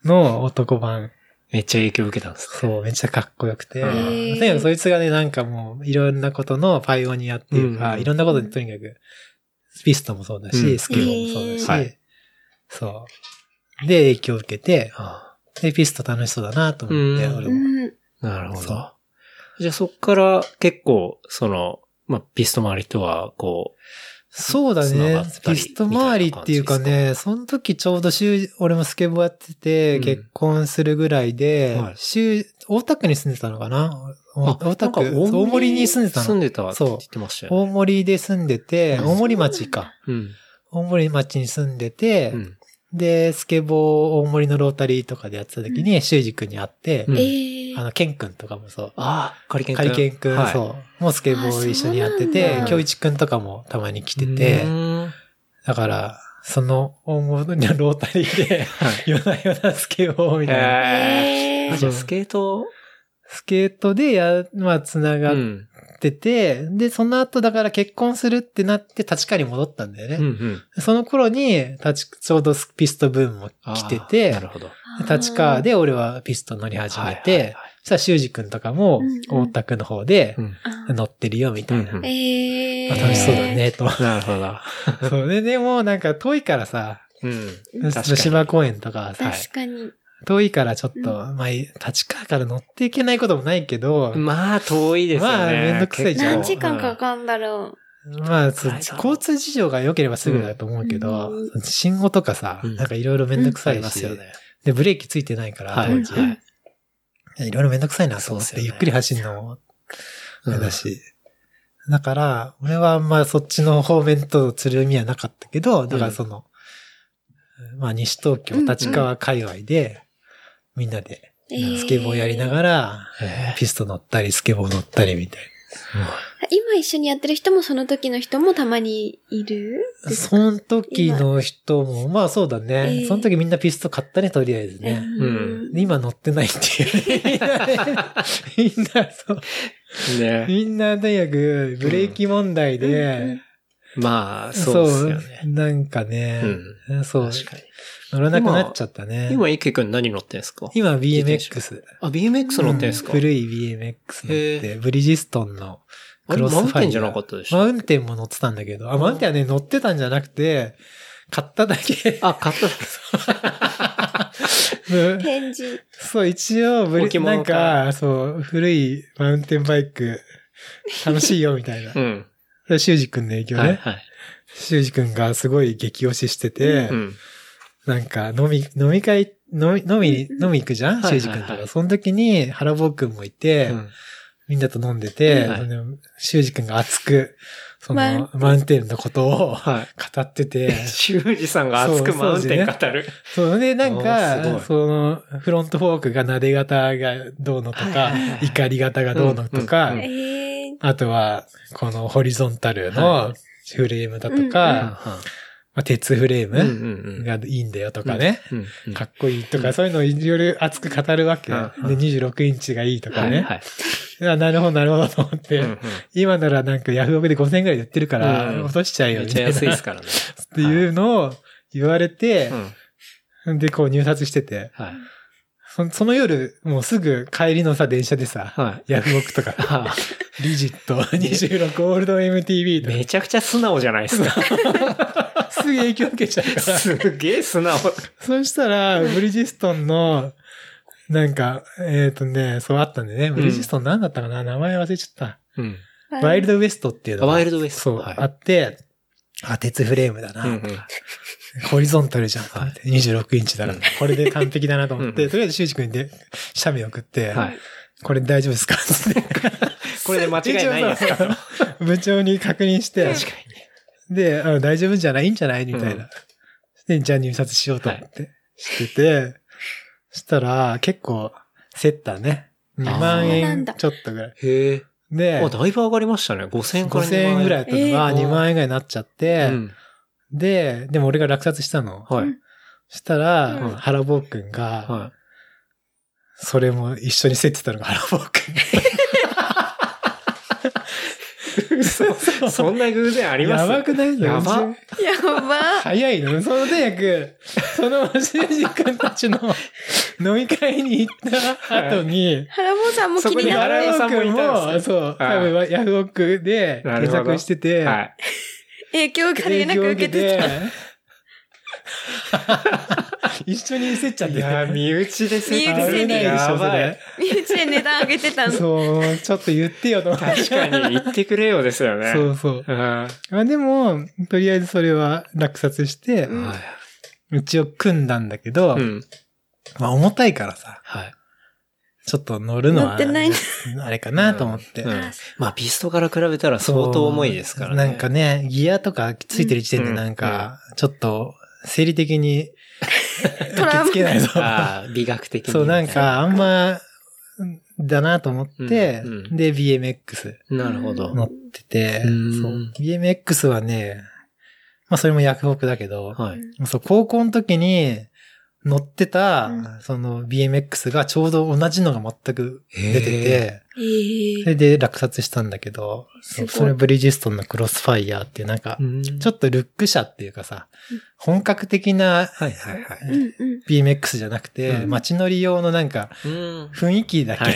[SPEAKER 3] の男版。
[SPEAKER 2] ーめっちゃ影響を受けたんですね。
[SPEAKER 3] そう、めっちゃかっこよくて。
[SPEAKER 2] へ
[SPEAKER 4] ー
[SPEAKER 3] とにかくそいつがね、なんかもう、いろんなことのパイオニアっていう
[SPEAKER 2] う
[SPEAKER 3] か、
[SPEAKER 2] ん
[SPEAKER 3] いろんなことにとにかく、ピストもそうだし、
[SPEAKER 2] うん
[SPEAKER 3] スケボーもそうだし、
[SPEAKER 2] へーはい
[SPEAKER 3] そう。で、影響を受けて、
[SPEAKER 2] あ
[SPEAKER 3] で、ピスト楽しそうだなと思って、
[SPEAKER 2] うん
[SPEAKER 3] 俺
[SPEAKER 4] う
[SPEAKER 3] も。
[SPEAKER 4] ん。
[SPEAKER 2] ーなるほ
[SPEAKER 3] そ
[SPEAKER 2] ど。じゃあそっから結構、その、まあ、ピスト周りとは、こ
[SPEAKER 3] そうだ
[SPEAKER 2] 繋が
[SPEAKER 3] ね
[SPEAKER 2] ったり。
[SPEAKER 3] ピスト周りっていうか
[SPEAKER 2] みたいな
[SPEAKER 3] ね、その時ちょうど週、俺もスケボーやってて、
[SPEAKER 2] うん
[SPEAKER 3] 結婚するぐらいで、
[SPEAKER 2] はい
[SPEAKER 3] 週、大田区に住んでたのかな
[SPEAKER 2] う、
[SPEAKER 3] お大田区、大森に住んでた
[SPEAKER 2] 住ん
[SPEAKER 3] の。
[SPEAKER 2] でたって言ってましたよね。
[SPEAKER 3] 大森で住んでて、
[SPEAKER 2] うん
[SPEAKER 3] 大森町か。
[SPEAKER 2] うん。
[SPEAKER 3] 大森町に住んでて、
[SPEAKER 2] うん。
[SPEAKER 3] で、スケボー大森のロータリーとかでやってた時に、修二くんに会って、
[SPEAKER 2] うん
[SPEAKER 4] ええ
[SPEAKER 3] あ。の、ケンくんとかもそう。
[SPEAKER 2] ああ、カリケン
[SPEAKER 3] カリケンくん、
[SPEAKER 2] はい
[SPEAKER 3] そう。もうスケボー一緒にやって
[SPEAKER 4] あそう
[SPEAKER 2] なん
[SPEAKER 3] て
[SPEAKER 2] だ、
[SPEAKER 3] 京一くんとかもたまに来てて、
[SPEAKER 2] うん
[SPEAKER 3] だから、その、大物のロータリーで、
[SPEAKER 2] はい
[SPEAKER 3] 夜な夜なスケボーみたいな。
[SPEAKER 2] へ
[SPEAKER 4] え
[SPEAKER 2] ーあ
[SPEAKER 4] え
[SPEAKER 2] じゃあスケート
[SPEAKER 3] スケートでや、まあ、繋がっ
[SPEAKER 2] ん。
[SPEAKER 3] てて、で、その後、だから結婚するってなって、立川に戻ったんだよね。その頃に、立ち、ちょうどピストブームも来てて
[SPEAKER 2] な、るほど。
[SPEAKER 3] で立川。で俺はピスト乗り始めて、そしたら修二くんとかも
[SPEAKER 4] うんうん、
[SPEAKER 3] 大田区の方で
[SPEAKER 2] うん
[SPEAKER 4] あー
[SPEAKER 3] 乗ってるよ、みたいな。
[SPEAKER 2] うんうん
[SPEAKER 4] ええ。
[SPEAKER 3] あ楽しそうだ。ね、 と。
[SPEAKER 2] なるほど。
[SPEAKER 3] そうね、でもなんか遠いからさ、
[SPEAKER 2] うん。確かに。
[SPEAKER 3] 芝公園とかはさ、
[SPEAKER 4] 確かに。
[SPEAKER 3] 遠いからちょっと、
[SPEAKER 4] う
[SPEAKER 3] まあ、立川から乗っていけないこともないけど、
[SPEAKER 2] まあ、遠いですよね。
[SPEAKER 3] まあめんどくさいじゃん
[SPEAKER 4] 何時間かかんだろ
[SPEAKER 3] まあ、そう
[SPEAKER 2] はい
[SPEAKER 3] 交通事情が良ければすぐだと思うけど、
[SPEAKER 4] う
[SPEAKER 3] 信号とかさ、
[SPEAKER 2] うん
[SPEAKER 3] なんかいろいろめんどくさ
[SPEAKER 2] あ
[SPEAKER 3] い
[SPEAKER 2] り
[SPEAKER 3] し、
[SPEAKER 2] ますよね。
[SPEAKER 3] で、ブレーキついてないから、
[SPEAKER 2] はい。
[SPEAKER 3] 当時
[SPEAKER 2] はい
[SPEAKER 3] いろいろめんどくさいなと思っ
[SPEAKER 2] そうです
[SPEAKER 3] て、
[SPEAKER 2] よね
[SPEAKER 3] ゆっくり走るのも、あ
[SPEAKER 2] うん
[SPEAKER 3] れだし。だから、俺はあんまそっちの方面と釣る意味はなかったけど、だからその、まあ西東京、立川界隈で、みんなで、
[SPEAKER 4] う。ええ
[SPEAKER 3] スケボーやりながら、
[SPEAKER 2] へ
[SPEAKER 3] ピスト乗ったり、スケボー乗ったりみたい
[SPEAKER 4] 今一緒にやってる人もその時の人もたまにいる
[SPEAKER 3] な。その時の人も、まあそうだ
[SPEAKER 4] え
[SPEAKER 3] ね
[SPEAKER 4] え。
[SPEAKER 3] その時みんなピスト買ったね、とりあえずね。
[SPEAKER 2] ん
[SPEAKER 3] で今乗ってないっていう。みんなね、みんなそう。
[SPEAKER 2] ーね。
[SPEAKER 3] みんな大学、ブレーキ問題で、
[SPEAKER 2] まあ、そうですよね。
[SPEAKER 3] なんかね、そう、
[SPEAKER 2] 確かに。
[SPEAKER 3] 乗らなくなっちゃったね。
[SPEAKER 2] 今、池くん何乗ってんすか
[SPEAKER 3] 今 BMX。
[SPEAKER 2] あ、BMX 乗ってんすか
[SPEAKER 3] うん古い BMX 乗っ
[SPEAKER 2] へ
[SPEAKER 3] て、ブリヂストンの
[SPEAKER 2] あ
[SPEAKER 3] ク
[SPEAKER 2] れ、
[SPEAKER 3] ロスフ
[SPEAKER 2] マ
[SPEAKER 3] ァ
[SPEAKER 2] ウンテ
[SPEAKER 3] イヤー
[SPEAKER 2] ンじゃなかったでし
[SPEAKER 3] マ
[SPEAKER 2] ょ
[SPEAKER 3] ウンテンも乗ってたんだけど、あ、マウンテンはね、乗ってたんじゃなくて、買っただけ。
[SPEAKER 2] あ、買った。
[SPEAKER 3] うん
[SPEAKER 4] 展示。
[SPEAKER 3] そう、一応、ブ
[SPEAKER 2] 置
[SPEAKER 3] リ、な
[SPEAKER 2] 物
[SPEAKER 3] ん
[SPEAKER 2] か
[SPEAKER 3] か、そう、古いマウンテンバイク、楽しいよ、みたいな。そ
[SPEAKER 2] うん。
[SPEAKER 3] れは修二くんの影響
[SPEAKER 2] はい
[SPEAKER 3] ね。
[SPEAKER 2] はい。
[SPEAKER 3] 修二くんがすごい激推ししてて、
[SPEAKER 2] うん。
[SPEAKER 3] なんか、飲み、飲み会、飲み、飲み、飲み行くじゃん
[SPEAKER 2] はいは
[SPEAKER 3] 修
[SPEAKER 2] い
[SPEAKER 3] 二くんと
[SPEAKER 2] はい
[SPEAKER 3] か。その時に、原坊くんもいて、みんなと飲んでて、
[SPEAKER 2] はい
[SPEAKER 3] その修二くんが熱く、そ
[SPEAKER 4] マウン
[SPEAKER 3] の、マウンテンのことを
[SPEAKER 2] はい。
[SPEAKER 3] 語ってて、
[SPEAKER 2] 修二さんが熱くマウンテン語る。
[SPEAKER 3] そうで、なん
[SPEAKER 2] おーすごい
[SPEAKER 3] か、その、フロントフォークが撫で型がどうのとか、怒り型がどうのとか、
[SPEAKER 2] うんうん
[SPEAKER 4] ええ。
[SPEAKER 3] あとは、このホリゾンタル
[SPEAKER 2] は
[SPEAKER 3] のフレームだと
[SPEAKER 4] うん
[SPEAKER 3] か、
[SPEAKER 4] うん
[SPEAKER 3] まあ、鉄フレー
[SPEAKER 2] うん
[SPEAKER 3] ム
[SPEAKER 2] うん
[SPEAKER 3] がいいんだよとかね、
[SPEAKER 2] うん。うん
[SPEAKER 3] かっこいいとか、そういうのをいろいろ熱く語るわけ。
[SPEAKER 2] う
[SPEAKER 3] で、
[SPEAKER 2] ん
[SPEAKER 3] 26インチがいいとか
[SPEAKER 2] はい
[SPEAKER 3] ね。
[SPEAKER 2] はい。
[SPEAKER 3] あなるほど、なるほどと思って、
[SPEAKER 2] うんうん
[SPEAKER 3] 今ならなんかヤフオクで5000円くらいで売ってるから、
[SPEAKER 2] うん
[SPEAKER 3] 落としちゃえよ
[SPEAKER 2] めっ
[SPEAKER 3] み
[SPEAKER 2] ち
[SPEAKER 3] た
[SPEAKER 2] ゃ
[SPEAKER 3] いな。
[SPEAKER 2] 安いです
[SPEAKER 3] っ
[SPEAKER 2] からね。
[SPEAKER 3] ていうのを言われて
[SPEAKER 2] う、ん。
[SPEAKER 3] で、こう入札してて。
[SPEAKER 2] はい。
[SPEAKER 3] そその夜、もうすぐ帰りのさ、電車でさ、
[SPEAKER 2] はい。
[SPEAKER 3] ヤフオクとか、
[SPEAKER 2] あ
[SPEAKER 3] リジ ット26オールド MTV と
[SPEAKER 2] めちゃくちゃ素直じゃないですか。
[SPEAKER 3] か、すぐ影響受けちゃうから。
[SPEAKER 2] すげえ素直。
[SPEAKER 3] そしたら、ブリヂストンの、なんか、えっ、とね、そうあったんでね、ブリヂストンなんだったかな、名前忘れちゃった。
[SPEAKER 2] うん。
[SPEAKER 3] ワイルドウエストっていうのが
[SPEAKER 2] ワイルドウエスト
[SPEAKER 3] そう、
[SPEAKER 2] はい
[SPEAKER 3] あって、あ、鉄フレームだな、
[SPEAKER 2] うんうん
[SPEAKER 3] とか。ホリゾンタルじゃん、と思って26インチだな、
[SPEAKER 2] うん
[SPEAKER 3] これで完璧だなと思っ
[SPEAKER 2] うん
[SPEAKER 3] て、
[SPEAKER 2] うん
[SPEAKER 3] とりあえず修士君にで、写メ送って、
[SPEAKER 2] はい。
[SPEAKER 3] これ大丈夫ですか つって。
[SPEAKER 2] これで間違いないですか
[SPEAKER 3] 一応さ部長に確認して、
[SPEAKER 2] 確か
[SPEAKER 3] で、あ大丈夫じゃないいいんじゃないみたいな。で、じゃあ入札しようと思って、してて、そしたら、結構、競ったね。2万
[SPEAKER 4] あーなん
[SPEAKER 3] 円
[SPEAKER 4] だ
[SPEAKER 3] ちょっとぐらい。
[SPEAKER 2] に。へえ。
[SPEAKER 3] で
[SPEAKER 2] あ、、だいぶ上がりましたね。5000から2
[SPEAKER 3] 5000
[SPEAKER 2] 万
[SPEAKER 3] 円ぐらいだったのが
[SPEAKER 2] えー
[SPEAKER 3] 2万円ぐらいになっちゃって、
[SPEAKER 2] うん。
[SPEAKER 3] で、でも俺が落札したの。
[SPEAKER 2] はい。
[SPEAKER 3] そしたら、
[SPEAKER 4] うん
[SPEAKER 3] 原坊くんが、
[SPEAKER 2] は
[SPEAKER 3] それも一緒に競ってたのが原坊くん。
[SPEAKER 2] い。そんな偶然あります
[SPEAKER 3] やばくない
[SPEAKER 2] やば
[SPEAKER 3] うち
[SPEAKER 4] やば
[SPEAKER 3] 早いのそのとにかく、その修士君たちの飲み会に行った後に、
[SPEAKER 4] 原坊さんも気
[SPEAKER 2] そこ
[SPEAKER 4] に
[SPEAKER 2] に
[SPEAKER 4] な
[SPEAKER 2] 原
[SPEAKER 4] る
[SPEAKER 2] 坊さんもいたん
[SPEAKER 3] も、
[SPEAKER 2] です
[SPEAKER 3] そう、
[SPEAKER 2] はい
[SPEAKER 3] 多分ヤフオクで
[SPEAKER 2] なる
[SPEAKER 3] 検
[SPEAKER 2] ほど
[SPEAKER 3] 索してて、
[SPEAKER 2] はい。
[SPEAKER 4] 影響が連絡受けてた。
[SPEAKER 3] 一緒に競っちゃっ
[SPEAKER 2] い
[SPEAKER 3] て
[SPEAKER 2] やー、身内で競って
[SPEAKER 4] 身内
[SPEAKER 2] る
[SPEAKER 4] でね
[SPEAKER 2] やばい。
[SPEAKER 4] 身内で値段上げてたの。
[SPEAKER 3] そう、ちょっと言ってよと思って。
[SPEAKER 2] 確かに、言ってくれよですよね。
[SPEAKER 3] そうそう。
[SPEAKER 2] うん。は
[SPEAKER 3] まあでも、とりあえずそれは落札して、
[SPEAKER 4] うん
[SPEAKER 3] 一応組んだんだけど、
[SPEAKER 2] うん。
[SPEAKER 3] まあ重たいからさ、
[SPEAKER 2] はい。
[SPEAKER 3] ちょっと乗るの
[SPEAKER 4] 乗
[SPEAKER 3] は、
[SPEAKER 4] ってないね
[SPEAKER 3] あれかなと思って。
[SPEAKER 2] うん
[SPEAKER 4] あ
[SPEAKER 2] まあ、ビストから比べたら相当重いですからね。
[SPEAKER 3] なんかね、ギアとかついてる時点でなんか、ちょっと、生理的に、
[SPEAKER 4] ト
[SPEAKER 3] 受
[SPEAKER 4] ラ
[SPEAKER 3] け
[SPEAKER 4] ウマ
[SPEAKER 3] 付けないぞ。
[SPEAKER 2] ああ、美学的に。
[SPEAKER 3] そう、なん。か、あんま、だなと思って、
[SPEAKER 2] うんうん
[SPEAKER 3] で、BMX
[SPEAKER 2] なるほど。
[SPEAKER 3] 乗ってて、
[SPEAKER 2] うん
[SPEAKER 3] そう BMX はね、まあそれも薬北だけど、
[SPEAKER 2] はい。
[SPEAKER 3] そう、高校の時に乗ってた、
[SPEAKER 4] うん
[SPEAKER 3] その BMX がちょうど同じのが全く出てて、
[SPEAKER 4] え
[SPEAKER 3] そ
[SPEAKER 4] ー
[SPEAKER 3] れで落札したんだけど、
[SPEAKER 4] すごい
[SPEAKER 3] それブリヂストンのクロスファイヤーっていうなんか、ちょ
[SPEAKER 2] っ
[SPEAKER 3] っとルック車っていうかさ
[SPEAKER 4] うん、
[SPEAKER 3] 本格的な
[SPEAKER 2] と、はいはいは
[SPEAKER 4] うんうん。
[SPEAKER 3] BMX じゃなくて、
[SPEAKER 2] うん
[SPEAKER 3] 街乗り用のなんか
[SPEAKER 2] い。うん。
[SPEAKER 3] 雰囲気だけ、
[SPEAKER 2] はい。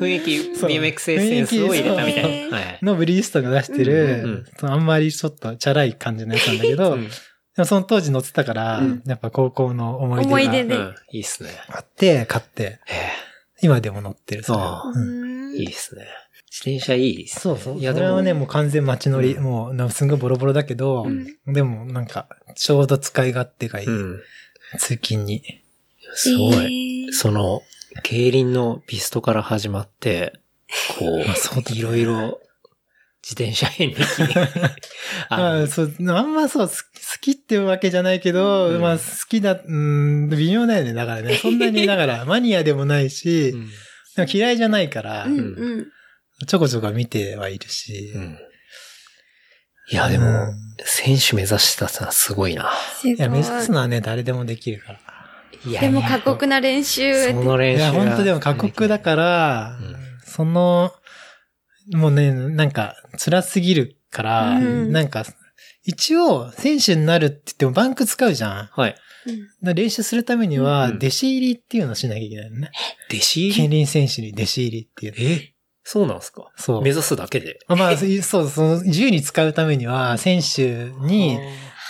[SPEAKER 2] 雰囲気、
[SPEAKER 3] そう
[SPEAKER 2] BMX エッセンスを入れたみたいな。はい。
[SPEAKER 3] のブリヂストンが出してる、
[SPEAKER 2] うんうん
[SPEAKER 3] そのあんまりちょっとチャラい感じのやつなんだけど、
[SPEAKER 2] うん
[SPEAKER 3] でもその当時乗ってたから、
[SPEAKER 2] うん
[SPEAKER 3] やっぱ高校の思
[SPEAKER 4] 思
[SPEAKER 3] い
[SPEAKER 4] い
[SPEAKER 3] 出
[SPEAKER 4] 出
[SPEAKER 3] が
[SPEAKER 2] う
[SPEAKER 4] ね
[SPEAKER 2] ん。いいっすね。
[SPEAKER 3] あって、買って、
[SPEAKER 2] へえ
[SPEAKER 3] 今でも乗ってる。それ
[SPEAKER 2] あ
[SPEAKER 3] は
[SPEAKER 2] ー
[SPEAKER 3] うん
[SPEAKER 2] いいっすね。自転車いいっすね。
[SPEAKER 3] そうそう。
[SPEAKER 2] いや、
[SPEAKER 3] そ
[SPEAKER 2] で
[SPEAKER 3] れ
[SPEAKER 2] も
[SPEAKER 3] はね、もう完全街乗り、
[SPEAKER 2] う
[SPEAKER 3] もう、なんかすんごいボロボロだけど、
[SPEAKER 4] うん
[SPEAKER 3] でもなんか、ちょうど使い勝手がいい。
[SPEAKER 2] うん。
[SPEAKER 3] 通勤に。
[SPEAKER 2] すごい。
[SPEAKER 4] い
[SPEAKER 2] その、競輪のビストから始まって、こ
[SPEAKER 3] あそうだ
[SPEAKER 2] う、
[SPEAKER 3] ね
[SPEAKER 2] いろいろ、自転車 変歴
[SPEAKER 3] あ
[SPEAKER 2] あ
[SPEAKER 3] そう、あんまそう、好き好きってわけじゃないけど、
[SPEAKER 2] うん
[SPEAKER 3] まあ好きだ、うん、微妙だよね。だからね、そんなに、だから、マニアでもないし、
[SPEAKER 2] うん
[SPEAKER 3] でも嫌いじゃないから、
[SPEAKER 4] うんうん。
[SPEAKER 3] ちょこちょこ見てはいるし、
[SPEAKER 2] うんいや、でも、
[SPEAKER 3] うん
[SPEAKER 2] 選手目指してたさ、すごいな。
[SPEAKER 4] すごい
[SPEAKER 3] いや、目指すのはね、誰でもできるから。
[SPEAKER 2] いや
[SPEAKER 4] でも過酷な練習。
[SPEAKER 2] その練習
[SPEAKER 3] い
[SPEAKER 2] が。
[SPEAKER 3] や、本当でも過酷だから、
[SPEAKER 2] うん
[SPEAKER 3] その、もうね、なんか、辛すぎるから、
[SPEAKER 4] うん
[SPEAKER 3] なんか、一応、選手になるって言ってもバンク使うじゃん。だか
[SPEAKER 2] はい。
[SPEAKER 4] うん
[SPEAKER 3] ら練習するためには、
[SPEAKER 2] うん
[SPEAKER 3] 弟子入りっていうのをしなきゃいけないのね。
[SPEAKER 2] 弟子入
[SPEAKER 3] 競
[SPEAKER 2] り
[SPEAKER 3] 輪選手に弟子入りっていう。
[SPEAKER 2] えそうなんですか
[SPEAKER 3] そう
[SPEAKER 2] 目。指すだけで。
[SPEAKER 3] まあ、そう、その、自由に使うためには、選手に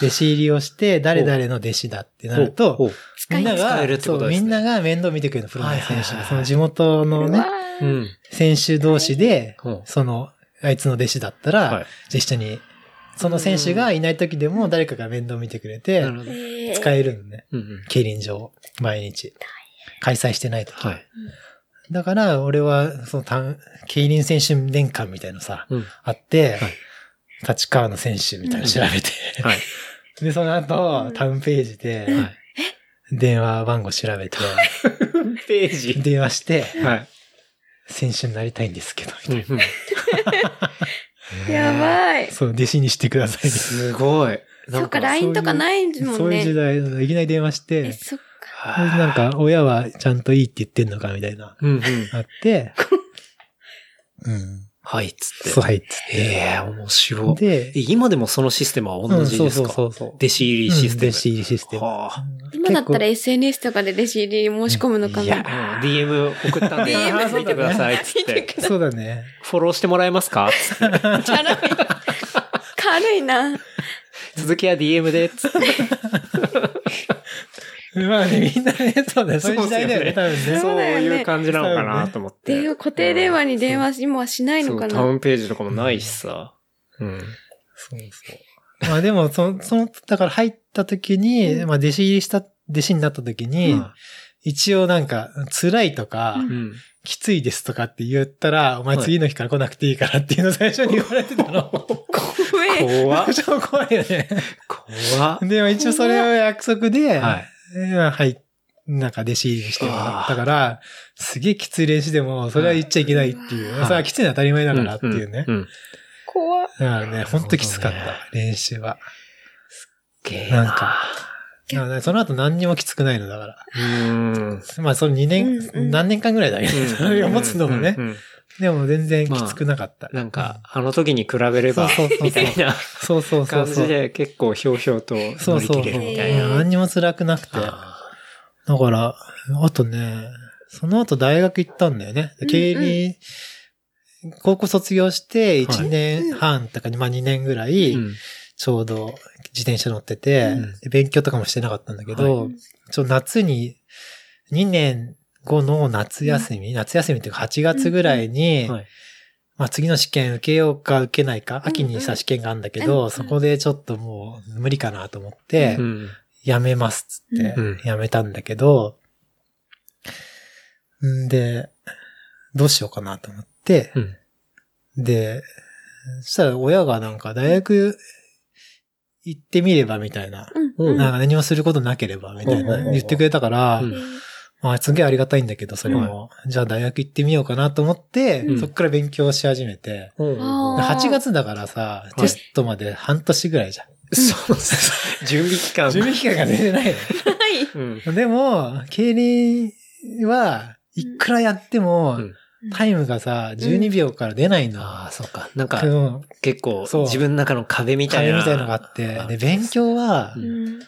[SPEAKER 3] 弟子入りをして、誰々の弟子だってな
[SPEAKER 2] なる
[SPEAKER 3] ると、
[SPEAKER 2] と、
[SPEAKER 4] 使
[SPEAKER 3] みん
[SPEAKER 4] い
[SPEAKER 3] な
[SPEAKER 2] 使えるっ
[SPEAKER 3] が、
[SPEAKER 2] てこ
[SPEAKER 3] そ
[SPEAKER 2] と
[SPEAKER 3] う、
[SPEAKER 2] ですね
[SPEAKER 3] みんなが面倒見てくれるの、プロの選
[SPEAKER 2] はいはい
[SPEAKER 3] 手
[SPEAKER 2] はい
[SPEAKER 3] が。その地元のね、
[SPEAKER 2] う
[SPEAKER 4] うん
[SPEAKER 2] ん。
[SPEAKER 3] 選手同士で、
[SPEAKER 2] うん
[SPEAKER 3] その、あいつの弟子だったら、
[SPEAKER 2] はい
[SPEAKER 3] じゃあ一緒に、その選手がいない時でも誰かが面倒見てくれて
[SPEAKER 2] な、るほど。うん
[SPEAKER 3] 使えるのね。
[SPEAKER 2] うん。
[SPEAKER 3] 競輪場を、毎日。開催してないと。
[SPEAKER 2] はい。
[SPEAKER 3] だから、俺は、その単、競輪選手年間みたいのさ、
[SPEAKER 2] うん。
[SPEAKER 3] あって、
[SPEAKER 2] はい
[SPEAKER 3] 立川の選手みたいなの調べて、
[SPEAKER 2] はい。
[SPEAKER 3] で、その後、タウンページ
[SPEAKER 2] は
[SPEAKER 3] で、
[SPEAKER 2] い。
[SPEAKER 3] 電話番号調べて、
[SPEAKER 2] ページ。
[SPEAKER 3] 電話して、
[SPEAKER 2] はい。
[SPEAKER 3] 選手になりたいんですけど、みたい な。
[SPEAKER 4] やばい。
[SPEAKER 3] そう、弟子にしてくださいみたいな。
[SPEAKER 2] すごい。
[SPEAKER 4] そっ
[SPEAKER 3] そう
[SPEAKER 4] か、
[SPEAKER 3] いう
[SPEAKER 4] LINE とかないも
[SPEAKER 3] そ
[SPEAKER 4] ん
[SPEAKER 3] ういう時
[SPEAKER 4] ね。
[SPEAKER 3] 代、いきなり電話し
[SPEAKER 4] え、
[SPEAKER 3] て、
[SPEAKER 4] そっか。
[SPEAKER 2] は
[SPEAKER 3] なんか、親はちゃんといいって言ってんのかみたいな、
[SPEAKER 2] い。うんうん。
[SPEAKER 3] あって、うん。
[SPEAKER 2] はい、っつって。
[SPEAKER 3] そう、はい、つ
[SPEAKER 2] へえ、面
[SPEAKER 3] っ
[SPEAKER 2] 白い。
[SPEAKER 3] て。
[SPEAKER 2] え、
[SPEAKER 3] で、
[SPEAKER 2] 今でもそのシステムは同じです
[SPEAKER 3] うん
[SPEAKER 2] か
[SPEAKER 3] そうそうそうそう。
[SPEAKER 2] 弟子入りシステム。
[SPEAKER 3] うん弟子入りシステム
[SPEAKER 2] は
[SPEAKER 4] 今だったら
[SPEAKER 3] い
[SPEAKER 4] SNS とかで弟子入り申し込むのか
[SPEAKER 2] あ。いやー、
[SPEAKER 4] な。
[SPEAKER 2] DM 送ったんで、
[SPEAKER 4] DM
[SPEAKER 2] 見てください、っつって。
[SPEAKER 3] そうだね。
[SPEAKER 2] フォローしてもらえますかつって
[SPEAKER 4] 軽い。軽いな。
[SPEAKER 2] 続きは DM で、つって。
[SPEAKER 3] まあね、みんなね、そうだよ。そういう時代だよね、
[SPEAKER 2] そ
[SPEAKER 3] 多分ね。
[SPEAKER 2] そう
[SPEAKER 4] うだよね
[SPEAKER 2] いう感じなのかなと思って。
[SPEAKER 4] 電話、固定電話に電話、今はしないの
[SPEAKER 2] そう
[SPEAKER 4] か
[SPEAKER 2] タウ
[SPEAKER 4] な。
[SPEAKER 2] ンページとかもないしさ。うん。
[SPEAKER 3] そうそう。まあでも、その、その、だから入った時に、
[SPEAKER 4] うん
[SPEAKER 3] まあ弟子入りした、弟子になった時に、一応なんか、辛いとか、
[SPEAKER 2] うん。
[SPEAKER 3] きついですとかって言ったら、お前
[SPEAKER 2] はい
[SPEAKER 3] 次の日から来なくていいからっていうのを最初に言われてたの。
[SPEAKER 4] 怖え。
[SPEAKER 2] 怖っ
[SPEAKER 3] ちょっと怖いよね。
[SPEAKER 2] 怖っ
[SPEAKER 3] でも一応それを約束で、
[SPEAKER 2] はい。
[SPEAKER 3] まあはい。なんか弟子入りしてもらったから、すげえきつい練習でも、それは言っちゃいけないっていう。
[SPEAKER 2] はい
[SPEAKER 3] まあそれはきついのは当たり前だからっていうね。
[SPEAKER 2] んん
[SPEAKER 4] 怖
[SPEAKER 3] だからね、ほんときつかっ
[SPEAKER 2] なるほ
[SPEAKER 3] た、練習は。
[SPEAKER 2] けー
[SPEAKER 3] なんか、だからねその後何にもきつくないのだから。
[SPEAKER 2] うーん。
[SPEAKER 3] まあその2年、
[SPEAKER 4] うんうん
[SPEAKER 3] 何年間ぐらいだけど、持つのもね
[SPEAKER 2] う。んうん
[SPEAKER 3] でも全然きつくなかった。
[SPEAKER 2] なんか、あの時に比べれば
[SPEAKER 3] そうそうそう、そう
[SPEAKER 2] みたいな
[SPEAKER 3] そうそうそ
[SPEAKER 2] 感
[SPEAKER 3] う
[SPEAKER 2] じ
[SPEAKER 3] そう。
[SPEAKER 2] で結構ひょうひょうと
[SPEAKER 3] そ
[SPEAKER 2] 乗
[SPEAKER 3] う
[SPEAKER 2] り
[SPEAKER 3] そう。
[SPEAKER 2] 切れ
[SPEAKER 3] う
[SPEAKER 2] るみ
[SPEAKER 3] ん
[SPEAKER 2] たいな。
[SPEAKER 3] 何にも辛くなくて。だ
[SPEAKER 2] あ
[SPEAKER 3] から、あとね、その後大学行ったんだよね
[SPEAKER 4] うんう。ん
[SPEAKER 3] 経理、高校卒業して1年半とかに、まあ2年ぐらい
[SPEAKER 2] ーう、ん
[SPEAKER 3] ちょうど自転車乗ってて、
[SPEAKER 2] うん
[SPEAKER 3] で勉強とかもしてなかったんだけど、
[SPEAKER 2] は
[SPEAKER 3] ちょ夏に、2年後の夏休み、夏休みっていうか8月ぐらいに、
[SPEAKER 2] はい
[SPEAKER 3] まあ次の試験受けようか受けないか、
[SPEAKER 4] ん
[SPEAKER 3] 秋にさ試験があるんだけ
[SPEAKER 4] うんう
[SPEAKER 3] ど、
[SPEAKER 4] ん
[SPEAKER 3] そこでちょっともう無理かなと思って
[SPEAKER 2] う、ん
[SPEAKER 3] やめますっつっ
[SPEAKER 2] う
[SPEAKER 3] て
[SPEAKER 2] ん、
[SPEAKER 3] やめたんだけど、んで、どうしようかなと思って、
[SPEAKER 2] うん
[SPEAKER 3] で、そしたら親がなんか大学行ってみればみたいな。
[SPEAKER 4] うん
[SPEAKER 2] うん
[SPEAKER 4] うん。
[SPEAKER 3] なんか何もすることなければみたい
[SPEAKER 2] うん
[SPEAKER 3] な言ってくれたから、
[SPEAKER 2] うん
[SPEAKER 3] まあすげえありがたいんだけど、それも。じゃあ大学行ってみようかなと思って、
[SPEAKER 2] うん
[SPEAKER 3] そっから勉強し始めて。
[SPEAKER 2] うん
[SPEAKER 4] あー
[SPEAKER 3] 8月だからさ、
[SPEAKER 2] い
[SPEAKER 3] テストまで半年ぐらいじゃん。
[SPEAKER 2] そうそう。準備期間。
[SPEAKER 3] 準備期間が全然ないね。
[SPEAKER 4] はい。
[SPEAKER 2] うん。
[SPEAKER 3] でも、競輪はいくらやっても、
[SPEAKER 2] うん
[SPEAKER 3] タイムがさ、12秒から出ないの。
[SPEAKER 2] ああ、そうか。なん
[SPEAKER 3] う
[SPEAKER 2] か、
[SPEAKER 3] ん
[SPEAKER 2] 結構
[SPEAKER 3] そう、
[SPEAKER 2] 自分の中の壁みたい
[SPEAKER 3] 壁
[SPEAKER 2] な。
[SPEAKER 3] みたいのがあって、で、勉強は
[SPEAKER 2] う、ん
[SPEAKER 4] うん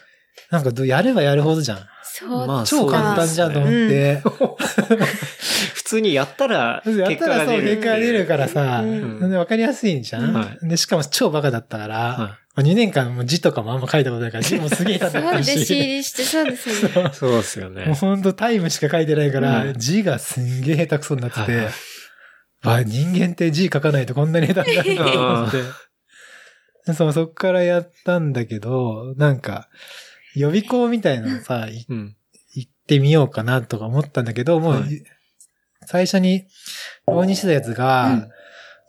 [SPEAKER 3] なんかどやればやるほどじゃん。
[SPEAKER 4] そう。
[SPEAKER 2] まあ
[SPEAKER 3] 超簡単じゃんと思って。
[SPEAKER 2] 普通にやったら、 結
[SPEAKER 3] やった
[SPEAKER 2] 果
[SPEAKER 3] ら
[SPEAKER 2] が
[SPEAKER 3] そ
[SPEAKER 2] 出
[SPEAKER 3] う、
[SPEAKER 2] る。
[SPEAKER 3] 結果が出るからさ、
[SPEAKER 4] う
[SPEAKER 2] うん
[SPEAKER 3] でわかりやすいんじゃん、
[SPEAKER 2] は
[SPEAKER 3] で、しかも超バカだったから、
[SPEAKER 2] は
[SPEAKER 3] まあ2年間もう字とかもあんま書いたことないから、字もすげえ叩
[SPEAKER 4] そう、
[SPEAKER 3] く
[SPEAKER 4] 弟子 入
[SPEAKER 3] し、
[SPEAKER 4] りして、そうですよね。
[SPEAKER 2] いそうですよ
[SPEAKER 3] もう
[SPEAKER 2] ね。
[SPEAKER 3] ほんとタイムしか書いてないから、
[SPEAKER 2] うん
[SPEAKER 3] 字がすんげえ下手くそになってて、
[SPEAKER 2] はいはい
[SPEAKER 3] あ、人間って字書かないとこんなに下手になるんだと思 って。でそう、そっからやったんだけど、なんか、予備校みたいなの さ、い
[SPEAKER 2] うん。
[SPEAKER 3] 行ってみようかなとか思ったんだけど、もう、
[SPEAKER 2] はい
[SPEAKER 3] 最初に浪人してたやつが、
[SPEAKER 2] うん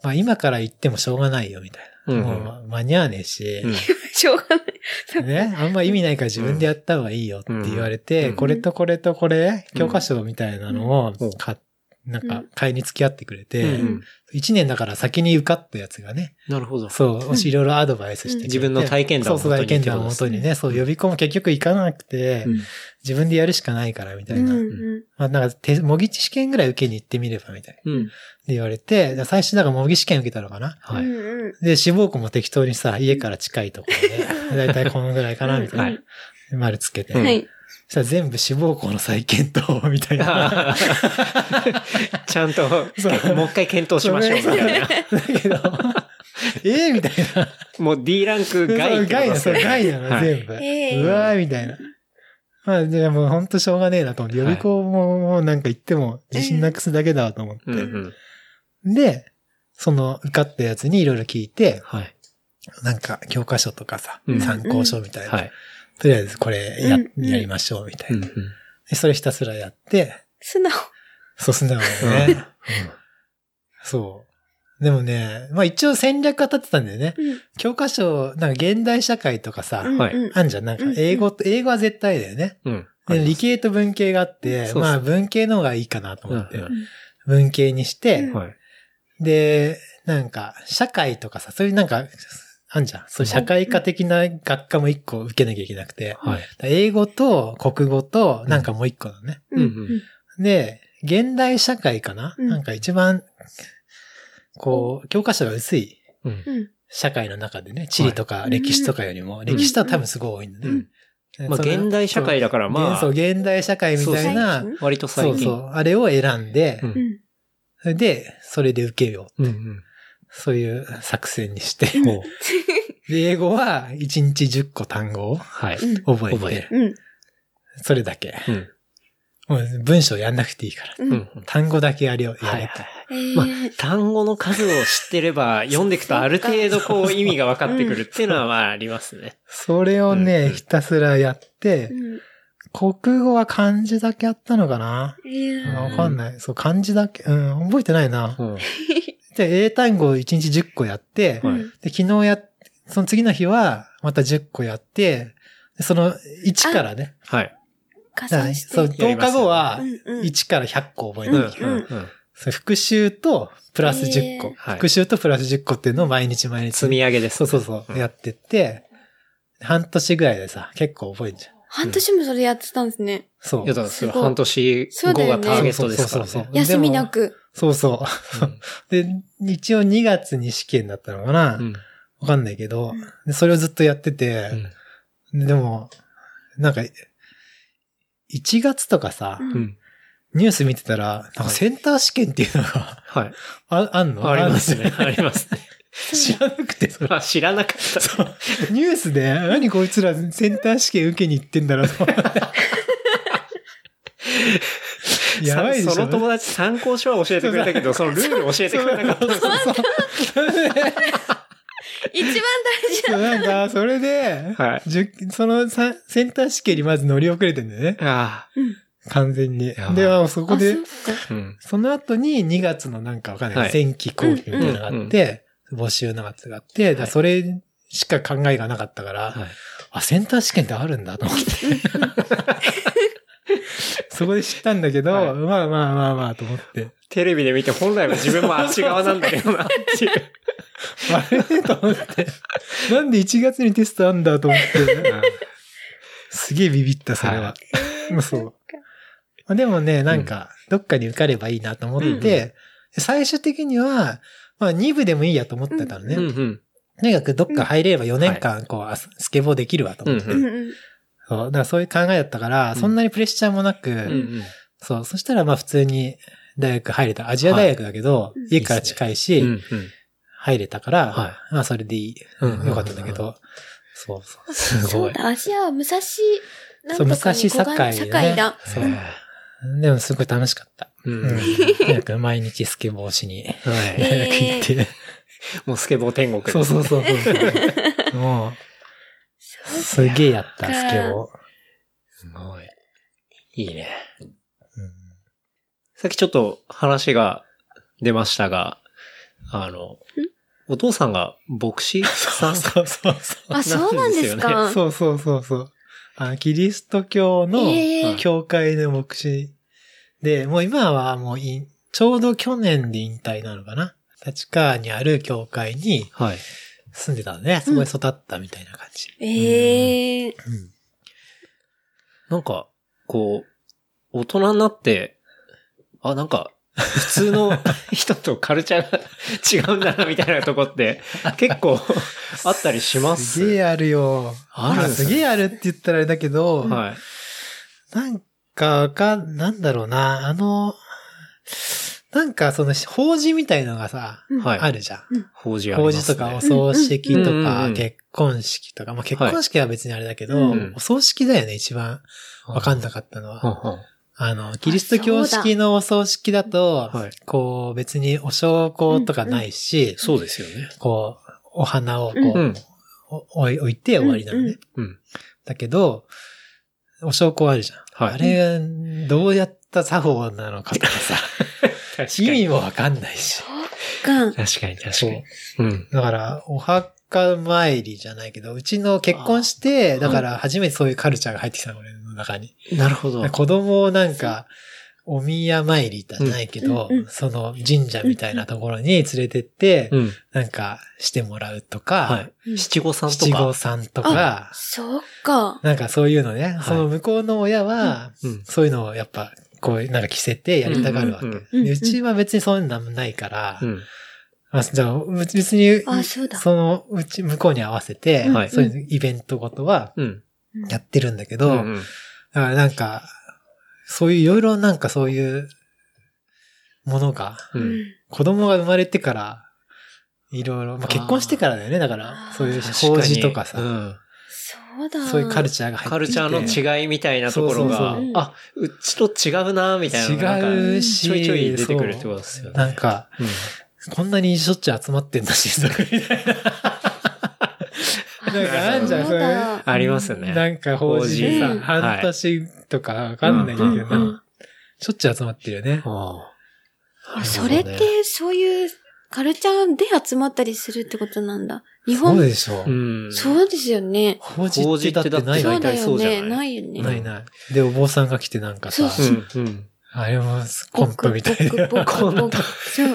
[SPEAKER 3] まあ今から行ってもしょうがないよみたいな。
[SPEAKER 2] うん
[SPEAKER 3] もう間に合わねえし、
[SPEAKER 2] うん
[SPEAKER 4] しょうがない。
[SPEAKER 3] ね、あんま意味ないから自分でやった方がいいよって言われて、
[SPEAKER 2] うん
[SPEAKER 3] これとこれとこれ、教科書みたいなのを
[SPEAKER 2] うん
[SPEAKER 3] 買っなんか、買いに付き合ってくれ
[SPEAKER 2] う
[SPEAKER 3] て、
[SPEAKER 2] ん
[SPEAKER 3] 一年だから先に受かったやつがね、
[SPEAKER 2] なるほど。
[SPEAKER 3] そう、いろいろアドバイスしてくれて
[SPEAKER 2] 自分の体験談
[SPEAKER 3] そ
[SPEAKER 2] を
[SPEAKER 3] う
[SPEAKER 2] もと
[SPEAKER 3] そう、
[SPEAKER 2] に
[SPEAKER 3] 体験談をもとにね、そう、予備校も結局行かなくて、
[SPEAKER 2] うん
[SPEAKER 3] 自分でやるしかないからみたいな。
[SPEAKER 4] うんうん
[SPEAKER 3] まあなんか手、模擬試験ぐらい受けに行ってみればみたいな。
[SPEAKER 2] うん。
[SPEAKER 3] で言われて、で最初なんか模擬試験受けたのかな。
[SPEAKER 2] は
[SPEAKER 4] う
[SPEAKER 2] い。
[SPEAKER 4] んうん
[SPEAKER 3] で、志望校も適当にさ、家から近いところ で、だいたいこのぐらいかなみたいな。
[SPEAKER 2] はい
[SPEAKER 3] 丸つけて。
[SPEAKER 2] うん
[SPEAKER 4] はい。
[SPEAKER 3] そしたら全部志望校の再検討みたいな。
[SPEAKER 2] ちゃんと、もう一回検討しましょうみた
[SPEAKER 3] それ
[SPEAKER 2] いな。
[SPEAKER 3] だけど、えー、みたい な。
[SPEAKER 2] もう D ランク外ってこと
[SPEAKER 3] な、
[SPEAKER 2] で
[SPEAKER 3] そ
[SPEAKER 2] す
[SPEAKER 3] う、
[SPEAKER 2] ね
[SPEAKER 3] 外なの、
[SPEAKER 2] はい
[SPEAKER 3] 全部。
[SPEAKER 4] ええ
[SPEAKER 3] うわー、みたいな。まあ、でも本当しょうがねえなと思って、予備校ももうなんか行っても自信なくすだけだと思って。
[SPEAKER 2] うんうん。
[SPEAKER 3] で、その受かったやつにいろいろ聞いて、
[SPEAKER 2] はい。
[SPEAKER 3] なんか教科書とかさ、
[SPEAKER 2] うん
[SPEAKER 3] 参考書みたいな。
[SPEAKER 2] はい。
[SPEAKER 3] とりあえずこれや,、
[SPEAKER 4] うんうん
[SPEAKER 3] やりましょうみたいうな、
[SPEAKER 2] んうん
[SPEAKER 3] でそれひたすらやって、
[SPEAKER 4] 素直。
[SPEAKER 3] そうすんだよ
[SPEAKER 2] う
[SPEAKER 3] ね。そう。でもね、まあ一応戦略は立ってたんだよね。
[SPEAKER 4] うん
[SPEAKER 3] 教科書、なんか現代社会とかさ、
[SPEAKER 4] うん
[SPEAKER 2] はい
[SPEAKER 4] うん
[SPEAKER 3] あんじゃん。なんか英語と、英語は絶対だよね。
[SPEAKER 2] うん。
[SPEAKER 3] で理系と文系があって、
[SPEAKER 2] そうそう
[SPEAKER 3] まあ文系の方がいいかなと思って
[SPEAKER 2] うんう、
[SPEAKER 3] 文系にして、
[SPEAKER 4] うん
[SPEAKER 2] はい。
[SPEAKER 3] で、なんか、社会とかさ、そういうなんか、あんじゃん。そういう社会科的な学科も一個受けなきゃいけなくて。
[SPEAKER 2] はい。
[SPEAKER 3] 英語と国語と、なんかもう一個だね。
[SPEAKER 2] うん
[SPEAKER 3] で、現代社会かな、
[SPEAKER 4] うん
[SPEAKER 3] なんか一番、こう、教科書が薄い
[SPEAKER 2] うん
[SPEAKER 4] うんうん
[SPEAKER 3] 社会の中でね、地理とか歴史とかよりも、
[SPEAKER 2] ん
[SPEAKER 3] 歴史とは多分すごい多いんだ
[SPEAKER 4] う
[SPEAKER 3] ね
[SPEAKER 4] ん。
[SPEAKER 3] で
[SPEAKER 2] まあ
[SPEAKER 3] その
[SPEAKER 2] 現代社会だからまあ
[SPEAKER 3] そう、現代社会みたいな、
[SPEAKER 4] そう
[SPEAKER 2] 割と
[SPEAKER 3] そ
[SPEAKER 2] 最
[SPEAKER 3] う
[SPEAKER 2] 近。
[SPEAKER 3] そう、あれを選んで、
[SPEAKER 2] うん
[SPEAKER 4] うん
[SPEAKER 3] それで、それで受けよう。
[SPEAKER 2] うんうん。
[SPEAKER 3] そういう作戦にして。
[SPEAKER 2] もう、
[SPEAKER 3] で、英語は1日10個単語を
[SPEAKER 2] はい。
[SPEAKER 4] うん
[SPEAKER 3] 覚えて、
[SPEAKER 2] 覚える
[SPEAKER 4] うん
[SPEAKER 3] それだけ。
[SPEAKER 2] うん。
[SPEAKER 3] もう文章やんなくていいから。
[SPEAKER 4] うん
[SPEAKER 2] うん
[SPEAKER 3] 単語だけやりよ、や
[SPEAKER 2] はい
[SPEAKER 3] れ
[SPEAKER 2] はい
[SPEAKER 3] と。
[SPEAKER 4] えー
[SPEAKER 2] まあ、単語の数を知ってれ ば、読んでいくとある程度こう意味が分かってくるっていうのはまあありますね。
[SPEAKER 3] それを
[SPEAKER 2] うんう
[SPEAKER 3] ね、
[SPEAKER 2] ん
[SPEAKER 3] ひたすらやって
[SPEAKER 4] う、ん
[SPEAKER 3] 国語は漢字だけやったのかな
[SPEAKER 4] えー
[SPEAKER 3] うんわかんない。そう、漢字だけ、うん、覚えてないな。
[SPEAKER 2] うん。
[SPEAKER 3] で、英単語を1日10個やって、
[SPEAKER 2] はい
[SPEAKER 3] で、昨日やっ、その次の日は、また10個やって、でその1からね、
[SPEAKER 2] はい。
[SPEAKER 3] だか
[SPEAKER 4] 加算
[SPEAKER 3] ら
[SPEAKER 4] して
[SPEAKER 3] そう、
[SPEAKER 2] やりま
[SPEAKER 3] 10
[SPEAKER 2] すよ
[SPEAKER 3] 日後は
[SPEAKER 4] う、んうん
[SPEAKER 3] 1から100個覚え
[SPEAKER 2] うん。う
[SPEAKER 3] て
[SPEAKER 2] ん
[SPEAKER 3] る。
[SPEAKER 2] うん。
[SPEAKER 3] そう復習と、プラス10
[SPEAKER 4] へ
[SPEAKER 3] 個
[SPEAKER 4] ー。
[SPEAKER 2] はい
[SPEAKER 3] 復習とプラス10個っていうのを毎日毎日。
[SPEAKER 2] 積み上げです。
[SPEAKER 3] そうそうそう、
[SPEAKER 2] うん
[SPEAKER 3] やってって、半年ぐらいでさ、結構覚えんじゃん。
[SPEAKER 4] 半年もそれやってたんですね。
[SPEAKER 3] そう
[SPEAKER 2] いや、。だからそれ
[SPEAKER 4] すごい
[SPEAKER 2] 半年後がターゲットですから
[SPEAKER 3] そうそうそう
[SPEAKER 2] ね。
[SPEAKER 3] でも
[SPEAKER 4] 休みなく。
[SPEAKER 3] そうそう。で、一応2月に試験だったのかな、
[SPEAKER 2] うん
[SPEAKER 3] わかんないけど
[SPEAKER 4] うん、
[SPEAKER 3] でそれをずっとやって
[SPEAKER 2] う
[SPEAKER 3] て、
[SPEAKER 2] ん
[SPEAKER 3] でも、なんか、1月とかさ、
[SPEAKER 4] うん
[SPEAKER 2] うん。
[SPEAKER 3] ニュース見てたら、なんかセンター試験っていうのが
[SPEAKER 2] はい。
[SPEAKER 3] ああんの
[SPEAKER 2] ありますね。あります ね。
[SPEAKER 3] 知らなくて、それ。
[SPEAKER 2] まあ知らなかった。
[SPEAKER 3] ニュースで、何こいつらセンター試験受けに行ってんだろ うと思って。やばいでしょ。
[SPEAKER 2] その友達参考書は教えてくれたけど、そのルール教えてくれなかった。
[SPEAKER 3] そうそうそう
[SPEAKER 4] 一番大事
[SPEAKER 3] そうなんか、それで、
[SPEAKER 2] はい。
[SPEAKER 3] じゅそのさセンター試験にまず乗り遅れてんだよね。
[SPEAKER 2] あ
[SPEAKER 3] 完全に
[SPEAKER 2] やば。い
[SPEAKER 3] で、まあそこで
[SPEAKER 4] あ、そっか
[SPEAKER 2] あ。うん。
[SPEAKER 3] その後に2月のなんかわかんない、
[SPEAKER 2] はい
[SPEAKER 3] 前期後期みたいなのがあって、募集のやつがあって、だからそれしか考えがなかったから、
[SPEAKER 2] はい。
[SPEAKER 3] あ、センター試験ってあるんだと思って。 そこで知ったんだけど、
[SPEAKER 2] はい
[SPEAKER 3] まあまあまあまあと思って。
[SPEAKER 2] テレビで見て本来は自分もあっち側なんだけどなっていう。
[SPEAKER 3] あれと思って。なんで1月にテス トあんだと思って。すげえビビった、それは。
[SPEAKER 2] は
[SPEAKER 3] もうそう。 まあでもね、なんか、どっかに受かればいいなと思って、で最終的には、まあ2部でもいいやと思ってたのね。
[SPEAKER 2] うんうん。
[SPEAKER 3] とにかくどっか入れれば4年間、こう、あススケボーできるわと思って。
[SPEAKER 2] う
[SPEAKER 4] うん
[SPEAKER 2] ん
[SPEAKER 4] うん。
[SPEAKER 3] そうだからそういう考えだったから、
[SPEAKER 2] ん
[SPEAKER 3] そんなにプレッシャーもなく、
[SPEAKER 2] うんうん。
[SPEAKER 3] そう、そしたらまあ普通に大学入れた。アジア大学だけど、
[SPEAKER 4] い
[SPEAKER 3] 家から近いし、
[SPEAKER 2] うん
[SPEAKER 3] 入れたから、
[SPEAKER 2] は
[SPEAKER 3] まあそれでいい。
[SPEAKER 2] う
[SPEAKER 3] よ
[SPEAKER 2] ん
[SPEAKER 3] かったんだけど、そうそう。
[SPEAKER 2] す
[SPEAKER 4] そ
[SPEAKER 2] ご
[SPEAKER 4] う
[SPEAKER 2] い。
[SPEAKER 4] だ、足は武蔵、なん
[SPEAKER 3] そ
[SPEAKER 4] と
[SPEAKER 3] う、
[SPEAKER 4] か
[SPEAKER 3] 武
[SPEAKER 4] に
[SPEAKER 3] 蔵
[SPEAKER 4] 小金
[SPEAKER 3] 堺、ね。
[SPEAKER 4] 社会だ。
[SPEAKER 3] そうう。でもすごい楽しかった。
[SPEAKER 2] ん
[SPEAKER 3] う
[SPEAKER 2] うんん。
[SPEAKER 3] とにかく毎日スケボーしに、
[SPEAKER 2] はい
[SPEAKER 3] 大学行って。
[SPEAKER 2] もうスケボー天国です。
[SPEAKER 3] そうそうそう そう。もう、すげえやった、スケボー。
[SPEAKER 2] すごい。いいね。
[SPEAKER 3] うん
[SPEAKER 2] さっきちょっと話が出ましたが、あの、お父さんが牧師さん
[SPEAKER 3] そうそうそう。
[SPEAKER 4] あ、そうなんですか。
[SPEAKER 3] そうそうそうそう。あのキリスト教
[SPEAKER 4] ええ
[SPEAKER 3] の教会の牧師で、もう今はもういちょうど去年で引退なのかな立川にある教会に
[SPEAKER 2] はい。
[SPEAKER 3] 住んでたのね。そこで育ったみたいな感じ。
[SPEAKER 4] ええー。
[SPEAKER 3] うん
[SPEAKER 2] なんか、こう、大人になって、あ、なんか、普通の人とカルチャーが違うんだな、みたいなとこって、結構あったりします。
[SPEAKER 3] すげえあるよ。
[SPEAKER 2] あるんです
[SPEAKER 3] す
[SPEAKER 2] ね
[SPEAKER 3] げえあるって言ったらあれだけど、
[SPEAKER 2] はい。
[SPEAKER 3] なんかわかん、なんだろうな。あの、なんかその法事みたいのがさ、
[SPEAKER 2] はい。
[SPEAKER 3] あるじゃん。
[SPEAKER 2] 法事あり
[SPEAKER 3] 法
[SPEAKER 2] ますね
[SPEAKER 3] 事とかお葬式と
[SPEAKER 2] うんうんう
[SPEAKER 3] か
[SPEAKER 2] ん
[SPEAKER 3] 結婚式とか、まあ結婚式は別にあれだけど、
[SPEAKER 2] うん
[SPEAKER 3] お葬式だよね、一番わかんなかったの
[SPEAKER 2] は
[SPEAKER 3] は。
[SPEAKER 2] んはん
[SPEAKER 3] あの、キリスト教式のお葬式だと、
[SPEAKER 2] はい
[SPEAKER 3] こう別にお証拠とかないし、
[SPEAKER 2] そうですよね。
[SPEAKER 3] こう、お花をこう、
[SPEAKER 2] うん。
[SPEAKER 3] お置い置いて終わりなのね。
[SPEAKER 4] うんうん
[SPEAKER 2] うん。
[SPEAKER 3] だけど、お証拠あるじゃん。
[SPEAKER 2] はい
[SPEAKER 3] あれ、どうやった作法なのかとかさ、
[SPEAKER 2] 確
[SPEAKER 3] 意味。もわかんないし。
[SPEAKER 4] が、
[SPEAKER 2] 確かに、確か
[SPEAKER 3] そう
[SPEAKER 2] に。うん。
[SPEAKER 3] だから、お墓参りじゃないけど、うちの結婚して、だから初めてそういうカルチャーが入ってきたの、俺の中に。
[SPEAKER 2] なるほど。
[SPEAKER 3] 子供をなんか、お宮参りじゃないけど、
[SPEAKER 4] うんうん
[SPEAKER 3] その神社みたいなところに連れてって、
[SPEAKER 2] うん。
[SPEAKER 3] なんかしてもらうとか、
[SPEAKER 2] はい。七五三と
[SPEAKER 3] 七五
[SPEAKER 2] か。
[SPEAKER 3] 三とか、
[SPEAKER 4] そっか。
[SPEAKER 3] なんかそういうのね、
[SPEAKER 2] い
[SPEAKER 3] その向こうの親は、
[SPEAKER 2] うん。
[SPEAKER 3] そういうのをやっぱ、こう、なんか着せてやりたがるわけ。
[SPEAKER 2] うんうん
[SPEAKER 4] うん
[SPEAKER 3] でうちは別にそういうのなんもないから、
[SPEAKER 2] うん。
[SPEAKER 3] あじゃあ別に、
[SPEAKER 4] あ、そうだ。
[SPEAKER 3] そのうち、向こうに合わせて、
[SPEAKER 2] はい
[SPEAKER 3] そういうイベントごとは
[SPEAKER 2] うん。
[SPEAKER 3] やってるんだけ
[SPEAKER 2] うん
[SPEAKER 3] ど、だからなんか、そういういろいろなんかそういうものが、
[SPEAKER 2] う。
[SPEAKER 4] うんん。
[SPEAKER 3] 子供が生まれてから、いろいろ、まあ、
[SPEAKER 2] あー
[SPEAKER 3] 結婚してからだよね、だから
[SPEAKER 4] あ、ー
[SPEAKER 3] そういう
[SPEAKER 2] 確かに
[SPEAKER 3] 法事とかさ、
[SPEAKER 2] うん
[SPEAKER 4] そそうだ。
[SPEAKER 3] そういうカルチャーが入ってきて
[SPEAKER 2] カルチャーの違いみたいなところが
[SPEAKER 3] そう
[SPEAKER 4] そうそう、
[SPEAKER 2] あ、うちと違うな、みたいなのが。
[SPEAKER 3] 違うし
[SPEAKER 2] ちょいちょい出てくるってことですよね。
[SPEAKER 3] なんか、
[SPEAKER 2] うん
[SPEAKER 3] こんなにしょっちゅう集まってんだ、新作みたい な。なんかあんじゃん、
[SPEAKER 4] そうだ
[SPEAKER 2] ありますよね。
[SPEAKER 3] なんか法人でさ、
[SPEAKER 4] 法人
[SPEAKER 3] 半年とかわかんないけど
[SPEAKER 4] うんうんう
[SPEAKER 3] な。しょっちゅう集まってるよね。
[SPEAKER 2] ああ
[SPEAKER 4] あそれっ、て、そういう、カルチャーで集まったりするってことなんだ。日
[SPEAKER 3] そう
[SPEAKER 4] 本、
[SPEAKER 3] でしょ
[SPEAKER 2] う。ん。
[SPEAKER 4] そうですよね。
[SPEAKER 3] 法人
[SPEAKER 2] 法
[SPEAKER 3] っ
[SPEAKER 2] 事
[SPEAKER 3] て
[SPEAKER 2] っ
[SPEAKER 3] だって
[SPEAKER 2] だ
[SPEAKER 3] て
[SPEAKER 2] って
[SPEAKER 3] な
[SPEAKER 2] 大
[SPEAKER 3] い
[SPEAKER 4] そうだ
[SPEAKER 2] 体そう
[SPEAKER 4] よ
[SPEAKER 2] じゃない
[SPEAKER 4] ね。ないよね。
[SPEAKER 3] ないない。で、お坊さんが来てなんかさ、
[SPEAKER 4] そう
[SPEAKER 2] うん、うん。
[SPEAKER 3] あれもコントみたいな。
[SPEAKER 4] ポク ポクポクポクそう。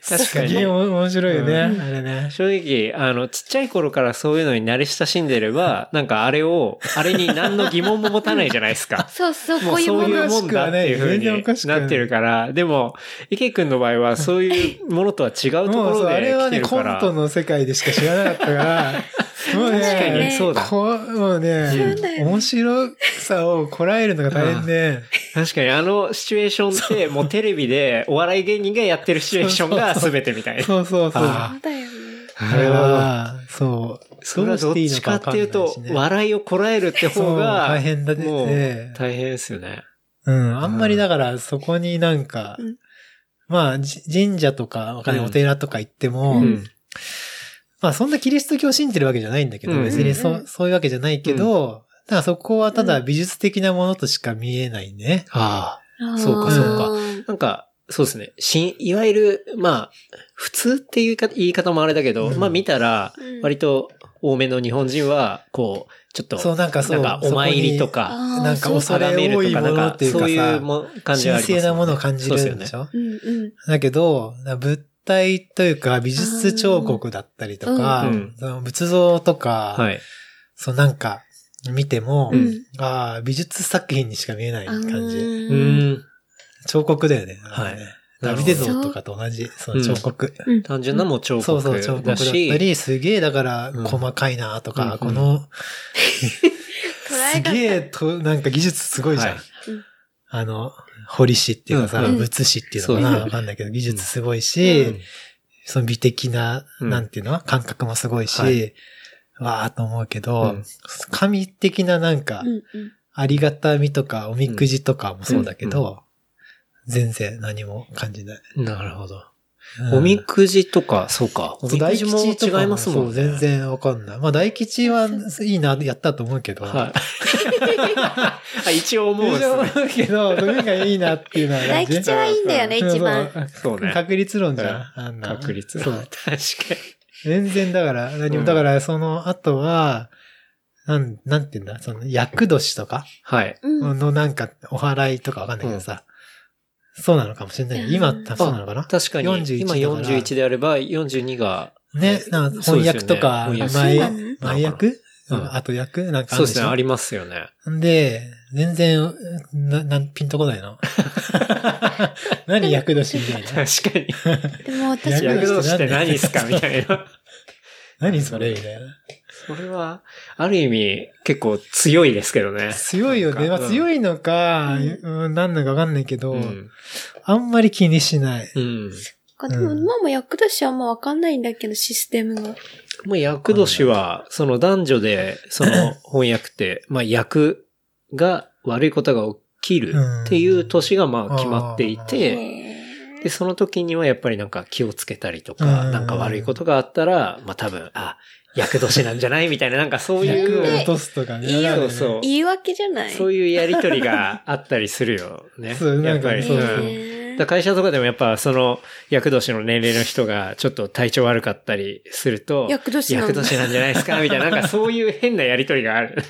[SPEAKER 2] 確か
[SPEAKER 3] すげえ
[SPEAKER 2] に。
[SPEAKER 3] 面白いよね。
[SPEAKER 2] うん
[SPEAKER 3] あれね。
[SPEAKER 2] 正直、あの、ちっちゃい頃からそういうのに慣れ親しんでれ ば、なんかあれを、あれに何の疑問も持たないじゃないです か。
[SPEAKER 4] そうそう、
[SPEAKER 2] も
[SPEAKER 4] こ
[SPEAKER 2] う
[SPEAKER 4] ういう
[SPEAKER 2] そう
[SPEAKER 4] も
[SPEAKER 2] い
[SPEAKER 4] の。
[SPEAKER 2] うもんだっていう風になってるから、でも、池君の場合はそういうものとは違うとこ
[SPEAKER 3] もうそう
[SPEAKER 2] ろ
[SPEAKER 3] あ
[SPEAKER 2] で
[SPEAKER 3] れは
[SPEAKER 2] 来て
[SPEAKER 3] ね、
[SPEAKER 2] る
[SPEAKER 3] コ
[SPEAKER 2] か
[SPEAKER 3] ン
[SPEAKER 2] ら。
[SPEAKER 3] トの世界でしか知らなかった から、もう
[SPEAKER 4] 確かに
[SPEAKER 3] ね
[SPEAKER 4] ね、
[SPEAKER 2] そうだ
[SPEAKER 3] こうもうね
[SPEAKER 4] そうだ、よね
[SPEAKER 3] 面白さをこらえるのが大変で、
[SPEAKER 2] 確かにあのシチュエーションって、もうテレビでお笑い芸人がやってるシチュエーションが全てみたいな。
[SPEAKER 3] そうそうそう。
[SPEAKER 2] あ
[SPEAKER 4] そうだよね。
[SPEAKER 3] あれは、そう。
[SPEAKER 2] それはどっちかっていうと、笑いをこらえるって
[SPEAKER 3] そ
[SPEAKER 2] 方
[SPEAKER 3] う、
[SPEAKER 2] が、
[SPEAKER 3] 大変だ
[SPEAKER 2] もう
[SPEAKER 3] ね。
[SPEAKER 2] 大変ですよね。
[SPEAKER 3] うん。あんまりだから、そこになんか
[SPEAKER 4] うん、
[SPEAKER 3] まあ、じ神社とか、わかんない、
[SPEAKER 2] うん
[SPEAKER 3] お寺とか行っても、
[SPEAKER 2] うん。
[SPEAKER 3] まあ、そんなキリスト教を信じてるわけじゃないんだけ
[SPEAKER 2] う
[SPEAKER 3] ど、
[SPEAKER 2] ん
[SPEAKER 3] 別に
[SPEAKER 4] う
[SPEAKER 3] そ
[SPEAKER 4] ん
[SPEAKER 3] そういうわけじゃないけど、だからそこはただ美術的なものとしか見えないね。
[SPEAKER 2] ああ。
[SPEAKER 4] あー
[SPEAKER 2] そうかそうかなんか、そうですね。しいわゆる、まあ、普通っていうか言い方もあれだけど、
[SPEAKER 3] うん
[SPEAKER 2] まあ見たら
[SPEAKER 4] うん、
[SPEAKER 2] 割と多めの日本人は、こう、ちょっと、
[SPEAKER 3] そう、なんかそう。
[SPEAKER 2] なんかお参りとか、
[SPEAKER 4] あー
[SPEAKER 3] なんか
[SPEAKER 4] そう
[SPEAKER 3] 恐れ多いものっていうか
[SPEAKER 2] そ
[SPEAKER 3] さ
[SPEAKER 2] ういうも感じはありま
[SPEAKER 3] 神
[SPEAKER 2] すよね
[SPEAKER 3] 聖なものを感じ
[SPEAKER 2] そう
[SPEAKER 3] る
[SPEAKER 2] よ
[SPEAKER 3] んで
[SPEAKER 2] ね
[SPEAKER 3] し。ょ
[SPEAKER 4] うんうん。
[SPEAKER 3] だけど、物体というか美術彫刻だったりとか、
[SPEAKER 2] うんうん
[SPEAKER 3] その仏像とか、
[SPEAKER 2] はい。
[SPEAKER 3] そうなんか見ても、
[SPEAKER 2] うん
[SPEAKER 3] ああ、美術作品にしか見えない感じ。
[SPEAKER 2] う
[SPEAKER 4] うん。
[SPEAKER 2] ーん。
[SPEAKER 3] 彫刻だよね。
[SPEAKER 2] はい
[SPEAKER 3] ダビデ像とかと同じ、その彫刻。
[SPEAKER 4] うん
[SPEAKER 2] 単純なもう彫
[SPEAKER 3] そう
[SPEAKER 2] 刻
[SPEAKER 3] そう、彫刻
[SPEAKER 2] だ
[SPEAKER 3] だった
[SPEAKER 2] し、
[SPEAKER 3] り、すげえだから
[SPEAKER 2] うん
[SPEAKER 3] 細かいなと
[SPEAKER 2] うん
[SPEAKER 3] か、
[SPEAKER 2] うん
[SPEAKER 3] この、
[SPEAKER 4] 捉え
[SPEAKER 3] す
[SPEAKER 4] 方
[SPEAKER 3] げえと、なんか技術すごいじゃ
[SPEAKER 2] は
[SPEAKER 3] ん。
[SPEAKER 2] い
[SPEAKER 4] うん
[SPEAKER 3] あの、彫り師っていうかさ、
[SPEAKER 2] うん
[SPEAKER 4] うん
[SPEAKER 3] 仏師っていうのかな、
[SPEAKER 2] そう
[SPEAKER 3] わかんないけど、技術すごいうし、
[SPEAKER 2] ん
[SPEAKER 3] その美的な、
[SPEAKER 2] うん
[SPEAKER 3] なんていうの感覚もすごいし、
[SPEAKER 2] はい
[SPEAKER 3] わーと思うけど、
[SPEAKER 2] うん
[SPEAKER 3] 神的ななんか
[SPEAKER 4] う、んうん
[SPEAKER 3] ありがたみとか、おみくじとかもそうだけど、
[SPEAKER 2] うんう
[SPEAKER 3] 全然何も感じない。
[SPEAKER 2] なるほど。
[SPEAKER 3] うん
[SPEAKER 2] おみくじとか、そうか。おみくじも違いますもんね。
[SPEAKER 3] そう、全。然わかんない。まあ、大吉はいいな、やったと思うけど。
[SPEAKER 2] はい。あ一応思うんですね。
[SPEAKER 3] 思うけど、どれがいいなっていうのはね。
[SPEAKER 4] 大吉はいいんだよね、一番。
[SPEAKER 3] そ
[SPEAKER 2] そ
[SPEAKER 3] う
[SPEAKER 2] うね。
[SPEAKER 3] 確率論じゃん。あんな
[SPEAKER 2] 確率。
[SPEAKER 3] そ
[SPEAKER 2] 確
[SPEAKER 3] う。
[SPEAKER 2] かに。
[SPEAKER 3] 全然だから、何
[SPEAKER 2] うん
[SPEAKER 3] も、だからその後は、なん、なんて言うんだ、その、厄年とか
[SPEAKER 2] はい。
[SPEAKER 4] うん。
[SPEAKER 3] のなんか、お祓いとかわかんないけどさ、そうなのかもしれない。今、
[SPEAKER 4] うん
[SPEAKER 3] そうなのかな
[SPEAKER 2] 確かに、
[SPEAKER 3] 41
[SPEAKER 2] 今
[SPEAKER 3] だから
[SPEAKER 2] 41であれば、42が、
[SPEAKER 3] ね、なんか翻訳とか
[SPEAKER 2] そう、です
[SPEAKER 4] よね
[SPEAKER 3] 前
[SPEAKER 4] 翻訳そうなの、
[SPEAKER 3] 前訳
[SPEAKER 2] うん
[SPEAKER 3] あと役なんかあ
[SPEAKER 2] そうで
[SPEAKER 3] るでし
[SPEAKER 2] すね、
[SPEAKER 3] ょ
[SPEAKER 2] ありますよね。
[SPEAKER 3] で、全然、な、なん、ピンとこない の。何役年みたいな。
[SPEAKER 2] 確かに。
[SPEAKER 4] でも私
[SPEAKER 3] いや
[SPEAKER 4] も
[SPEAKER 2] 躍動して何ですかみたいな。
[SPEAKER 3] 何それみたいな。
[SPEAKER 2] それは、ある意味、結構強いですけどね。
[SPEAKER 3] 強いよね。
[SPEAKER 2] なん
[SPEAKER 3] まあ
[SPEAKER 2] か
[SPEAKER 3] 強いのか、
[SPEAKER 4] う
[SPEAKER 3] うん、何なのかわかんないけど、
[SPEAKER 2] うん。
[SPEAKER 3] あんまり気にしない。
[SPEAKER 2] うん。
[SPEAKER 4] でも、ママ役としてはあんまわかんないんだけど、システムが。
[SPEAKER 2] まあ、役年は、その男女で、その翻訳って、まあ、役が悪いことが起きるっていう年が、まあ、決まっていて、
[SPEAKER 4] へ
[SPEAKER 2] で、その時にはやっぱりなんか気をつけたりとか、
[SPEAKER 3] うん
[SPEAKER 2] なんか悪いことがあったら、まあ多分、あ、厄年なんじゃないみたいな、なんかそう
[SPEAKER 3] 役を
[SPEAKER 2] い
[SPEAKER 3] 落
[SPEAKER 2] う、
[SPEAKER 3] とすとかね。
[SPEAKER 4] いいよ
[SPEAKER 3] だからね
[SPEAKER 2] そう
[SPEAKER 4] ー言い訳じゃない
[SPEAKER 2] そういうやりとりがあったりするよね。
[SPEAKER 3] そう
[SPEAKER 2] やっぱ
[SPEAKER 3] う
[SPEAKER 2] り。
[SPEAKER 3] なんかねそううん
[SPEAKER 4] へー
[SPEAKER 2] だから会社とかでもやっぱその厄年の年齢の人がちょっと体調悪かったりすると、
[SPEAKER 4] 厄年なんだ
[SPEAKER 2] 厄年なんじゃないですかみたいな、なんかそういう変なやりとりがあ る。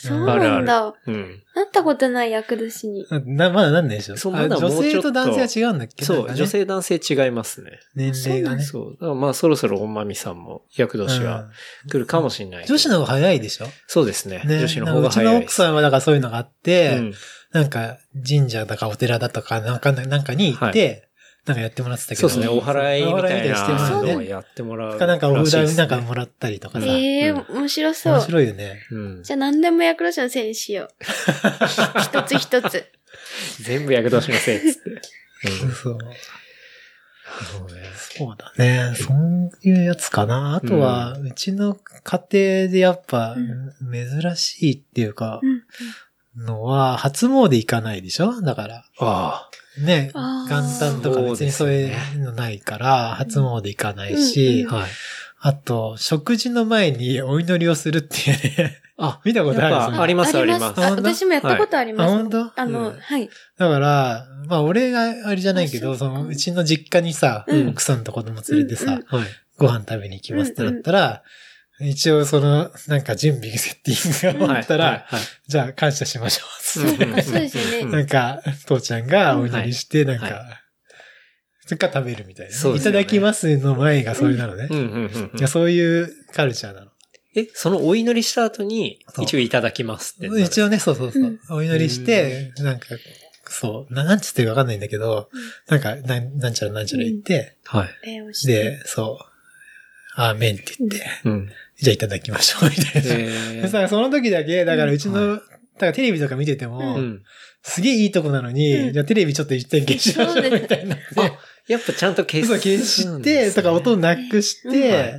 [SPEAKER 4] そうなんだ。
[SPEAKER 2] うん。うん。
[SPEAKER 4] なったことない役年に。
[SPEAKER 3] な、まだなんないでしょ
[SPEAKER 2] そう
[SPEAKER 3] あ
[SPEAKER 2] まだもう
[SPEAKER 3] 女性
[SPEAKER 2] ちょ
[SPEAKER 3] と
[SPEAKER 2] っと
[SPEAKER 3] 男性は違うんだっけ
[SPEAKER 2] そ
[SPEAKER 3] なんか
[SPEAKER 2] う、
[SPEAKER 3] ね
[SPEAKER 2] 女性男性違いますね。
[SPEAKER 3] 年齢がね。
[SPEAKER 2] そう。だからまあそろそろおまみさんも厄年は来るかもしれない、
[SPEAKER 3] うん女子の方が早いでしょ
[SPEAKER 2] そうですね。
[SPEAKER 3] ね
[SPEAKER 2] 女子の方が早
[SPEAKER 3] なんかうちの
[SPEAKER 2] いで
[SPEAKER 3] 奥
[SPEAKER 2] す。
[SPEAKER 3] さんはだからそういうのがあっ
[SPEAKER 2] う
[SPEAKER 3] て、
[SPEAKER 2] ん
[SPEAKER 3] なんか神社だかお寺だとかなんかなんかに行って、なんかやってもらってたけ
[SPEAKER 2] そ
[SPEAKER 3] ど。
[SPEAKER 2] うですね、お祓いみたい
[SPEAKER 3] お祓しても
[SPEAKER 2] な
[SPEAKER 3] らう
[SPEAKER 2] のを
[SPEAKER 3] ね。
[SPEAKER 2] やってもらう。
[SPEAKER 3] かなんかお札なんか
[SPEAKER 2] らしい
[SPEAKER 3] もらったりとかさ。面
[SPEAKER 4] ええ
[SPEAKER 2] うん
[SPEAKER 4] 面白そう。
[SPEAKER 3] 白いよね。
[SPEAKER 2] ですね、うん
[SPEAKER 4] じゃあ何でも役年のせいにしよう。一つ一つ。
[SPEAKER 2] 全部役年のせいっつって。うん
[SPEAKER 3] そう。
[SPEAKER 2] そうね
[SPEAKER 3] そうだね。そういうやつかな。あとは、うちの家庭でやっぱ、珍しいっていうか、のは、初詣行かないでしょだから。
[SPEAKER 2] ああ。
[SPEAKER 3] ね、
[SPEAKER 4] あー
[SPEAKER 3] 元旦とか別にそういうのないから、初詣行かないし、
[SPEAKER 4] うん
[SPEAKER 2] はい。
[SPEAKER 3] あと、食事の前にお祈りをするっていうね。
[SPEAKER 2] あ、
[SPEAKER 3] 見たことある
[SPEAKER 2] やっぱありますあります
[SPEAKER 4] あ私もやったことあります。
[SPEAKER 3] はいあ本当
[SPEAKER 4] あの、
[SPEAKER 3] うん
[SPEAKER 4] はい。
[SPEAKER 3] だから、まあ俺があれじゃないけど、
[SPEAKER 4] あ
[SPEAKER 3] そ
[SPEAKER 4] そう
[SPEAKER 3] のうちの実家にさ、
[SPEAKER 4] うん
[SPEAKER 3] 奥さんと子供連れてさ、
[SPEAKER 4] うんうん
[SPEAKER 2] はい。
[SPEAKER 3] ご飯食べに行きますってなったら、一応その、なんか準備セッティングが終わったら、
[SPEAKER 2] はい、はい
[SPEAKER 3] じゃあ感謝しましょうっつって。
[SPEAKER 2] うん
[SPEAKER 4] あそうですよ
[SPEAKER 2] うん
[SPEAKER 4] ね。
[SPEAKER 3] なんか、父ちゃんがお祈りして、なんか、
[SPEAKER 2] はい
[SPEAKER 3] それから食べるみたいな、
[SPEAKER 2] そうで
[SPEAKER 3] い
[SPEAKER 2] すよ
[SPEAKER 3] た
[SPEAKER 2] ね
[SPEAKER 3] だきますの前がそれなのね。
[SPEAKER 2] うんうんうん
[SPEAKER 3] いやそういうカルチャーなの。
[SPEAKER 2] え、そのお祈りした後に
[SPEAKER 3] そ、う
[SPEAKER 2] 一応いただきますってなる。
[SPEAKER 3] 一応ね、そうそうそう。
[SPEAKER 4] うん
[SPEAKER 3] お祈りして、なんか、そう、ななんつってるかわかんないんだけど、なんか、なんなんちゃらなんちゃら言って、
[SPEAKER 2] はい。
[SPEAKER 4] 礼をして
[SPEAKER 3] で、そう、アーメンって言って、
[SPEAKER 2] うん。
[SPEAKER 3] じゃあいただきましょう、みたいな。
[SPEAKER 2] え
[SPEAKER 3] でさ、その時だけ、だからうちの、
[SPEAKER 2] は
[SPEAKER 3] だからテレビとか見てても、
[SPEAKER 2] うん。
[SPEAKER 3] すげえいいとこなのに、
[SPEAKER 4] うん
[SPEAKER 3] じゃあテレビちょっと一点消しましょうみたいになって、
[SPEAKER 2] やっぱちゃんと消す
[SPEAKER 3] 嘘
[SPEAKER 2] んで
[SPEAKER 3] 消
[SPEAKER 2] すね。
[SPEAKER 3] して、とか音なくして、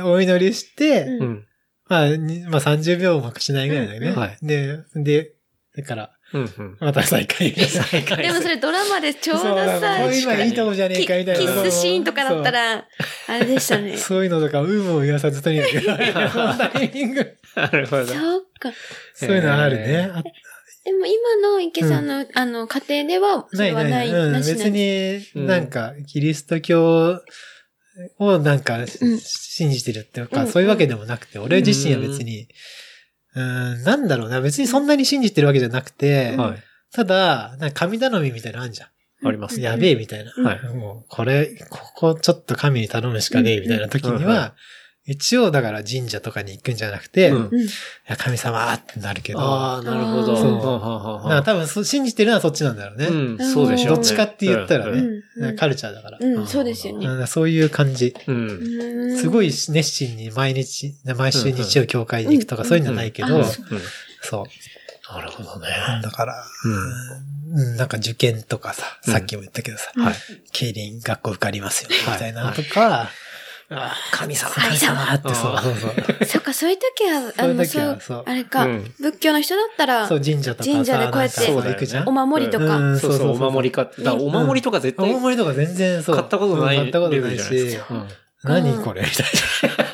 [SPEAKER 3] お祈りして、
[SPEAKER 4] うん
[SPEAKER 2] うん。
[SPEAKER 3] まあ、にまあ30秒もしないぐらいだよね。
[SPEAKER 2] うんはい
[SPEAKER 3] で、で、だから、
[SPEAKER 2] うんうん。
[SPEAKER 3] また再開。
[SPEAKER 2] 再開
[SPEAKER 4] でもそれドラマでちょう
[SPEAKER 3] そう
[SPEAKER 4] ど
[SPEAKER 3] だ
[SPEAKER 4] さ
[SPEAKER 3] も、う今いいとこじゃね
[SPEAKER 4] キ
[SPEAKER 3] えかみたいな。
[SPEAKER 4] キスシーンとかだったら、あれでした
[SPEAKER 3] そ
[SPEAKER 4] ね
[SPEAKER 3] う。。 そういうのとか、有無を言わさずとにか く、タイミング
[SPEAKER 2] なるほど。
[SPEAKER 4] そうか。
[SPEAKER 3] そういうのある
[SPEAKER 2] へ
[SPEAKER 3] ね。あ
[SPEAKER 4] でも今の池さんの、あの、家庭では、それはない、
[SPEAKER 3] うん、
[SPEAKER 4] なしな
[SPEAKER 3] 別
[SPEAKER 4] い。
[SPEAKER 3] になんか、キリスト教をなんか、
[SPEAKER 4] うん
[SPEAKER 3] 信じてるっていうか、
[SPEAKER 4] うん
[SPEAKER 3] そういうわけでもなくて、俺自身は別に、うん、なんだろうな、別にそんなに信じてるわけじゃなくて、
[SPEAKER 2] はい。
[SPEAKER 3] ただ、なんか神頼みみたいなのあるじゃん。
[SPEAKER 2] ありますね。
[SPEAKER 3] やべえみたいな。
[SPEAKER 2] はい。
[SPEAKER 3] もう、これ、ここちょっと神に頼むしかねえみたいな時に
[SPEAKER 2] うんうん
[SPEAKER 3] は、一応だから神社とかに行くんじゃなくて、
[SPEAKER 2] うん
[SPEAKER 3] いや神様ってなるけど、
[SPEAKER 2] ああ、なるほど。
[SPEAKER 4] そう
[SPEAKER 2] ははは
[SPEAKER 3] だ
[SPEAKER 2] は
[SPEAKER 3] から多分そ信じてるのはそっちなんだろうね。
[SPEAKER 2] うん、そうでしょうね。
[SPEAKER 4] どっち
[SPEAKER 3] かって言ったらね
[SPEAKER 2] う
[SPEAKER 4] うんん
[SPEAKER 3] なんかカルチャーだから。
[SPEAKER 4] うんうん、そうですよね。
[SPEAKER 3] うんそういう感じ。
[SPEAKER 2] うん。
[SPEAKER 4] うん
[SPEAKER 3] すごい熱心に毎日、毎週日曜教会に行くとか
[SPEAKER 4] うん
[SPEAKER 3] そういうんじゃないけ
[SPEAKER 2] うん
[SPEAKER 3] ど、
[SPEAKER 4] あ
[SPEAKER 3] そう。
[SPEAKER 2] なるほどね。
[SPEAKER 3] だから、
[SPEAKER 2] うん。
[SPEAKER 3] うんなんか受験とかさ、
[SPEAKER 2] うん
[SPEAKER 3] さっきも言ったけどさ、
[SPEAKER 2] はい。
[SPEAKER 3] 競輪学校受かりますよね、
[SPEAKER 2] はい
[SPEAKER 3] みたいなのとか、
[SPEAKER 2] 神様
[SPEAKER 3] 神様ってそう。
[SPEAKER 2] あー
[SPEAKER 3] そうそう
[SPEAKER 4] そっか、そういう時は、あ
[SPEAKER 3] そういう
[SPEAKER 4] の、
[SPEAKER 3] 時
[SPEAKER 4] そ
[SPEAKER 3] は
[SPEAKER 4] う、
[SPEAKER 3] そう
[SPEAKER 4] あれか、
[SPEAKER 2] うん
[SPEAKER 4] 仏教の人だったら
[SPEAKER 3] そ、う、神社とかさ、
[SPEAKER 4] 神社でこうやって
[SPEAKER 3] なんか行くじゃん
[SPEAKER 4] お。守りとか、
[SPEAKER 3] うん
[SPEAKER 2] そうそう、お守りか。だからお守りとか絶
[SPEAKER 3] お
[SPEAKER 2] 対。
[SPEAKER 3] 守りとか全然そう。
[SPEAKER 2] 買ったことない
[SPEAKER 3] うん買ったことな
[SPEAKER 2] レベル
[SPEAKER 3] い
[SPEAKER 2] じゃないで
[SPEAKER 3] し、
[SPEAKER 2] うん
[SPEAKER 3] 何これみたい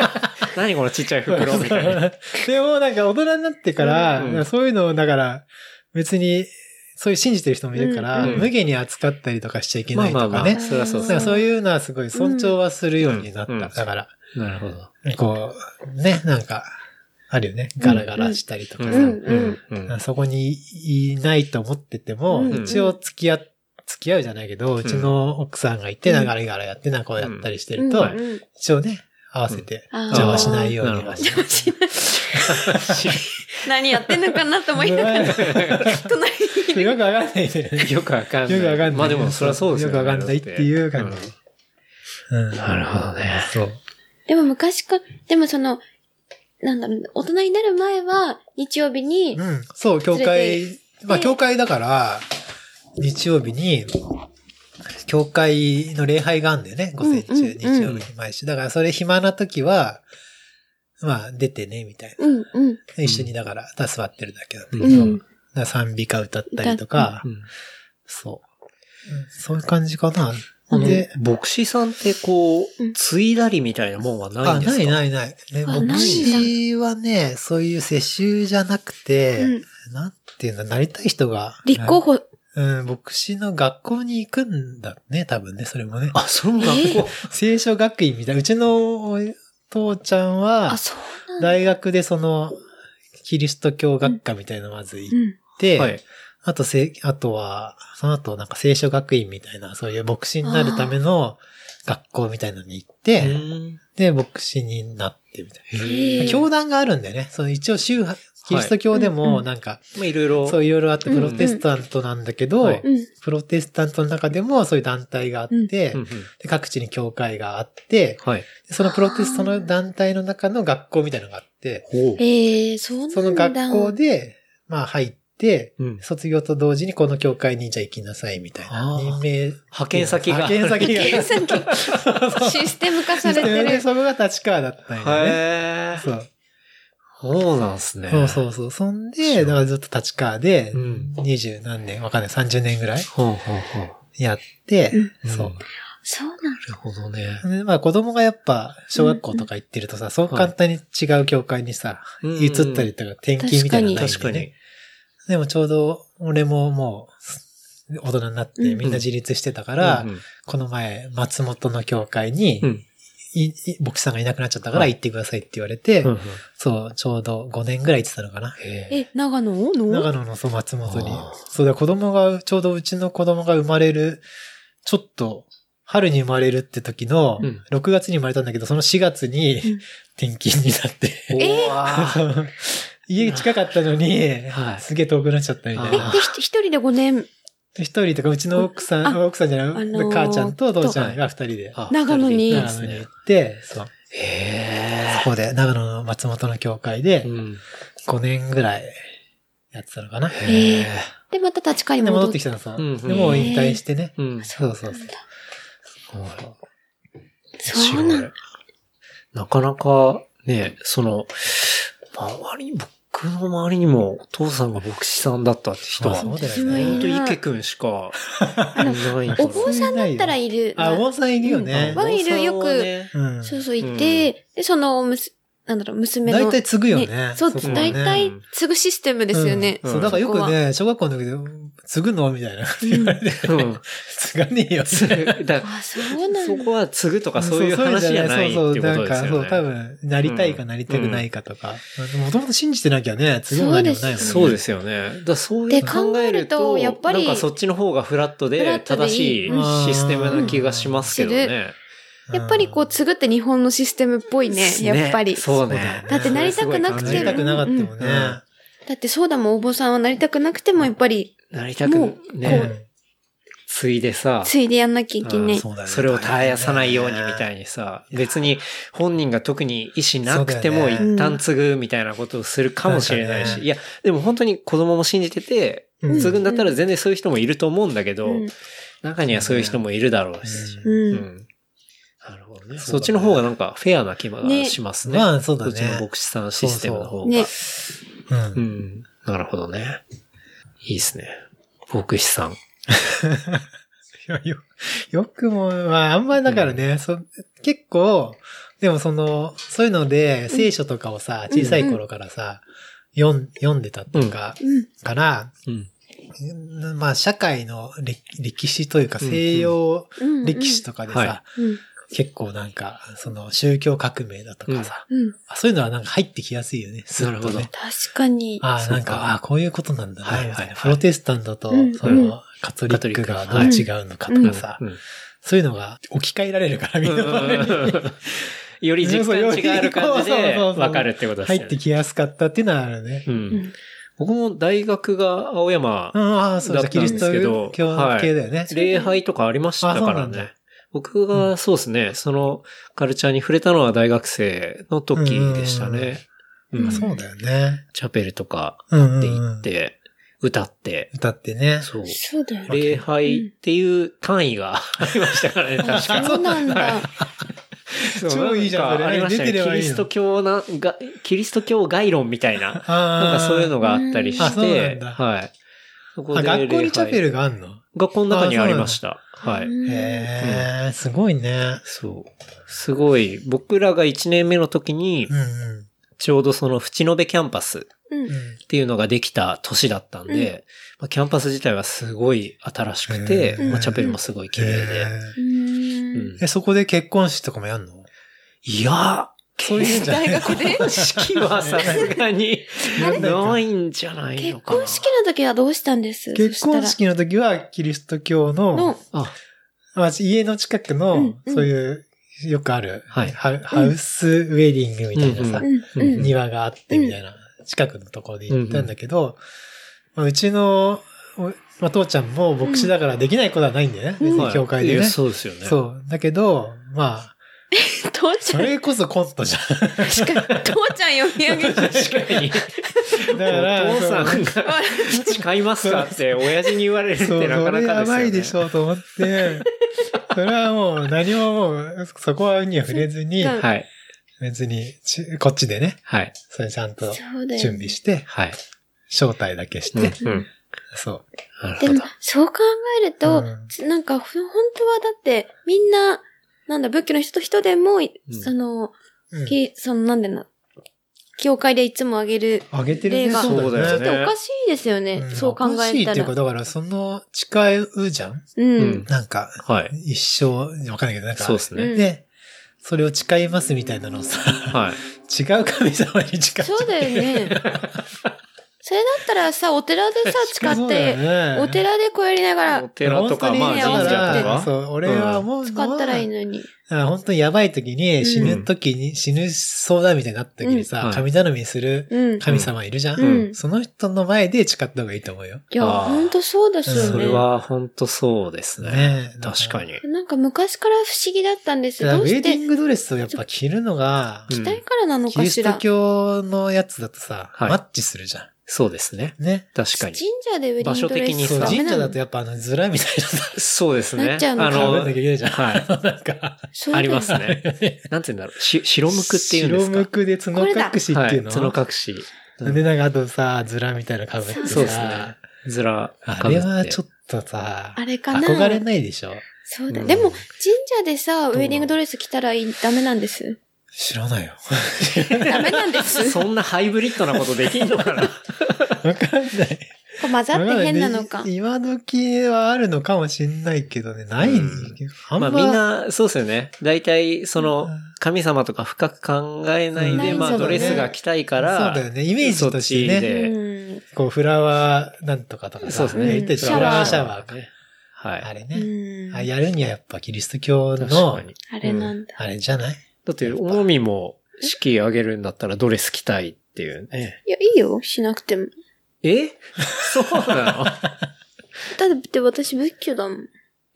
[SPEAKER 3] な。
[SPEAKER 2] 何このちっちゃい袋みたいな。
[SPEAKER 3] でもなんか大人になってから、
[SPEAKER 2] うん
[SPEAKER 3] そういうのをだから別にそういう信じてる人もいるから、
[SPEAKER 2] うん
[SPEAKER 3] 無限に扱ったりとかしちゃいけないとかね。
[SPEAKER 4] あ
[SPEAKER 2] そりゃそう
[SPEAKER 3] だか
[SPEAKER 2] そ
[SPEAKER 3] らそういうのはすごい尊重はするようになった。
[SPEAKER 2] うんうん
[SPEAKER 3] だから、
[SPEAKER 2] う。なるほど。
[SPEAKER 3] こう、ね、なんか、あるよね。ガラガラしたりとか
[SPEAKER 2] う
[SPEAKER 3] さ。
[SPEAKER 2] ん
[SPEAKER 4] うん
[SPEAKER 2] うん
[SPEAKER 3] そこにいないと思ってても、
[SPEAKER 4] うん
[SPEAKER 3] 一応付き合、付き合うじゃないけど、うちの奥さんがいて、
[SPEAKER 4] うん
[SPEAKER 3] ガラガラやって、なんかこうやったりして
[SPEAKER 4] うん
[SPEAKER 3] ると、
[SPEAKER 4] うん
[SPEAKER 3] 一応ね、合わせて
[SPEAKER 4] あー
[SPEAKER 3] 邪魔しないよう
[SPEAKER 2] な
[SPEAKER 3] に
[SPEAKER 2] るほ
[SPEAKER 3] は
[SPEAKER 2] ど
[SPEAKER 3] して
[SPEAKER 4] 何やってんのかなと思いながら、隣にいる。
[SPEAKER 3] よくわかんないんだよね。
[SPEAKER 2] よくわかんない。
[SPEAKER 3] よくわかんない
[SPEAKER 2] まあでもそりゃそうですよね。
[SPEAKER 3] よくわかんないっていう感じ
[SPEAKER 2] ん
[SPEAKER 3] な
[SPEAKER 2] なるほどね。
[SPEAKER 3] そう。
[SPEAKER 4] でも昔か、でもその、なんだろう、大人になる前は、日曜日に
[SPEAKER 3] う、ん。そう、教
[SPEAKER 4] 連
[SPEAKER 3] 会、まあ、
[SPEAKER 4] で
[SPEAKER 3] 教会だから、日曜日に、教会の礼拝があるんだよね、午前中、
[SPEAKER 4] うんうんうん
[SPEAKER 3] 日曜日に毎週。だから、それ暇な時は、まあ、出てね、みたい
[SPEAKER 4] うん、うん、
[SPEAKER 3] な。一緒に、だから、ただ座ってるだけだったり
[SPEAKER 4] う
[SPEAKER 3] とか、
[SPEAKER 4] ん。
[SPEAKER 3] だから賛美歌歌ったりとか、
[SPEAKER 2] うん
[SPEAKER 3] そう。うんそういう感じかな。
[SPEAKER 2] あの
[SPEAKER 3] で、
[SPEAKER 2] 牧師さんってこ
[SPEAKER 4] う
[SPEAKER 2] う、
[SPEAKER 4] ん
[SPEAKER 2] 継いだりみたいなもんはない
[SPEAKER 3] あ、
[SPEAKER 2] んですか
[SPEAKER 3] ない
[SPEAKER 2] い。
[SPEAKER 3] ないない。ね、
[SPEAKER 4] あないんだ
[SPEAKER 3] 牧師はね、そういう世襲じゃなくて、
[SPEAKER 4] うん
[SPEAKER 3] なんていうんだ、なりたい人が。
[SPEAKER 4] 立候補、
[SPEAKER 3] うん、牧師の学校に行くんだね、多分ね、それもね。
[SPEAKER 2] あ、それも学校。
[SPEAKER 3] 聖書学院みたいな。うちのお父ちゃんは
[SPEAKER 4] あ、、そうなんだ。
[SPEAKER 3] 大学でその、キリスト教学科みたいなのまず行
[SPEAKER 4] う
[SPEAKER 3] っ
[SPEAKER 4] ん。
[SPEAKER 3] て、
[SPEAKER 2] はい。
[SPEAKER 3] あとせ、あとは、その後なんか聖書学院みたいな、そういう牧師になるための学校みたいなのに行って、で、牧師になってみたいな。
[SPEAKER 4] へー
[SPEAKER 3] 教団があるんだよね。その一応宗派、キリスト教で
[SPEAKER 4] はいうん
[SPEAKER 3] も
[SPEAKER 4] うん
[SPEAKER 3] なんか、
[SPEAKER 2] まあいろいろ。
[SPEAKER 3] そういろいろあって
[SPEAKER 4] うん
[SPEAKER 3] プ
[SPEAKER 4] うん
[SPEAKER 3] ロテスタントなんだけど、
[SPEAKER 2] はい
[SPEAKER 4] うん。
[SPEAKER 3] プロテスタントの中でもそういう団体があって、
[SPEAKER 4] うん
[SPEAKER 3] で
[SPEAKER 2] うんうん
[SPEAKER 3] 各地に教会があって、
[SPEAKER 2] はい。
[SPEAKER 3] そのプロテスタントの団体の中の学校みたいなのがあって、
[SPEAKER 2] ほう。
[SPEAKER 4] ええー、そうなんだ。
[SPEAKER 3] その学校で、まあ入っって、
[SPEAKER 2] うん
[SPEAKER 3] 卒業と同時にこの教会にじゃあ行きなさいみたいな。
[SPEAKER 2] あー
[SPEAKER 3] 任命。
[SPEAKER 2] 派遣先が。
[SPEAKER 3] 派遣先が。
[SPEAKER 4] 検査機システム化されて
[SPEAKER 3] で
[SPEAKER 4] る。
[SPEAKER 3] そこが立川だったんよね。
[SPEAKER 2] へえ。
[SPEAKER 3] そう。
[SPEAKER 2] そうなんすね。
[SPEAKER 3] そうそうそう。そんで、だからずっと立川で
[SPEAKER 2] う、ん。
[SPEAKER 3] 二十何年、わかんない、30年ぐらい
[SPEAKER 2] ほうほうほう。
[SPEAKER 3] やって、
[SPEAKER 2] うん
[SPEAKER 3] そう。
[SPEAKER 4] そうなの
[SPEAKER 2] なるほどね。
[SPEAKER 3] で、まあ子供がやっぱ小学校とか行ってるとさ、そう簡単に違う教会にさ、
[SPEAKER 2] うん
[SPEAKER 3] 移ったりとか転勤みたいなのないん
[SPEAKER 2] 確か
[SPEAKER 3] でね
[SPEAKER 2] に。。
[SPEAKER 3] でもちょうど俺ももう大人になっ
[SPEAKER 4] うん
[SPEAKER 3] て
[SPEAKER 4] うん
[SPEAKER 3] みんな自立してたから、
[SPEAKER 2] うんうん
[SPEAKER 3] この前松本の教会に、
[SPEAKER 2] うん
[SPEAKER 3] いい牧師さんがいなくなっちゃったから
[SPEAKER 2] はい
[SPEAKER 3] 行ってくださいって言われて、
[SPEAKER 2] うんうん
[SPEAKER 3] そう、ちょうど5年ぐらい行ってたのかな。
[SPEAKER 4] え、長野の
[SPEAKER 3] 長野のそう松本に
[SPEAKER 2] あー。
[SPEAKER 3] そうだ、子供が、ちょうどうちの子供が生まれる、ちょっと、春に生まれるって時の
[SPEAKER 2] うん、
[SPEAKER 3] 6月に生まれたんだけど、その4月に
[SPEAKER 4] うん
[SPEAKER 3] 転勤になって、
[SPEAKER 2] うわー
[SPEAKER 3] 家近かったのに
[SPEAKER 2] は、い
[SPEAKER 3] すげえ遠くなっちゃったみたい
[SPEAKER 4] え、
[SPEAKER 3] な
[SPEAKER 2] あ。
[SPEAKER 4] で、ひ一人で5年、
[SPEAKER 3] で一人とか、うちの奥さん、
[SPEAKER 4] あ
[SPEAKER 3] 奥さんじゃない、
[SPEAKER 4] あのー
[SPEAKER 3] 母ちゃんと父ちゃんが二人で、
[SPEAKER 2] あ
[SPEAKER 4] 長野に
[SPEAKER 2] 二人で行ったん
[SPEAKER 3] 長
[SPEAKER 2] す
[SPEAKER 3] 野に
[SPEAKER 2] ね
[SPEAKER 3] 行って、そう
[SPEAKER 2] へ
[SPEAKER 3] そこで、長野の松本の教会で
[SPEAKER 2] え。、ん。
[SPEAKER 3] 5年ぐらいやってたのかな。
[SPEAKER 4] えーで、また立川に
[SPEAKER 3] で、戻
[SPEAKER 4] 戻
[SPEAKER 3] っ
[SPEAKER 4] ってて
[SPEAKER 3] きたの、そう。
[SPEAKER 2] うんうん
[SPEAKER 3] で、もう引退してね。
[SPEAKER 2] うん。
[SPEAKER 3] そうそうそう。
[SPEAKER 4] そうなの。
[SPEAKER 2] なかなか、ね、その、周り、僕の周りにも、お父さんが牧師さんだったって人
[SPEAKER 3] まあ
[SPEAKER 2] は、
[SPEAKER 3] そ
[SPEAKER 2] ほ
[SPEAKER 3] うだ
[SPEAKER 4] す
[SPEAKER 3] よ
[SPEAKER 4] ご
[SPEAKER 3] ね。
[SPEAKER 4] い
[SPEAKER 2] んと池くんしか、いないから
[SPEAKER 4] お坊さんだったらいる。
[SPEAKER 3] あ、お坊さんいるよね。
[SPEAKER 4] ワイルよく
[SPEAKER 3] うん。
[SPEAKER 4] そうそう、いて、で、その、むす、なんだろう、娘の。
[SPEAKER 3] 大体継ぐよね。
[SPEAKER 4] そう、
[SPEAKER 2] そう
[SPEAKER 4] 大体
[SPEAKER 2] うん、
[SPEAKER 4] 継ぐシステムですよね。
[SPEAKER 3] うんそう、だからよくね、小学校の時で、継ぐのみたいな。 言われて、
[SPEAKER 2] うん。
[SPEAKER 3] 継がねえよって。
[SPEAKER 2] だ
[SPEAKER 4] あ、そうな
[SPEAKER 2] そ
[SPEAKER 4] の
[SPEAKER 2] こは継ぐとかそういう話じゃないっていう
[SPEAKER 3] そ
[SPEAKER 2] こ
[SPEAKER 3] う
[SPEAKER 2] とで
[SPEAKER 3] そう、
[SPEAKER 2] す
[SPEAKER 3] な
[SPEAKER 2] よ
[SPEAKER 3] ん
[SPEAKER 2] ね。
[SPEAKER 3] か、そう、多分、なりたいかなりたくないかとか。もともと信じてなきゃね、継ぐも何もないもんね。。
[SPEAKER 2] そうですすよね。だそうい
[SPEAKER 4] で
[SPEAKER 2] う考える
[SPEAKER 4] 考
[SPEAKER 2] と、
[SPEAKER 4] えるとやっぱり
[SPEAKER 2] なんかそっちの方がフラット
[SPEAKER 4] フラ
[SPEAKER 2] で
[SPEAKER 4] ット
[SPEAKER 2] 正
[SPEAKER 4] でいい
[SPEAKER 2] しいシステムな気がしますけどね。
[SPEAKER 4] やっぱりこう、継ぐって日本のシステムっぽいね、やっぱり。
[SPEAKER 2] そう
[SPEAKER 3] そうだよ
[SPEAKER 2] ね
[SPEAKER 3] ね。
[SPEAKER 4] だってなりたくなく
[SPEAKER 3] な
[SPEAKER 4] て
[SPEAKER 3] りたくなかったもん
[SPEAKER 2] う
[SPEAKER 3] ね。
[SPEAKER 2] ん
[SPEAKER 4] だってそうだもん、お坊さんはなりたくなくても、やっぱり、
[SPEAKER 2] なりたくね、
[SPEAKER 3] う
[SPEAKER 2] 継いでさ、
[SPEAKER 4] ついでやんなきゃいけな
[SPEAKER 2] うん
[SPEAKER 4] い。
[SPEAKER 3] そうだよね
[SPEAKER 2] それを絶やさないようにみたいにさ、別に本人が特に意思なくて
[SPEAKER 3] そう
[SPEAKER 2] も
[SPEAKER 3] だよ
[SPEAKER 4] ね
[SPEAKER 2] 一旦継ぐみたいなことをするかもしれない
[SPEAKER 3] なん
[SPEAKER 2] し、
[SPEAKER 3] かね
[SPEAKER 2] いや、でも本当に子供も信じてて、
[SPEAKER 3] ん
[SPEAKER 2] 継ぐんだったら全然そういう人もいると思うんだけど、
[SPEAKER 4] うん
[SPEAKER 2] 中にはそういう人もいるだろうし、
[SPEAKER 3] うん
[SPEAKER 4] う。
[SPEAKER 2] うんん。なるほどね。そっちの方がなんかフェアな気がしますね。
[SPEAKER 3] まあ、そうだ
[SPEAKER 2] こっちの
[SPEAKER 3] ね。
[SPEAKER 2] 牧師さんシステムの方が。
[SPEAKER 4] ね。
[SPEAKER 3] うん
[SPEAKER 2] うん。なるほどね。いいですね。牧師さん。
[SPEAKER 3] いやよ、 よくも、まあ、あんまりだからね、そ結構、でもその、そういうので、聖書とかをさ、
[SPEAKER 4] うん
[SPEAKER 3] 小さい頃からさ、読ん読んでたっていうか、
[SPEAKER 4] うん。
[SPEAKER 3] から、
[SPEAKER 2] うん。
[SPEAKER 3] うんまあ、社会の歴歴史というか、
[SPEAKER 2] うん
[SPEAKER 3] 西洋
[SPEAKER 4] うん。
[SPEAKER 3] 歴史とかでさ、
[SPEAKER 2] うんは
[SPEAKER 4] うん。
[SPEAKER 3] 結構なんか、その宗教革命だとかさ、
[SPEAKER 4] うん。
[SPEAKER 3] そういうのはなんか入ってきやすいよね、スッとね
[SPEAKER 2] なるほど
[SPEAKER 4] 確かに。
[SPEAKER 3] ああ、
[SPEAKER 2] そうか
[SPEAKER 3] なんか、ああ、こういうことなんだ
[SPEAKER 2] はい
[SPEAKER 3] ね、み
[SPEAKER 2] は
[SPEAKER 3] た
[SPEAKER 2] い
[SPEAKER 3] い
[SPEAKER 2] はい
[SPEAKER 3] な。プロテスタントと
[SPEAKER 4] うん、
[SPEAKER 3] そうの、カトリック
[SPEAKER 2] カ
[SPEAKER 3] がど
[SPEAKER 2] ト
[SPEAKER 3] う
[SPEAKER 2] リ
[SPEAKER 3] 違うのかとかさ
[SPEAKER 2] う、ん
[SPEAKER 3] そういうのが置き換えられるから、みんなの上に
[SPEAKER 2] より実感値がある感じで
[SPEAKER 3] そうそうそうそう
[SPEAKER 2] 分かるってことです
[SPEAKER 3] 入
[SPEAKER 2] ね。
[SPEAKER 3] ってきやすかったっていうのはあるね。
[SPEAKER 2] う。
[SPEAKER 4] うんん。
[SPEAKER 2] 僕も大学が青山
[SPEAKER 3] う、ん、ああ、そう
[SPEAKER 2] だ
[SPEAKER 3] だ、
[SPEAKER 2] ったん
[SPEAKER 3] キ
[SPEAKER 2] です
[SPEAKER 3] リス
[SPEAKER 2] けど
[SPEAKER 3] ト教系だよね。
[SPEAKER 2] 礼拝とかありましたか
[SPEAKER 3] あそう
[SPEAKER 2] ら
[SPEAKER 3] なん
[SPEAKER 2] ね
[SPEAKER 3] だ。
[SPEAKER 2] 僕がそうですね、そのカルチャーに触れたのは大学生の時でしたね。
[SPEAKER 4] ん
[SPEAKER 2] うん
[SPEAKER 3] あそうだよね。
[SPEAKER 2] チャペルとか
[SPEAKER 3] うん、
[SPEAKER 2] で
[SPEAKER 3] うん
[SPEAKER 2] 行
[SPEAKER 3] うん
[SPEAKER 2] っ。て、歌って、
[SPEAKER 3] 歌ってね。
[SPEAKER 2] そう。
[SPEAKER 4] そうだよね。
[SPEAKER 2] 礼拝っていう単位がありましたからね、
[SPEAKER 4] あ
[SPEAKER 2] 確かに。
[SPEAKER 4] そうなんだ。
[SPEAKER 2] そう
[SPEAKER 3] 超いいじゃん
[SPEAKER 2] な
[SPEAKER 3] そ
[SPEAKER 2] かあ
[SPEAKER 3] れ
[SPEAKER 2] りましたね。
[SPEAKER 3] 出てれ
[SPEAKER 2] キ
[SPEAKER 3] ばいい
[SPEAKER 2] リ
[SPEAKER 3] の
[SPEAKER 2] スト教な、が、キリスト教概論みたいな、
[SPEAKER 3] あ
[SPEAKER 2] な
[SPEAKER 3] あ。
[SPEAKER 2] んかそういうのがあったり
[SPEAKER 4] あ
[SPEAKER 2] し
[SPEAKER 3] そうなん
[SPEAKER 2] て、
[SPEAKER 3] だ
[SPEAKER 2] はい。そこ
[SPEAKER 3] あ。
[SPEAKER 2] で
[SPEAKER 3] 学校
[SPEAKER 2] 礼
[SPEAKER 3] に
[SPEAKER 2] 拝
[SPEAKER 3] チャペルがあんの
[SPEAKER 2] 学校の中にありました。はい。
[SPEAKER 4] うん
[SPEAKER 3] へえ、すごいね。
[SPEAKER 2] そう。すごい、僕らが1年目の時に
[SPEAKER 3] う、んう
[SPEAKER 2] ちょうどその淵野辺キャンパス
[SPEAKER 4] うん
[SPEAKER 3] ん。うん
[SPEAKER 2] っていうのができた年だったんで、
[SPEAKER 4] う
[SPEAKER 2] まあ、キャンパス自体はすごい新しくて、
[SPEAKER 3] うん
[SPEAKER 2] まあ、チャペルもすごい綺麗で。
[SPEAKER 3] へ
[SPEAKER 4] う。
[SPEAKER 2] うんん
[SPEAKER 3] え、そこで結婚式とかもやんの
[SPEAKER 2] いや、
[SPEAKER 3] そういうんじゃない
[SPEAKER 4] 大 学で
[SPEAKER 2] 式はさすがにないんじゃないの
[SPEAKER 4] 結
[SPEAKER 2] かな。
[SPEAKER 4] 婚式の時はどうしたんです
[SPEAKER 3] 結婚式の時は、キリスト教
[SPEAKER 4] そしたら
[SPEAKER 3] の
[SPEAKER 4] の、、
[SPEAKER 2] あ、
[SPEAKER 3] まあ家の近く
[SPEAKER 4] う
[SPEAKER 3] の
[SPEAKER 4] んう、ん
[SPEAKER 3] そういう、よくある、
[SPEAKER 2] はい
[SPEAKER 3] ハハウスウェディングみたいなさ、
[SPEAKER 4] うんうん。
[SPEAKER 3] 庭があってみたいな、近くのところで行ったんだけど、まあうちの、おまあ、父ちゃんも牧師だからできないことはないんだよね。
[SPEAKER 4] うん
[SPEAKER 3] 別
[SPEAKER 2] は
[SPEAKER 3] に
[SPEAKER 2] い
[SPEAKER 3] 教会で
[SPEAKER 2] い
[SPEAKER 3] ね。
[SPEAKER 2] や
[SPEAKER 3] そ
[SPEAKER 2] そうですよね。
[SPEAKER 3] う。だけど、まあ、
[SPEAKER 4] 父ち
[SPEAKER 3] そ
[SPEAKER 4] ゃん、
[SPEAKER 3] れこそコントじゃん。
[SPEAKER 4] 確かに、父ちゃん読み上げて。
[SPEAKER 2] 確かに。
[SPEAKER 3] だから
[SPEAKER 2] お父さんが誓いますかって、親父に言われる っ
[SPEAKER 3] そう、
[SPEAKER 2] てなかなかですよ、ね。
[SPEAKER 3] それやばいでしょうと思って、それはもう何ももう、そこはには触れずに、
[SPEAKER 4] うん
[SPEAKER 2] はい。
[SPEAKER 3] 別にち、こっちでね、
[SPEAKER 2] はい。
[SPEAKER 3] それちゃんと
[SPEAKER 4] そうだよ
[SPEAKER 3] 準。備して、
[SPEAKER 2] はい。
[SPEAKER 3] 招待だけし
[SPEAKER 2] う
[SPEAKER 3] て、
[SPEAKER 2] ん。うん
[SPEAKER 3] そ
[SPEAKER 2] なる
[SPEAKER 4] で
[SPEAKER 2] ほ
[SPEAKER 4] も
[SPEAKER 2] ど。、
[SPEAKER 4] そう考えると、
[SPEAKER 3] うん
[SPEAKER 4] つなんか、ほ本当はだって、みんな、なんだ、仏教の人と人でも、い
[SPEAKER 2] うん
[SPEAKER 4] その、
[SPEAKER 3] う。うん
[SPEAKER 4] きその、なんでな、教会でいつもあげる、
[SPEAKER 3] あげてるね、
[SPEAKER 4] 例が
[SPEAKER 2] そうだよね
[SPEAKER 4] ちょっとおかしいですよね。
[SPEAKER 3] ん
[SPEAKER 4] そう考
[SPEAKER 3] おかし
[SPEAKER 4] え
[SPEAKER 3] いったてい
[SPEAKER 4] ら
[SPEAKER 3] う。か、だから、その、誓うじゃん
[SPEAKER 4] うん。
[SPEAKER 2] うん
[SPEAKER 3] なんか、
[SPEAKER 2] はい。
[SPEAKER 3] 一生、わかんないけど、なんか、
[SPEAKER 2] そうですね。
[SPEAKER 4] うん
[SPEAKER 3] で、それを誓いますみたいなのをさ、
[SPEAKER 2] はい。
[SPEAKER 3] 違う神様に誓っちゃ
[SPEAKER 4] そうだ よね。それだったらさ、お寺でさ、使って、お寺でこうやりなが
[SPEAKER 2] お
[SPEAKER 4] ら、
[SPEAKER 2] 寺とか、まあ
[SPEAKER 4] 本
[SPEAKER 2] 神
[SPEAKER 4] 当にね
[SPEAKER 2] 社とか。
[SPEAKER 3] そう、俺は思うのは、
[SPEAKER 4] 使ったらいいのに。
[SPEAKER 3] あ本当にやばい時に、死ぬ時に、死ぬそうだみたいになった時にさ、
[SPEAKER 2] うん
[SPEAKER 3] 神頼みする
[SPEAKER 4] うん。
[SPEAKER 3] 神様いるじゃん、
[SPEAKER 4] うん。い
[SPEAKER 3] その人の前で誓った方がいいと思うよ。
[SPEAKER 4] や、
[SPEAKER 2] あー
[SPEAKER 4] ほんとそうですよね。
[SPEAKER 2] それは本当そうですね。
[SPEAKER 3] ねえ
[SPEAKER 2] 確かに。
[SPEAKER 4] なんか昔から不思議だったんです。
[SPEAKER 3] だから
[SPEAKER 4] ど
[SPEAKER 3] ウ
[SPEAKER 4] う
[SPEAKER 3] ェ
[SPEAKER 4] し
[SPEAKER 3] デ
[SPEAKER 4] て
[SPEAKER 3] ィングドレスをやっぱ着るのが、
[SPEAKER 2] うん
[SPEAKER 4] 着たいからなの
[SPEAKER 3] キ
[SPEAKER 4] か
[SPEAKER 3] リ
[SPEAKER 4] し
[SPEAKER 3] スト
[SPEAKER 4] ら。
[SPEAKER 3] 教のやつだとさ、
[SPEAKER 2] はい
[SPEAKER 3] マッチするじゃ
[SPEAKER 2] そうですね。
[SPEAKER 3] ん。ね。
[SPEAKER 2] 確か
[SPEAKER 4] 神
[SPEAKER 2] に。
[SPEAKER 4] 社でウェディングドレ
[SPEAKER 2] そ
[SPEAKER 4] ス
[SPEAKER 3] そうう、
[SPEAKER 2] だ
[SPEAKER 4] ダメ
[SPEAKER 3] 神
[SPEAKER 4] な
[SPEAKER 3] 社だ
[SPEAKER 4] の
[SPEAKER 3] とやっぱあの、ズラみたいなさ、
[SPEAKER 2] そうですね。
[SPEAKER 4] なっちゃうのか
[SPEAKER 2] あ
[SPEAKER 3] 被んなきゃ
[SPEAKER 2] の
[SPEAKER 3] い、けないじゃん。
[SPEAKER 2] はい。
[SPEAKER 3] なんか、
[SPEAKER 4] そうだ
[SPEAKER 2] あ
[SPEAKER 4] よ
[SPEAKER 2] りますね。 なんて言うんだろう。し白むくっていうんですか。
[SPEAKER 3] 白むくで角隠しっていうの。
[SPEAKER 2] はい、角隠し。うん
[SPEAKER 3] で、なんかあとさ、ズラみたいなの被って
[SPEAKER 4] そうです
[SPEAKER 3] さ
[SPEAKER 2] ね、ずら、
[SPEAKER 3] あれはちょ
[SPEAKER 2] っ
[SPEAKER 3] っとさ、
[SPEAKER 4] あれかな
[SPEAKER 3] 憧れないでしょ
[SPEAKER 4] そうだ。
[SPEAKER 2] うん
[SPEAKER 4] でも、神社でさ、
[SPEAKER 2] う
[SPEAKER 4] ウ
[SPEAKER 2] なの
[SPEAKER 4] ェディングドレス着たらいい、ダメなんです。
[SPEAKER 3] 知らないよ。
[SPEAKER 4] ダメな んです。
[SPEAKER 2] そんなハイブリッドなことできんのかな
[SPEAKER 3] わかんない。
[SPEAKER 4] こう混ざって変なのか。
[SPEAKER 3] 今時はあるのかもしんないけどね、ない。
[SPEAKER 2] うん
[SPEAKER 3] あん
[SPEAKER 2] ま
[SPEAKER 3] ま
[SPEAKER 2] あみんな、そうですよね。大体、その
[SPEAKER 3] うん、
[SPEAKER 2] 神
[SPEAKER 3] 神
[SPEAKER 2] 様とか深く考えな
[SPEAKER 3] う
[SPEAKER 2] い
[SPEAKER 3] ん
[SPEAKER 2] で、ま
[SPEAKER 4] そ
[SPEAKER 2] あ
[SPEAKER 4] うだ
[SPEAKER 2] ドレ
[SPEAKER 4] ね
[SPEAKER 2] スが着たいか
[SPEAKER 3] そ
[SPEAKER 2] ら、
[SPEAKER 3] うだよね。イメージとして
[SPEAKER 2] そっち
[SPEAKER 3] ね。
[SPEAKER 2] で
[SPEAKER 4] うん。
[SPEAKER 3] こう、フラワーなんとかとか
[SPEAKER 2] そう
[SPEAKER 3] さ。
[SPEAKER 2] ですね
[SPEAKER 3] 言ったりする
[SPEAKER 4] うん
[SPEAKER 3] フラワーシャワーか。
[SPEAKER 2] はい。
[SPEAKER 3] あれ
[SPEAKER 4] う
[SPEAKER 3] ね。
[SPEAKER 4] ん。
[SPEAKER 3] あやるにはやっぱキリスト教
[SPEAKER 2] 確
[SPEAKER 3] の
[SPEAKER 2] か、に。
[SPEAKER 4] あれなんだ。
[SPEAKER 3] あれじゃない
[SPEAKER 2] だって、おもみも式あげるんだったらドレス着たいっていう。え
[SPEAKER 4] いや、いいよ。しなくても。
[SPEAKER 2] えそうな の
[SPEAKER 4] だって私仏教だもん。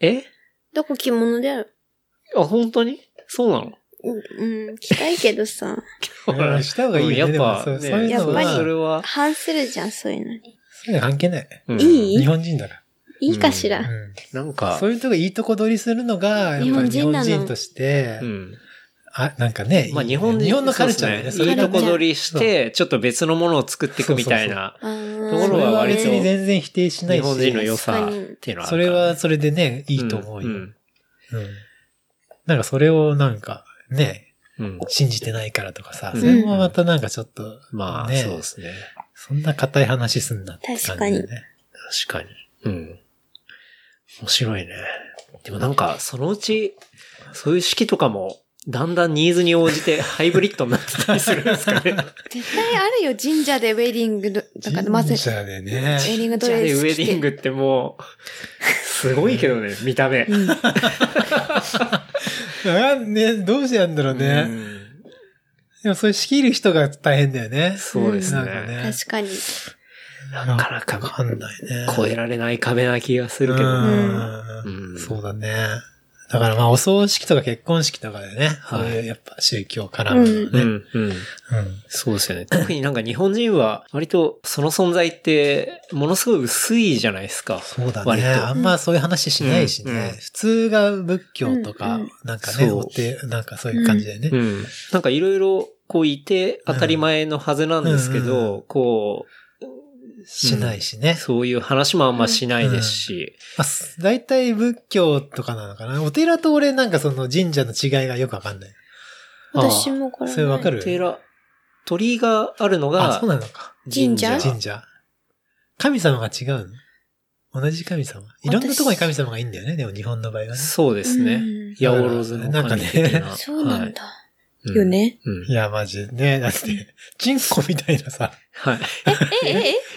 [SPEAKER 2] え
[SPEAKER 4] だから着物だよ。
[SPEAKER 2] あ、本当にそうなの
[SPEAKER 4] うん、うん、着たいけどさ。
[SPEAKER 3] ほらした方がいいよね
[SPEAKER 2] やっ
[SPEAKER 3] でも
[SPEAKER 2] ぱ、
[SPEAKER 3] そう
[SPEAKER 2] ね
[SPEAKER 3] そういう
[SPEAKER 4] のは
[SPEAKER 2] やっぱりそれは、
[SPEAKER 4] 反するじゃん、そういうのに。
[SPEAKER 3] そういうの関係ない。
[SPEAKER 2] うん
[SPEAKER 4] いい
[SPEAKER 3] 日本人だか
[SPEAKER 4] いいかし
[SPEAKER 3] ら。
[SPEAKER 4] ら。
[SPEAKER 3] うん
[SPEAKER 2] なんか、
[SPEAKER 3] そういうとこいいとこ取りするのが、やっぱり日
[SPEAKER 4] 日本人
[SPEAKER 3] 本
[SPEAKER 4] なの
[SPEAKER 3] 人として、
[SPEAKER 2] うん。
[SPEAKER 3] あ、なんかね、
[SPEAKER 2] まあ
[SPEAKER 3] いい
[SPEAKER 2] 日
[SPEAKER 3] ね
[SPEAKER 2] 本人
[SPEAKER 3] 日本のカルチャーだよね。
[SPEAKER 2] そうですねいいとこ取りして、ちょっと別のものを作っていくみたいな、
[SPEAKER 4] あー
[SPEAKER 2] とこ
[SPEAKER 3] そ
[SPEAKER 2] ろ
[SPEAKER 3] れ
[SPEAKER 2] は
[SPEAKER 3] は
[SPEAKER 2] 割と
[SPEAKER 3] 別に全然否定しない
[SPEAKER 2] 日
[SPEAKER 3] し。
[SPEAKER 2] 本人の良さっていうのはあ
[SPEAKER 3] そ
[SPEAKER 2] る
[SPEAKER 3] れ
[SPEAKER 2] から
[SPEAKER 3] はそれでね、いいと思うよ。
[SPEAKER 2] ん
[SPEAKER 3] うんなんかそれをなんか、ね、
[SPEAKER 2] うんうん
[SPEAKER 3] 信じてないからとかさ、
[SPEAKER 2] うん
[SPEAKER 3] それもまたなんかちょっと、
[SPEAKER 2] まあ、
[SPEAKER 3] ね
[SPEAKER 2] そうですね。
[SPEAKER 3] そんな硬い話すんなって感じだよね。
[SPEAKER 4] 確
[SPEAKER 2] 確かに。うん。面白いね。でもなんか、そのうち、そういう式とかも、だんだんニーズに応じて ハイブリッドになってたりするんですかね。
[SPEAKER 4] 絶対あるよ、神社でウェディングの、だからま
[SPEAKER 3] 神
[SPEAKER 4] ず、ウェ
[SPEAKER 3] 社でね。
[SPEAKER 4] ディングド
[SPEAKER 2] じゃあね
[SPEAKER 4] レ
[SPEAKER 2] ウ
[SPEAKER 4] ス
[SPEAKER 2] ェ
[SPEAKER 4] 着
[SPEAKER 2] ディン
[SPEAKER 4] て。
[SPEAKER 2] グってもう、すごいけどね、見た目。
[SPEAKER 4] うん
[SPEAKER 3] あね、どうしてやんだろうね。
[SPEAKER 2] うん
[SPEAKER 3] でもそれ仕切る人が大変だよね。
[SPEAKER 2] そうです
[SPEAKER 3] なんか
[SPEAKER 2] ね。
[SPEAKER 3] ね。
[SPEAKER 4] 確かに。
[SPEAKER 2] なかなか
[SPEAKER 3] わかんないね。
[SPEAKER 2] 超えられない壁な気がするけど。
[SPEAKER 3] うん
[SPEAKER 2] うん
[SPEAKER 3] そうだね。だからまあお葬式とか結婚式とかでね、
[SPEAKER 2] はい
[SPEAKER 3] そういうやっぱ宗教絡むのね。
[SPEAKER 2] うんうん
[SPEAKER 3] うん
[SPEAKER 2] そうですよね。特になんか日本人は割とその存在ってものすごい薄いじゃないですか。
[SPEAKER 3] そうだ
[SPEAKER 2] 割
[SPEAKER 3] ね。
[SPEAKER 2] と
[SPEAKER 3] あんまそういう話しないし
[SPEAKER 2] うんうん
[SPEAKER 3] ね。普通が仏教とか
[SPEAKER 4] うんうん、
[SPEAKER 3] なんかね、
[SPEAKER 2] そう
[SPEAKER 3] おってなんかそういう感じだよね
[SPEAKER 2] う。ん。なんかいろいろこういて当たり前のはずなんですけ
[SPEAKER 3] うんうんう
[SPEAKER 2] ど、こ
[SPEAKER 3] しないし
[SPEAKER 2] う、
[SPEAKER 3] ね。
[SPEAKER 2] そういう話もあんましないですし。
[SPEAKER 3] まあす大体仏教とかなのかな。お寺と俺なんかその神社の違いがよくわかんない。
[SPEAKER 2] ああ
[SPEAKER 4] 私もこれ。
[SPEAKER 3] それわか
[SPEAKER 4] る。
[SPEAKER 3] る
[SPEAKER 2] 寺、鳥居があるの
[SPEAKER 3] あ、
[SPEAKER 2] が
[SPEAKER 3] そうなのか。
[SPEAKER 4] 神社
[SPEAKER 3] 神社。神様が違うの同じ神様。いろんなとこに神様がいいんだよね。でも日本の場合はね。
[SPEAKER 2] そうですね。
[SPEAKER 4] うん
[SPEAKER 2] 八百万の神的 な。
[SPEAKER 4] そうなんだ。
[SPEAKER 2] はい。
[SPEAKER 4] よね。
[SPEAKER 2] うん。うん
[SPEAKER 3] いや、マジでね。だって、チンコみたいなさ。
[SPEAKER 2] はい。
[SPEAKER 4] え、え、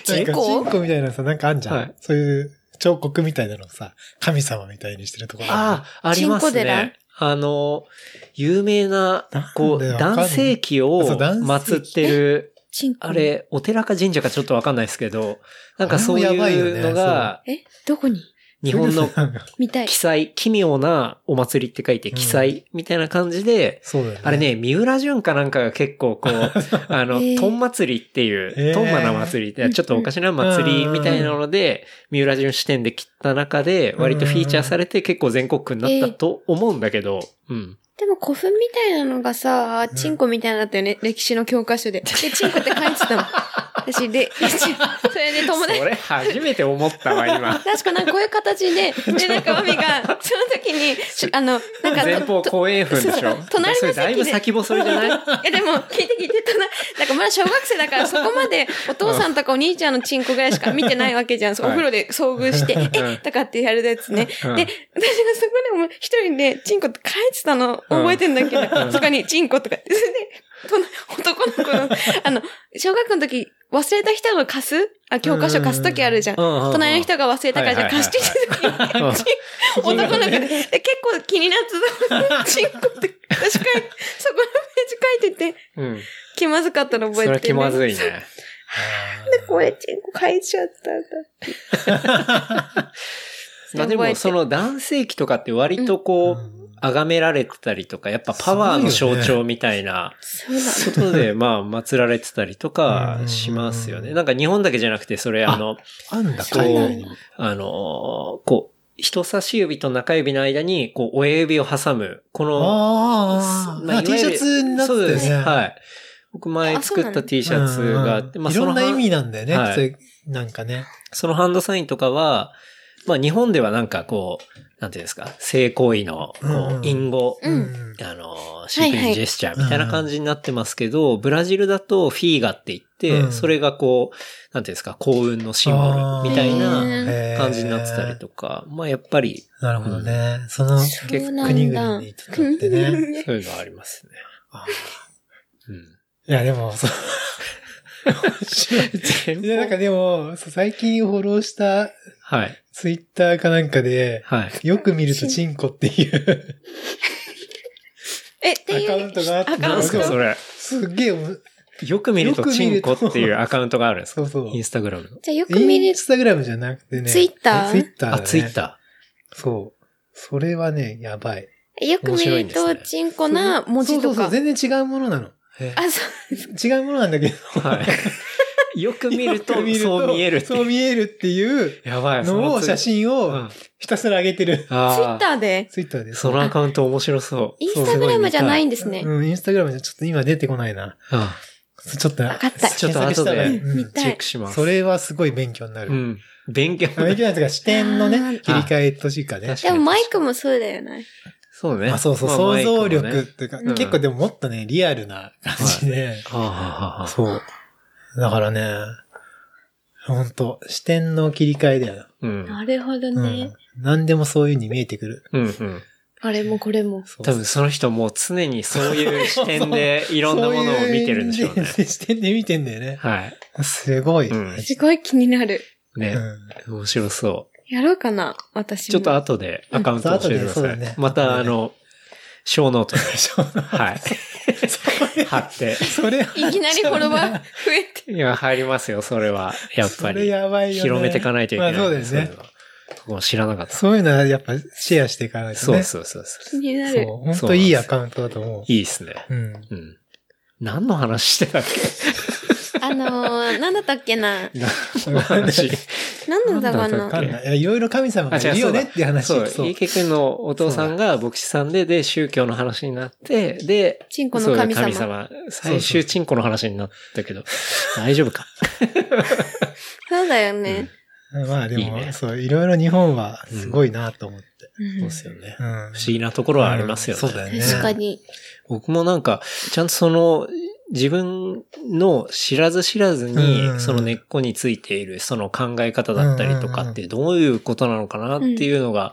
[SPEAKER 4] え、
[SPEAKER 3] なん
[SPEAKER 4] 人
[SPEAKER 3] か
[SPEAKER 4] 口
[SPEAKER 3] チンコみたいなさ、なんかあんじゃん。
[SPEAKER 2] はい
[SPEAKER 3] そういう彫刻みたいなのをさ、神様みたいにしてるところ。
[SPEAKER 2] ああ、あります
[SPEAKER 4] チンコ寺
[SPEAKER 2] ね。あの、有名な、こう、
[SPEAKER 3] なんだよわかんない
[SPEAKER 2] 男性器を
[SPEAKER 3] そう男性器
[SPEAKER 2] 祀ってる、
[SPEAKER 4] 人口
[SPEAKER 2] あれ、お寺か神社かちょっとわかんないですけど、なんかそうい
[SPEAKER 3] あれもやばい
[SPEAKER 2] う
[SPEAKER 3] よね
[SPEAKER 2] のが、
[SPEAKER 4] え、どこに
[SPEAKER 2] 日本の
[SPEAKER 4] 見たい。
[SPEAKER 2] 奇祭、奇妙なお祭りって書いて奇祭みたいな感じで、
[SPEAKER 3] そうだよね。
[SPEAKER 2] あれ。ね、三浦淳かなんかが結構 こう、あの、
[SPEAKER 4] へー
[SPEAKER 2] トン祭りっていう、
[SPEAKER 3] へー
[SPEAKER 2] トンマな祭りって、ちょっとおかしな祭りみたいなので、三浦淳視点で切った中で、割とフィーチャーされて結構全国区になったと思うんだけど、うん。
[SPEAKER 4] でも古墳みたいなのがさ、チンコみたいなのだったよね、歴史の教科 書で。で、チンコって書いてたの。私、で、それで友達
[SPEAKER 2] そ、れ初めて思ったわ、今。
[SPEAKER 4] 確かなんかこういう形で、で、なんかマ ミが、その時に、しあの、なんか、
[SPEAKER 2] 前方
[SPEAKER 4] と
[SPEAKER 2] 後円墳でしょ
[SPEAKER 4] そう隣
[SPEAKER 2] それ
[SPEAKER 4] の席で
[SPEAKER 2] だいぶ先細りじゃない
[SPEAKER 4] いやでも、聞いて聞いてたな。なんかまだ小学生だからそこまでお父さんとかお兄ちゃんのチンコぐらいしか見てないわけじゃん。そうお
[SPEAKER 2] はい
[SPEAKER 4] 風呂で遭遇して、
[SPEAKER 2] ん
[SPEAKER 4] えとかってやるやつね。で、私
[SPEAKER 2] うん
[SPEAKER 4] がそこでも一人でチンコって書いてたの覚えてんだけど、そこにチンコとか。 それで、男の子 の、あの、小学校の時、忘れた人が貸すあ、教科書貸す時あるじゃん。
[SPEAKER 2] うんうんうんうん
[SPEAKER 4] 隣の人が忘れたからじゃあ貸してって時に、男の子で、で結構気になってた。チンコって、私かい、そこのページ書いてて、
[SPEAKER 2] うん。
[SPEAKER 4] 気まずかったの覚
[SPEAKER 2] そ
[SPEAKER 4] え
[SPEAKER 2] れ
[SPEAKER 4] て
[SPEAKER 2] は気ま
[SPEAKER 4] る。
[SPEAKER 2] ずい
[SPEAKER 4] そう
[SPEAKER 2] ね。
[SPEAKER 4] で、これチンコ書いちゃったんだ。
[SPEAKER 2] まあでもその男性器とかって割とこう、崇められてたりとか、やっぱパワーの象徴みたいな、
[SPEAKER 4] そうなの。
[SPEAKER 2] 外でまあ祀られてたりとか
[SPEAKER 3] うん
[SPEAKER 2] しますよね。なんか日本だけじゃなくて、それあの、
[SPEAKER 3] あんだ、
[SPEAKER 2] こう
[SPEAKER 3] 海外に。、
[SPEAKER 2] あのー、こう、人差し指と中指の間に、こう、親指を挟む、この、
[SPEAKER 3] ああ、
[SPEAKER 2] まあ
[SPEAKER 3] まあ T シャツになってた
[SPEAKER 2] そう
[SPEAKER 3] よ
[SPEAKER 2] です
[SPEAKER 3] ね。
[SPEAKER 2] はい。僕前
[SPEAKER 4] あそう
[SPEAKER 2] 作
[SPEAKER 4] な
[SPEAKER 2] っ
[SPEAKER 4] んだ
[SPEAKER 2] た T シャツがあって、
[SPEAKER 3] うんうんいろんな意味なんだよね。
[SPEAKER 2] はい
[SPEAKER 3] それなんかね。
[SPEAKER 2] そのハンドサインとかは、まあ日本ではなんかこう、なんていうんですか、性行為の
[SPEAKER 3] うん
[SPEAKER 2] こ
[SPEAKER 3] う
[SPEAKER 2] うん隠語、
[SPEAKER 4] うん
[SPEAKER 2] あの、シークリンジェスチャーみたいな
[SPEAKER 3] うん
[SPEAKER 2] 感じになってますけど、ブラジルだとフィーガって言って、
[SPEAKER 3] うん
[SPEAKER 2] それがこう、なんていうんですか、幸運のシンボルみたいな
[SPEAKER 3] へ
[SPEAKER 4] へ
[SPEAKER 3] ー
[SPEAKER 2] 感じになってたりとか、まあやっぱり、
[SPEAKER 3] なるほどね。その
[SPEAKER 4] そうなんだ
[SPEAKER 3] 国々に行ってってね。
[SPEAKER 2] そういうのはありますね。うん
[SPEAKER 3] いや、でも、そう。いや、なん かでも、そう最近フォローした
[SPEAKER 2] はい。
[SPEAKER 3] ツイッターかなんかで、
[SPEAKER 2] はい。
[SPEAKER 3] よく見るとチンコっていう
[SPEAKER 4] え、ってい
[SPEAKER 3] ア
[SPEAKER 4] う。
[SPEAKER 3] カウントがあって。
[SPEAKER 2] なんすかそれ。
[SPEAKER 3] すっげえおも、
[SPEAKER 2] よく見ると
[SPEAKER 3] よく
[SPEAKER 2] チ
[SPEAKER 3] 見
[SPEAKER 2] ン
[SPEAKER 3] る
[SPEAKER 2] コ
[SPEAKER 3] と
[SPEAKER 2] っていうアカウントがあるんですか
[SPEAKER 3] そう そう
[SPEAKER 2] イン。スタグラムの。
[SPEAKER 4] じゃあよく見
[SPEAKER 3] イン
[SPEAKER 4] る。
[SPEAKER 3] スタグラムじゃなくてね。
[SPEAKER 4] ツイッター
[SPEAKER 3] ツイッターだ
[SPEAKER 2] あ、
[SPEAKER 3] ね。
[SPEAKER 2] ツイッタ
[SPEAKER 3] そう。それはね、やばい。
[SPEAKER 4] よく
[SPEAKER 2] 面
[SPEAKER 4] 見
[SPEAKER 2] 白いん
[SPEAKER 4] る
[SPEAKER 2] です
[SPEAKER 4] と、
[SPEAKER 2] ね
[SPEAKER 4] チンコな文字
[SPEAKER 3] そ
[SPEAKER 4] と
[SPEAKER 3] うそうそ
[SPEAKER 4] か
[SPEAKER 3] う、。全然違うものなの。
[SPEAKER 4] あ、そう。
[SPEAKER 3] 違うものなんだけど。
[SPEAKER 2] ー。はい。よく見ると、
[SPEAKER 3] よく見ると
[SPEAKER 2] そう見えるっていう
[SPEAKER 3] そう見えるっていう
[SPEAKER 2] やばい。
[SPEAKER 3] のを、
[SPEAKER 2] その
[SPEAKER 3] 写
[SPEAKER 2] ツイ
[SPEAKER 3] 真
[SPEAKER 2] う
[SPEAKER 3] を
[SPEAKER 2] ん
[SPEAKER 3] ひたすら上げてる。
[SPEAKER 4] ツイ
[SPEAKER 2] あ
[SPEAKER 4] ッターで。
[SPEAKER 3] ツイッターで
[SPEAKER 2] ー
[SPEAKER 3] す。
[SPEAKER 2] そのアカウント面白そう。
[SPEAKER 4] インスタグラムじゃないん
[SPEAKER 2] ん
[SPEAKER 4] ですね。
[SPEAKER 3] うん、インスタグラムじゃちょっと今出てこないな。
[SPEAKER 2] あ
[SPEAKER 3] ちょっと。
[SPEAKER 4] わかった
[SPEAKER 2] ちょっと後で
[SPEAKER 3] 検索したら
[SPEAKER 4] 見
[SPEAKER 2] チ
[SPEAKER 4] た
[SPEAKER 2] ェ
[SPEAKER 4] い
[SPEAKER 2] ック。し
[SPEAKER 3] う
[SPEAKER 2] ま
[SPEAKER 3] ん
[SPEAKER 2] す。
[SPEAKER 3] それはすごい勉強になる。
[SPEAKER 2] う
[SPEAKER 3] 勉
[SPEAKER 2] ん。勉強。
[SPEAKER 3] 強になるというか、視点のね、切り替えとしかね
[SPEAKER 2] 確。か
[SPEAKER 4] でもマイクもそうだよね。
[SPEAKER 2] そうね。
[SPEAKER 3] あ、そうそう、
[SPEAKER 2] まあ
[SPEAKER 3] 想像力
[SPEAKER 2] マイクも
[SPEAKER 3] っ
[SPEAKER 2] ね
[SPEAKER 3] ていうか、
[SPEAKER 2] ん
[SPEAKER 3] 結構でももっとね、リアルな感じで。
[SPEAKER 2] はあはあはあ
[SPEAKER 3] そう。だからね、ほんと、視点の切り替えだよ。
[SPEAKER 2] うん。
[SPEAKER 4] なるほど
[SPEAKER 3] うん
[SPEAKER 4] ね。。
[SPEAKER 3] 何でもそういう風に見えてくる。
[SPEAKER 2] うんうん。
[SPEAKER 4] あれもこれも。
[SPEAKER 3] そう
[SPEAKER 2] 多分その人もう常にそういう視点でいろんなものを見てるんでしょうね。
[SPEAKER 3] そういう視点で見てんだよね。
[SPEAKER 2] はい。
[SPEAKER 3] すごい。
[SPEAKER 2] うん
[SPEAKER 4] すごい気になる。
[SPEAKER 2] ね。面白そう。
[SPEAKER 4] やろうかな、私も。
[SPEAKER 2] ちょっと後でアカウント教えてくだ
[SPEAKER 3] うん後でそう
[SPEAKER 2] さ
[SPEAKER 3] だね
[SPEAKER 2] い。また、あの、小ノートに、
[SPEAKER 3] そ
[SPEAKER 2] はい、
[SPEAKER 3] れ、
[SPEAKER 2] 貼って。
[SPEAKER 3] それ、
[SPEAKER 4] いきなりフォロワ ー増えて。
[SPEAKER 2] いや、入りますよ、それは。やっぱ
[SPEAKER 3] それ
[SPEAKER 2] り。
[SPEAKER 3] やばいよね
[SPEAKER 2] 広めていかないといけない。
[SPEAKER 3] まあそうだよね
[SPEAKER 2] いのは僕も知らなかった。
[SPEAKER 3] そういうのはやっぱシェアしていかないとね。
[SPEAKER 2] そうそうそうそう。
[SPEAKER 4] 気にな
[SPEAKER 3] そう
[SPEAKER 4] る。
[SPEAKER 3] 本当いいアカウントだと思
[SPEAKER 2] いいですね。
[SPEAKER 3] う。うん。
[SPEAKER 2] うん。何の話してたっ け
[SPEAKER 4] あのー、なんだったっけな。
[SPEAKER 2] 何の話。
[SPEAKER 4] なんなんだか
[SPEAKER 2] なんだったっ
[SPEAKER 4] な
[SPEAKER 2] け
[SPEAKER 3] わ。かんないいや。いろいろ神様がいるよねっていう話。
[SPEAKER 2] そう、
[SPEAKER 3] そう
[SPEAKER 2] 池君のお父さんが牧師さんで、で、宗教の話になって、で、
[SPEAKER 4] チンコの神
[SPEAKER 2] そ
[SPEAKER 4] 様
[SPEAKER 2] う最終チンコの話になったけど、大丈夫か。
[SPEAKER 4] そうだよね。
[SPEAKER 3] まあで
[SPEAKER 2] いいね
[SPEAKER 3] も、そう、いろいろ日本はすごいなと思って。
[SPEAKER 4] うん
[SPEAKER 2] そうですよね。
[SPEAKER 3] う
[SPEAKER 2] 不
[SPEAKER 3] ん
[SPEAKER 2] 思議なところはありますよね。
[SPEAKER 3] うんそうだよね。
[SPEAKER 4] 確かに。
[SPEAKER 2] 僕もなんか、ちゃんとその、自分の知らず知らずに、
[SPEAKER 3] うん
[SPEAKER 2] その根っこについている、その考え方だったりとかって、どういうことなのかなっていうのが、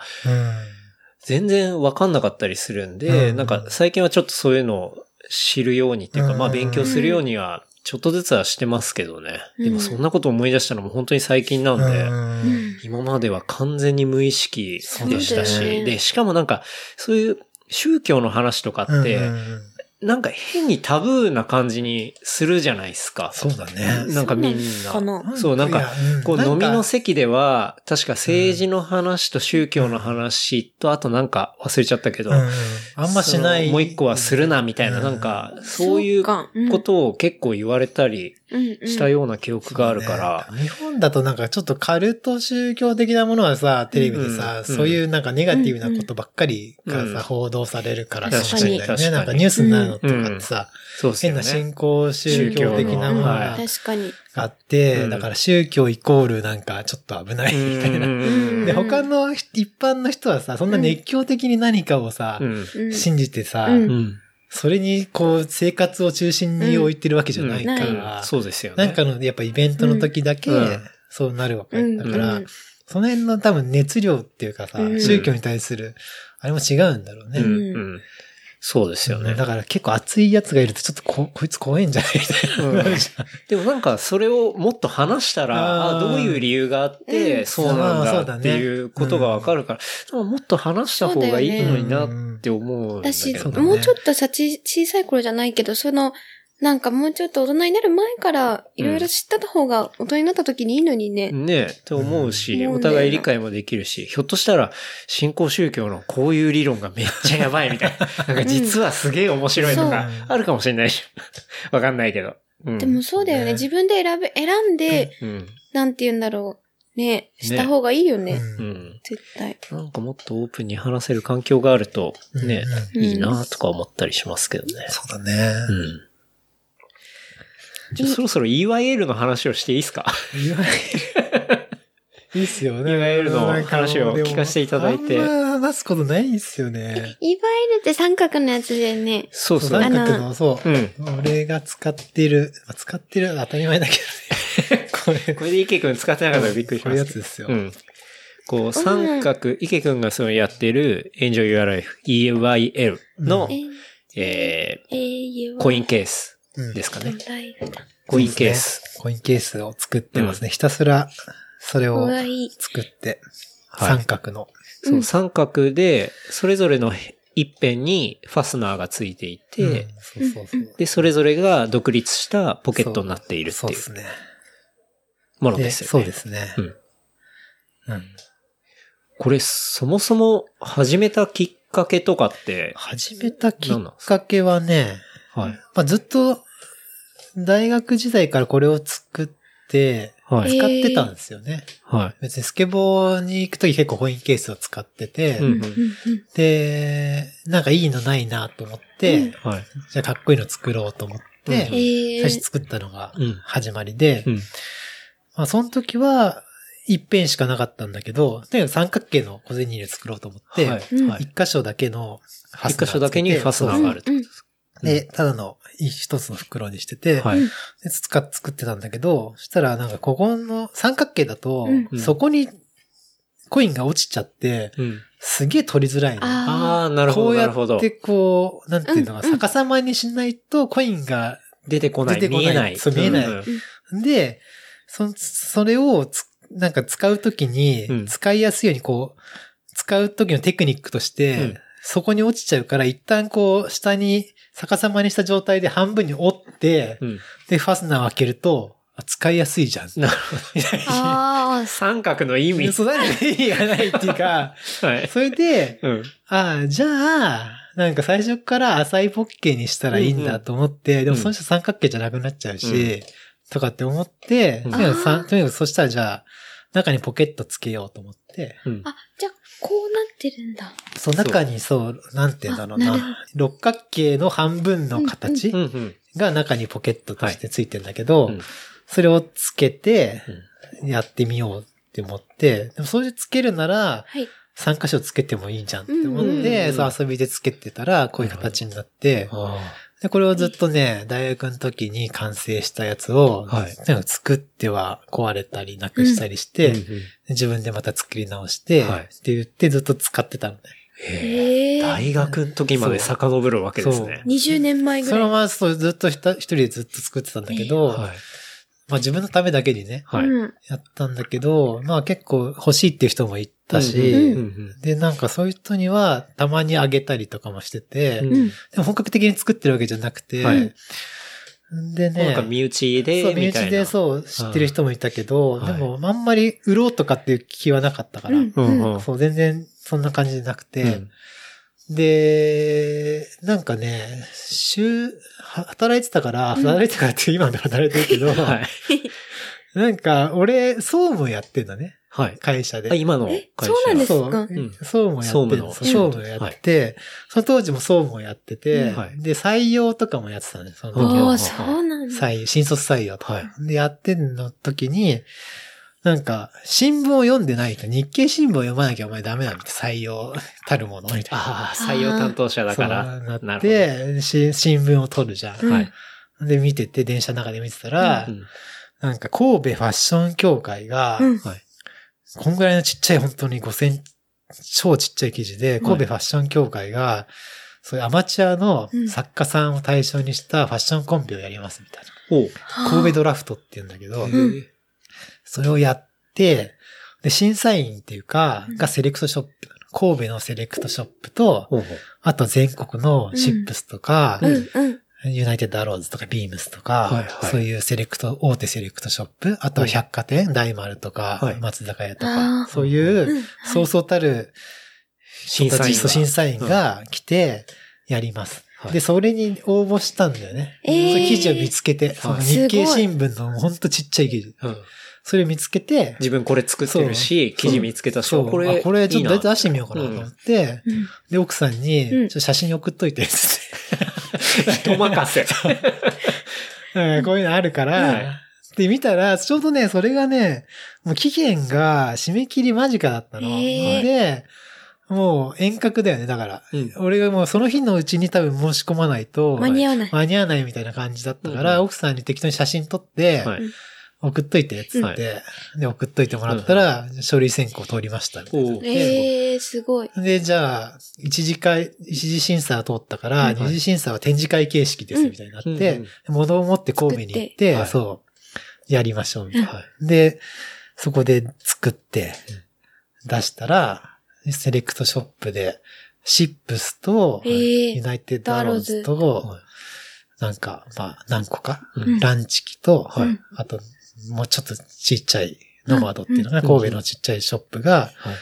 [SPEAKER 2] 全然わかんなかったりするんで、
[SPEAKER 3] うん
[SPEAKER 2] なんか最近はちょっとそういうのを知るようにっていうか、
[SPEAKER 3] うん
[SPEAKER 2] まあ勉強するようには、ちょっとずつはしてますけどね。
[SPEAKER 4] うん
[SPEAKER 2] でもそんなこと思い出したのも本当に最近な
[SPEAKER 3] うん
[SPEAKER 2] で、
[SPEAKER 3] ん。
[SPEAKER 4] うん
[SPEAKER 2] 今までは完全に無意識でした
[SPEAKER 4] そうだ
[SPEAKER 2] し、
[SPEAKER 4] よね
[SPEAKER 2] で、しかもなんか、そういう宗教の話とかって、
[SPEAKER 3] うん
[SPEAKER 2] なんか変にタブーな感じにするじゃないですか。
[SPEAKER 3] そうだね。
[SPEAKER 2] なんかみん
[SPEAKER 4] そうか
[SPEAKER 2] な。
[SPEAKER 4] な
[SPEAKER 2] そう、なん
[SPEAKER 3] いや
[SPEAKER 2] か、こう
[SPEAKER 3] なんか
[SPEAKER 2] 飲みの席では、確か政治の話と宗教の話と、あとなんか忘れちゃったけど、
[SPEAKER 3] うんあんましな
[SPEAKER 2] そ
[SPEAKER 3] い。
[SPEAKER 2] のもう一個はするな、みたいな、
[SPEAKER 3] うん
[SPEAKER 2] なんか、そういう
[SPEAKER 4] そうかうん
[SPEAKER 2] ことを結構言われたり
[SPEAKER 4] うんうん。
[SPEAKER 2] したような記憶があるから、
[SPEAKER 3] そうね日本だとなんかちょっとカルト宗教的なものはさ、テレビで
[SPEAKER 2] うんう
[SPEAKER 3] さ
[SPEAKER 2] ん、
[SPEAKER 3] そういうなんかネガティブなことばっかりが
[SPEAKER 2] うん
[SPEAKER 3] さ、報道されるから
[SPEAKER 2] 確
[SPEAKER 4] か
[SPEAKER 3] もしれない
[SPEAKER 4] に
[SPEAKER 2] 確か
[SPEAKER 3] ね。
[SPEAKER 2] に
[SPEAKER 3] なんかニュースになるのとかってさ、
[SPEAKER 2] そうです
[SPEAKER 3] 変
[SPEAKER 2] よ
[SPEAKER 3] な
[SPEAKER 2] ね。
[SPEAKER 3] 信仰宗教的な
[SPEAKER 2] う
[SPEAKER 3] もの
[SPEAKER 2] ん
[SPEAKER 3] が
[SPEAKER 4] 確かに。
[SPEAKER 3] あって、
[SPEAKER 2] うん
[SPEAKER 3] だから宗教イコールなんかちょっと危ないみたいな。
[SPEAKER 4] うん
[SPEAKER 3] で、
[SPEAKER 4] ほ
[SPEAKER 3] 他の一般の人はさ、そんな熱狂的に何かをさ
[SPEAKER 2] う、ん
[SPEAKER 4] うん
[SPEAKER 3] 信じてさ、
[SPEAKER 4] うん
[SPEAKER 2] うん
[SPEAKER 3] それにこう生活を中心に置いてるわけじゃないか
[SPEAKER 4] うん
[SPEAKER 3] ら、
[SPEAKER 2] そうですよね。
[SPEAKER 3] なんかのやっぱイベントの時だけ
[SPEAKER 2] うん
[SPEAKER 3] そうなるわ
[SPEAKER 4] う
[SPEAKER 3] け。
[SPEAKER 4] ん
[SPEAKER 3] だから、
[SPEAKER 4] うん
[SPEAKER 3] その辺の多分熱量っていうかさ、
[SPEAKER 4] うん
[SPEAKER 3] 宗教に対する、あれも違うんだろうね。
[SPEAKER 2] うんんそうですよね。
[SPEAKER 3] だから結構熱いやつがいるとちょっとこ、こいつ怖いんじゃないみたいな。
[SPEAKER 2] うんでもなんかそれをもっと話したら、あ
[SPEAKER 3] あー
[SPEAKER 2] どういう理由があって、
[SPEAKER 4] うん
[SPEAKER 2] そうなん
[SPEAKER 3] そうそ
[SPEAKER 2] だ
[SPEAKER 3] うだ
[SPEAKER 2] っ
[SPEAKER 3] ね
[SPEAKER 2] ていうことがわかるから、でももっと話した方がいいのになって思うんだけ
[SPEAKER 4] 私、
[SPEAKER 2] どね。
[SPEAKER 3] だね
[SPEAKER 4] もうちょっとさ、ち、小さい頃じゃないけど、その、なんかもうちょっと大人になる前から、いろいろ知ってた方が大人になった時にいいのにね。
[SPEAKER 2] ねえ、って思うし、
[SPEAKER 4] うん
[SPEAKER 2] お互い理解もできるし、ひょっとしたら、新興宗教のこういう理論がめっちゃやばいみたいな、なんか実はすげえ面白いのがあるかもしれないし、わかんないけど。うん
[SPEAKER 4] でもそうだよね。
[SPEAKER 3] ね
[SPEAKER 4] 自分で選べ、選んで、
[SPEAKER 2] うん、
[SPEAKER 4] なんて言うんだろう。ね、
[SPEAKER 2] ね
[SPEAKER 4] した方がいいよね。
[SPEAKER 3] う
[SPEAKER 2] うんん。
[SPEAKER 4] 絶対。
[SPEAKER 2] なんかもっとオープンに話せる環境があると、ね、
[SPEAKER 4] うん
[SPEAKER 2] いいなとか思ったりしますけどね。
[SPEAKER 3] そうだね。
[SPEAKER 2] うん。じゃあそろそろ EYL の話をしていいですか
[SPEAKER 3] いわゆるいいっすよね。
[SPEAKER 2] いわゆるの話を聞かせていただいて
[SPEAKER 3] なんかもうでもあんま話すことないっすよね。
[SPEAKER 4] いわゆるって三角のやつだよね。
[SPEAKER 2] そう
[SPEAKER 3] そう、
[SPEAKER 4] ね
[SPEAKER 3] 三
[SPEAKER 4] あ
[SPEAKER 3] 角
[SPEAKER 4] の
[SPEAKER 3] の、そう
[SPEAKER 2] う。ん。
[SPEAKER 3] 俺が使ってる、まあ使ってる当たり前だけどね。こ れ、
[SPEAKER 2] これで池くん使ってなかったらびっくりし
[SPEAKER 3] こ
[SPEAKER 2] ます
[SPEAKER 3] れや
[SPEAKER 2] け
[SPEAKER 3] つ
[SPEAKER 2] ど。
[SPEAKER 3] ですよ。
[SPEAKER 2] うん。こう、三角、池くんがそのやってる Enjoy Your Life EYL の、
[SPEAKER 4] え、
[SPEAKER 2] え
[SPEAKER 4] えー、
[SPEAKER 2] ー、コインケース
[SPEAKER 3] うん
[SPEAKER 2] ですかね。
[SPEAKER 4] ライフだ。
[SPEAKER 2] コインケース。
[SPEAKER 3] コインケースを作ってますね。ひたすら、それ
[SPEAKER 4] か
[SPEAKER 3] を
[SPEAKER 4] わいい。
[SPEAKER 3] 作って、
[SPEAKER 2] はい
[SPEAKER 3] 三角の。
[SPEAKER 2] その三角で、それぞれの一辺にファスナーがついていて、
[SPEAKER 3] うんそうそうそう。
[SPEAKER 2] で、それぞれが独立したポケットになっているって
[SPEAKER 3] そう
[SPEAKER 2] い
[SPEAKER 3] で
[SPEAKER 2] う
[SPEAKER 3] すね。
[SPEAKER 2] もの
[SPEAKER 3] で
[SPEAKER 2] ですよね。
[SPEAKER 3] そうですね。
[SPEAKER 2] うん
[SPEAKER 3] うん
[SPEAKER 2] これ、そもそも始めたきっかけとかって、
[SPEAKER 3] 始めたきっかけはね、
[SPEAKER 2] はい。
[SPEAKER 3] まあ、ずっと、大学時代からこれを作って、
[SPEAKER 2] は
[SPEAKER 3] 使
[SPEAKER 2] い。
[SPEAKER 3] ってたんですよね。
[SPEAKER 2] は
[SPEAKER 3] 別にスケボーに行くとき結構コインケースを使ってて、
[SPEAKER 2] うんうん
[SPEAKER 4] うん
[SPEAKER 3] で、なんかいいのないなと思って、
[SPEAKER 4] うん
[SPEAKER 2] い。はい。
[SPEAKER 3] じゃあかっこいいの作ろうと思って、
[SPEAKER 2] うん
[SPEAKER 4] えー、
[SPEAKER 3] 最初作ったのが
[SPEAKER 2] うん
[SPEAKER 3] 始まりで、
[SPEAKER 2] うん。
[SPEAKER 3] まあその時は一辺しかなかったんんだけど、とにかく三角形の小銭入れ作ろうと思って、
[SPEAKER 2] は
[SPEAKER 4] うん
[SPEAKER 2] い。はい。
[SPEAKER 3] 一箇所だけのファスナーを
[SPEAKER 2] 一
[SPEAKER 3] つけて
[SPEAKER 2] 箇所だけにファスナーがあるってことです
[SPEAKER 3] そうで、ただの一つの袋にしてて、
[SPEAKER 2] はい。
[SPEAKER 3] で使っ作ってたんだけど、そしたらなんかここの三角形だと、
[SPEAKER 2] うん
[SPEAKER 3] そこにコインが落ちちゃって、
[SPEAKER 2] うん。
[SPEAKER 3] すげえ取りづらいの。
[SPEAKER 4] あ
[SPEAKER 2] あー、なるほ
[SPEAKER 3] こ
[SPEAKER 2] ど、
[SPEAKER 3] う
[SPEAKER 2] な
[SPEAKER 3] や
[SPEAKER 2] るほど
[SPEAKER 3] っ。てこう、なんていうの
[SPEAKER 4] う
[SPEAKER 3] が
[SPEAKER 4] んうん
[SPEAKER 3] 逆さまにしないとコインが、
[SPEAKER 2] 出てこない。
[SPEAKER 3] 出てこ
[SPEAKER 2] 見
[SPEAKER 3] ない
[SPEAKER 2] えない。
[SPEAKER 3] そう見えない
[SPEAKER 2] うん
[SPEAKER 3] で、そ、それをつなんか使うとき
[SPEAKER 2] う
[SPEAKER 3] に
[SPEAKER 2] ん、
[SPEAKER 3] 使いやすいようにこう、使うときのテクニックとして、
[SPEAKER 2] うん
[SPEAKER 3] そこに落ちちゃうから、一旦こう、下に逆さまにした状態で半分に折って、
[SPEAKER 2] うん。
[SPEAKER 3] で、ファスナーを開けると、あ使いやすいじゃん。
[SPEAKER 2] なる
[SPEAKER 4] あー、
[SPEAKER 2] 三角の意味。
[SPEAKER 3] そうなんか意味がないってい うか、
[SPEAKER 2] はい。
[SPEAKER 3] それで、
[SPEAKER 2] うん。
[SPEAKER 3] ああ、じゃあ、なんか最初から浅いポッケにしたらいいんだと思って、でもその人三角形じゃなくなっちゃうし、
[SPEAKER 2] うん
[SPEAKER 3] とかって思って、
[SPEAKER 2] うん
[SPEAKER 3] とにかくさ
[SPEAKER 4] あー
[SPEAKER 3] とにかくそしたらじゃあ、中にポケットつけようと思って、
[SPEAKER 2] うん。
[SPEAKER 4] あ、じゃあ、こうなってるんだ。
[SPEAKER 3] その中にそう、なんて言うんだろう
[SPEAKER 4] あ
[SPEAKER 3] な
[SPEAKER 4] なるほど
[SPEAKER 3] 六角形の半分の形
[SPEAKER 2] うんうん。
[SPEAKER 3] が中にポケットとしてついてんだけど、
[SPEAKER 2] はいうん
[SPEAKER 3] それをつけて、やってみようって思って、でもそれでつけるなら、
[SPEAKER 4] はい。
[SPEAKER 3] 3箇所つけてもいいじゃんって思
[SPEAKER 4] う
[SPEAKER 3] っ
[SPEAKER 4] ん
[SPEAKER 2] うんう
[SPEAKER 3] て、
[SPEAKER 2] ん
[SPEAKER 3] そう遊びでつけてたら、こういう形になって、
[SPEAKER 2] あ
[SPEAKER 3] で、これをずっとね、大学の時に完成したやつを、
[SPEAKER 2] はい
[SPEAKER 3] とにかく作っては壊れたりなくしたりして、
[SPEAKER 2] ー
[SPEAKER 3] で自分でまた作り直して、
[SPEAKER 2] はい
[SPEAKER 3] って言ってずっと使ってたのね。
[SPEAKER 2] へー
[SPEAKER 4] えー、
[SPEAKER 2] 大学の時まで遡るわけですね。
[SPEAKER 4] 20年前ぐ
[SPEAKER 3] その
[SPEAKER 4] らい。
[SPEAKER 3] ままそうずっとひた一人でずっと作ってたんだけど、
[SPEAKER 2] はい。
[SPEAKER 3] まあ自分のためだけにね、
[SPEAKER 2] はい。
[SPEAKER 4] うん
[SPEAKER 3] やったんだけど、まあ結構欲しいっていう人もいたし、
[SPEAKER 2] うんうん
[SPEAKER 3] で、なんかそういう人にはたまにあげたりとかもしてて、
[SPEAKER 2] うん
[SPEAKER 3] で
[SPEAKER 2] うん
[SPEAKER 3] も本格的に作ってるわけじゃなくて、
[SPEAKER 2] はい
[SPEAKER 3] で
[SPEAKER 2] なん
[SPEAKER 3] ね
[SPEAKER 2] か、身内で、
[SPEAKER 3] そう、身
[SPEAKER 2] みた
[SPEAKER 3] 内
[SPEAKER 2] いな。
[SPEAKER 3] でそう、知ってる人もいたけど、
[SPEAKER 2] うん
[SPEAKER 3] でも、あんまり売ろうとかっていう気はなかったから、
[SPEAKER 4] うん
[SPEAKER 2] うんうん。
[SPEAKER 3] そう、全然そんな感じじゃなく
[SPEAKER 2] う
[SPEAKER 3] て
[SPEAKER 2] ん、
[SPEAKER 3] で、なんかね、週、は働いてたから、働いてたからって今まで働いてるけど、
[SPEAKER 2] はい。
[SPEAKER 3] なんか、俺、総務やってんだね、
[SPEAKER 2] はい。
[SPEAKER 3] 会社で。
[SPEAKER 2] あ今の会社。
[SPEAKER 4] そうなんです
[SPEAKER 3] そう
[SPEAKER 4] か
[SPEAKER 2] うん
[SPEAKER 3] 総務やって
[SPEAKER 2] 総務
[SPEAKER 3] る
[SPEAKER 2] の
[SPEAKER 3] そう総務やって、その当時も総務をやってて、
[SPEAKER 2] はい
[SPEAKER 3] で、採用とかもやってたね、その時
[SPEAKER 2] うん
[SPEAKER 4] あ
[SPEAKER 3] は
[SPEAKER 4] あ、そうなんだ。
[SPEAKER 3] 採用新卒採用とか。
[SPEAKER 2] はい
[SPEAKER 3] で、やってんの時に、なんか、新聞を読んでないと、日経新聞を読まなきゃお前ダメなんだって、採用たるものみたいな。
[SPEAKER 2] ああ、採用担当者だから。
[SPEAKER 3] そうな
[SPEAKER 2] なる
[SPEAKER 3] って、し新聞を取るじゃ
[SPEAKER 2] ほど。はい。
[SPEAKER 3] ん。で、見てて、電車の中で見てたら、
[SPEAKER 2] うん
[SPEAKER 3] なんか神戸ファッション協会が、
[SPEAKER 4] うん
[SPEAKER 2] はい
[SPEAKER 3] こんぐらいのちっちゃい本当に5000、超ちっちゃい記事で、神戸ファッション協会が、そういうアマチュアの作家さんを対象にしたファッションコンビをやりますみたいな。
[SPEAKER 2] おう
[SPEAKER 3] 神戸
[SPEAKER 4] 戸。
[SPEAKER 3] ドラフトって言うんだけど、
[SPEAKER 4] ん
[SPEAKER 2] へえ
[SPEAKER 3] それをやって、で、審査員っていうか
[SPEAKER 4] う、ん
[SPEAKER 3] がセレクトショップ、神戸のセレクトショップと、
[SPEAKER 2] ほうほう
[SPEAKER 3] あと全国のシップスとか、
[SPEAKER 4] うんうん。
[SPEAKER 3] ユナイテッドアローズとかビームスとか、
[SPEAKER 2] はいはい
[SPEAKER 3] そういうセレクト、大手セレクトショップ、あとは百貨店、大丸とか、
[SPEAKER 2] はい
[SPEAKER 3] 松坂屋と
[SPEAKER 4] あ
[SPEAKER 3] か
[SPEAKER 4] ー、
[SPEAKER 3] そういう、
[SPEAKER 4] うん
[SPEAKER 3] そうそうたる人
[SPEAKER 2] 審査
[SPEAKER 3] た
[SPEAKER 2] 員
[SPEAKER 3] ち
[SPEAKER 2] が。
[SPEAKER 3] 審査員が来て、やります、
[SPEAKER 2] はい
[SPEAKER 3] で、それに応募したんだよね。
[SPEAKER 4] えー
[SPEAKER 3] その記事を見つけて、その日経新聞のほんとちっちゃい記事。
[SPEAKER 2] うん
[SPEAKER 3] それを見つけて、
[SPEAKER 2] 自分これ作ってるし、
[SPEAKER 3] そ
[SPEAKER 2] 記
[SPEAKER 3] う
[SPEAKER 2] 事見つけたし、
[SPEAKER 3] そう
[SPEAKER 2] これいい
[SPEAKER 3] あ
[SPEAKER 2] な、
[SPEAKER 3] これちょっと出してみようかなと思って、
[SPEAKER 4] うん
[SPEAKER 3] で、奥さんに、ち
[SPEAKER 4] う
[SPEAKER 3] ょ
[SPEAKER 4] ん
[SPEAKER 3] っと写真送っといて、 つって。
[SPEAKER 2] 人任せ。
[SPEAKER 3] うんこういうのあるか
[SPEAKER 2] はい
[SPEAKER 3] ら、で見たら、ちょうどね、それがね、もう期限が締め切り間近だったの。
[SPEAKER 4] へー
[SPEAKER 3] で、もう遠隔だよね、だから。
[SPEAKER 2] うん
[SPEAKER 3] 俺が もうその日のうちに多分申し込まないと、
[SPEAKER 4] 間に合わない。
[SPEAKER 3] 間に合わないみたいな感じだったか
[SPEAKER 2] うん
[SPEAKER 3] ら、
[SPEAKER 2] うん
[SPEAKER 3] 奥さんに適当に写真撮って、
[SPEAKER 2] はい
[SPEAKER 3] 送っといて、つって、
[SPEAKER 2] はい
[SPEAKER 3] で、送っといてもらったら、書類選考通りましたみたい
[SPEAKER 2] お
[SPEAKER 3] な
[SPEAKER 2] う
[SPEAKER 4] ええー、すごい。
[SPEAKER 3] で、じゃあ、一次会、一次審査は通ったから、
[SPEAKER 2] うん
[SPEAKER 3] 二次審査は展示会形式です、みたいになって、
[SPEAKER 2] うんうん
[SPEAKER 3] 物を持って神戸に行っ
[SPEAKER 2] 作って
[SPEAKER 3] て、
[SPEAKER 2] はい
[SPEAKER 3] そう、やりましょう、みたいな、で、そこで作って、出したら、セレクトショップで、シップスと、
[SPEAKER 4] ええ
[SPEAKER 3] ユナイテッドアローズと、
[SPEAKER 2] はい
[SPEAKER 3] なんか、まあ、何個か、
[SPEAKER 2] うん
[SPEAKER 3] ランチキと、
[SPEAKER 2] はい
[SPEAKER 3] あと、もうちょっとちっちゃい、ノマドっていうのが、
[SPEAKER 2] うん
[SPEAKER 3] 神戸のちっちゃいショップが、
[SPEAKER 2] はい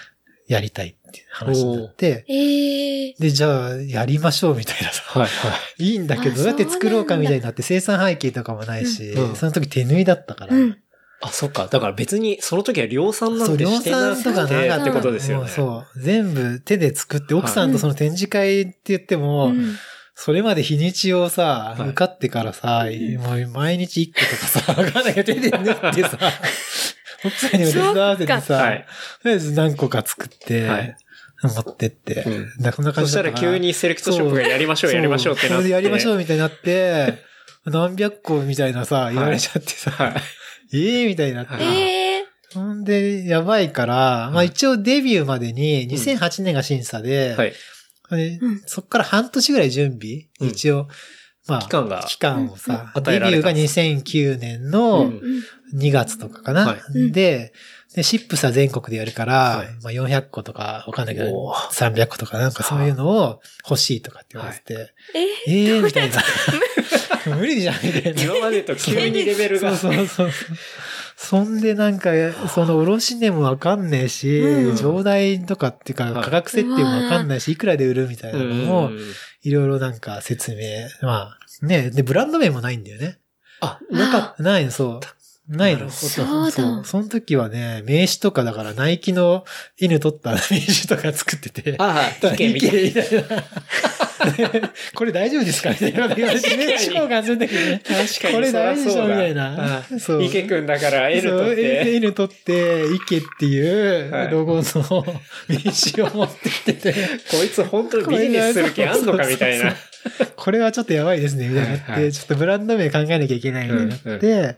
[SPEAKER 3] やりたいっていう話になって、
[SPEAKER 4] ええ
[SPEAKER 3] で、じゃあ、やりましょうみたいなさ、
[SPEAKER 2] はい、はい。
[SPEAKER 3] いいんだけ
[SPEAKER 4] あ
[SPEAKER 3] ど、どうやって作ろうかみたいになって、生産背景とかもないし、
[SPEAKER 2] うんうん
[SPEAKER 3] その時手縫いだったから、
[SPEAKER 4] うん。
[SPEAKER 2] あ、そっか。だから別に、その時は量産なんて
[SPEAKER 3] 量
[SPEAKER 2] してな
[SPEAKER 3] 産とか
[SPEAKER 2] く
[SPEAKER 3] なかった
[SPEAKER 2] て
[SPEAKER 3] の
[SPEAKER 2] ってことですよ
[SPEAKER 3] もう
[SPEAKER 2] ね。
[SPEAKER 3] そう。全部手で作って、奥さんとその展示会って言っても、
[SPEAKER 4] うん
[SPEAKER 3] それまで日にちをさ、
[SPEAKER 2] はい
[SPEAKER 3] 受かってからさ、もう毎日一個とかさ、 わかんないけど手で縫ってさ、奥さんにも手伝わせてさ、
[SPEAKER 2] はい。
[SPEAKER 3] とりあえず何個か作って、
[SPEAKER 2] はい
[SPEAKER 3] 持ってって、
[SPEAKER 2] う
[SPEAKER 3] だからこんな感
[SPEAKER 2] そ
[SPEAKER 3] じ
[SPEAKER 2] し
[SPEAKER 3] だ
[SPEAKER 2] た
[SPEAKER 3] から
[SPEAKER 2] 急にセレクトショップがやりましょう、やりましょうってな
[SPEAKER 3] そ
[SPEAKER 2] っ
[SPEAKER 3] れ
[SPEAKER 2] て。
[SPEAKER 3] でやりましょう
[SPEAKER 2] う。
[SPEAKER 3] みたいにな って、何百個みたいなさ、言われちゃってさ、
[SPEAKER 2] はい。
[SPEAKER 3] ええみたいになって。
[SPEAKER 4] ええ
[SPEAKER 3] ほんで、やばいから、まあ一応デビューまでに2008年が審査で、
[SPEAKER 2] はい。
[SPEAKER 3] で
[SPEAKER 4] うん
[SPEAKER 3] そっから半年ぐらい準備、
[SPEAKER 2] うん
[SPEAKER 3] 一応、まあ、
[SPEAKER 2] 期間が
[SPEAKER 3] 期間をさ、
[SPEAKER 2] うん与
[SPEAKER 3] デ
[SPEAKER 2] え
[SPEAKER 3] ビ
[SPEAKER 2] ら
[SPEAKER 3] ュー
[SPEAKER 2] れた
[SPEAKER 3] が
[SPEAKER 2] んで
[SPEAKER 3] 2009年
[SPEAKER 2] う
[SPEAKER 3] の
[SPEAKER 2] ん
[SPEAKER 4] うん
[SPEAKER 3] 2月とかかな。
[SPEAKER 2] は
[SPEAKER 3] で、で、シップスは全国でやるから、
[SPEAKER 2] はい
[SPEAKER 3] まあ400個とかわかんないけど
[SPEAKER 2] お、
[SPEAKER 3] 300個とかなんかそういうのを欲しいとかって言われて、
[SPEAKER 4] え
[SPEAKER 3] ええみたいな。無理じゃん、みたいな。
[SPEAKER 2] 今までと急にレベル
[SPEAKER 3] そう
[SPEAKER 2] が。
[SPEAKER 3] そうそう。そんでなんか、その、卸値もわかんねえし、
[SPEAKER 4] うん
[SPEAKER 3] 上代とかっていうか、
[SPEAKER 2] はい
[SPEAKER 3] 価格設定もわかんないし、いくらで売るみたいな
[SPEAKER 2] う
[SPEAKER 3] の
[SPEAKER 2] ん
[SPEAKER 3] も、いろいろなんか説明。まあ、ね、で、ブランド名もないんだよね。
[SPEAKER 2] あ、
[SPEAKER 3] なかった、ないの、そう。な
[SPEAKER 2] な
[SPEAKER 3] い
[SPEAKER 2] る
[SPEAKER 3] の。
[SPEAKER 2] ほど
[SPEAKER 4] そうだ
[SPEAKER 3] そう。その時はね、名刺とかだから、ナイキの N 取った名刺とか作ってて。
[SPEAKER 2] あ あ、意見みたい
[SPEAKER 3] 意見みたいなこれ大丈夫ですかみたいなこと言われて、名刺交換するんだけどね。
[SPEAKER 2] 確かに。
[SPEAKER 3] これ大事でしょ
[SPEAKER 2] そりゃそうだ
[SPEAKER 3] みたいな
[SPEAKER 2] うん
[SPEAKER 3] そう
[SPEAKER 2] 池くんだから L
[SPEAKER 3] そう
[SPEAKER 2] 取っ
[SPEAKER 3] L
[SPEAKER 2] て。
[SPEAKER 3] N 取って、イケっていうロゴの名刺を持ってきてて、
[SPEAKER 2] こいつ本 当にビジネスする気あんのかみたいな。
[SPEAKER 3] これはちょっとやばいですね、みたいになって、
[SPEAKER 2] はいはい
[SPEAKER 3] ちょっとブランド名考えなきゃいけないみたいになって、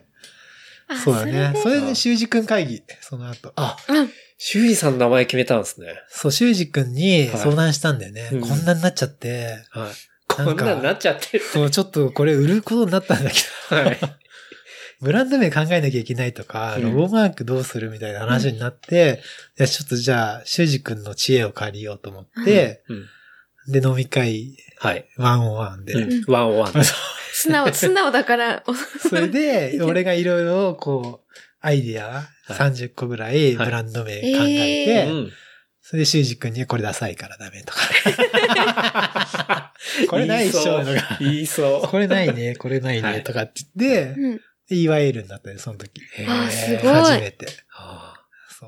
[SPEAKER 4] あ
[SPEAKER 3] そうだね。そ
[SPEAKER 4] れで
[SPEAKER 3] れで修二君会議、その後。
[SPEAKER 2] あ、
[SPEAKER 4] うん
[SPEAKER 2] 修二さんの名前決めたんですね。
[SPEAKER 3] そう、修二君に相談したんだよね。
[SPEAKER 2] うん
[SPEAKER 3] こんなになっちゃって、
[SPEAKER 2] はい。こんなんなっちゃってる。
[SPEAKER 3] そう、ちょっとこれ売ることになったんだけ
[SPEAKER 2] はい。
[SPEAKER 3] ブランド名考えなきゃいけないとか、
[SPEAKER 2] うん
[SPEAKER 3] ロゴマークどうするみたいな話になって、いや、ちょっとじゃあ、修二君の知恵を借りようと思って、
[SPEAKER 2] うん。
[SPEAKER 3] で、飲み会、
[SPEAKER 2] はい。
[SPEAKER 3] ワンオンワンで。
[SPEAKER 2] うんワンオンワン。
[SPEAKER 4] 素直、素直だから、お
[SPEAKER 3] それで、俺がいろいろ、こう、アイディア、
[SPEAKER 2] い
[SPEAKER 3] 30個ぐらいブ
[SPEAKER 2] はい
[SPEAKER 3] ランド名考え
[SPEAKER 2] う
[SPEAKER 3] て、
[SPEAKER 4] え
[SPEAKER 2] ん。
[SPEAKER 3] それで修二君にこれダサいからダ メとか。これないっしょとか。
[SPEAKER 2] 言いそう。
[SPEAKER 3] これないね、これない
[SPEAKER 2] は
[SPEAKER 3] ね
[SPEAKER 2] い
[SPEAKER 3] とかって言って、
[SPEAKER 4] うん。
[SPEAKER 3] いわゆるんだったよ、その時。
[SPEAKER 4] あーすごい
[SPEAKER 3] 初めて。
[SPEAKER 2] あ
[SPEAKER 3] そ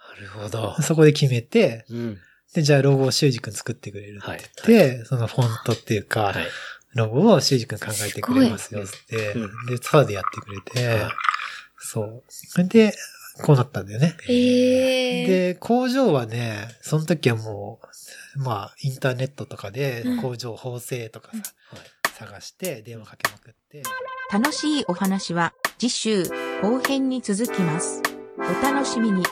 [SPEAKER 2] あなるほど
[SPEAKER 3] う。。そこで決めて、
[SPEAKER 2] うん。
[SPEAKER 3] で、じゃあロゴを修二君作ってくれる
[SPEAKER 2] はい。
[SPEAKER 3] って、そのフォントっていうか、
[SPEAKER 2] はい。
[SPEAKER 3] ロゴを修二君考えてくれますよっ
[SPEAKER 2] す
[SPEAKER 3] て、
[SPEAKER 2] うん
[SPEAKER 3] で、ツアーでやってくれて、
[SPEAKER 2] はい
[SPEAKER 3] そう。それで、こうなったんだよね。
[SPEAKER 4] ええ
[SPEAKER 3] で、工場はね、その時はもう、まあ、インターネットとかで
[SPEAKER 4] うん
[SPEAKER 3] 工場縫製とかさ、
[SPEAKER 2] はい
[SPEAKER 3] 探して電話かけまくって。
[SPEAKER 5] 楽しいお話は次週後編に続きます。お楽しみに。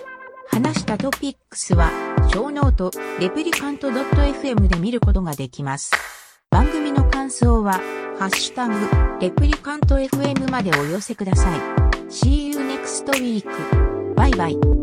[SPEAKER 5] 話したトピックスは、小ノート、レプリカント .fm で見ることができます。番組の感想は、ハッシュタグ、レプリカント fm までお寄せください。See you next week. バイバイ。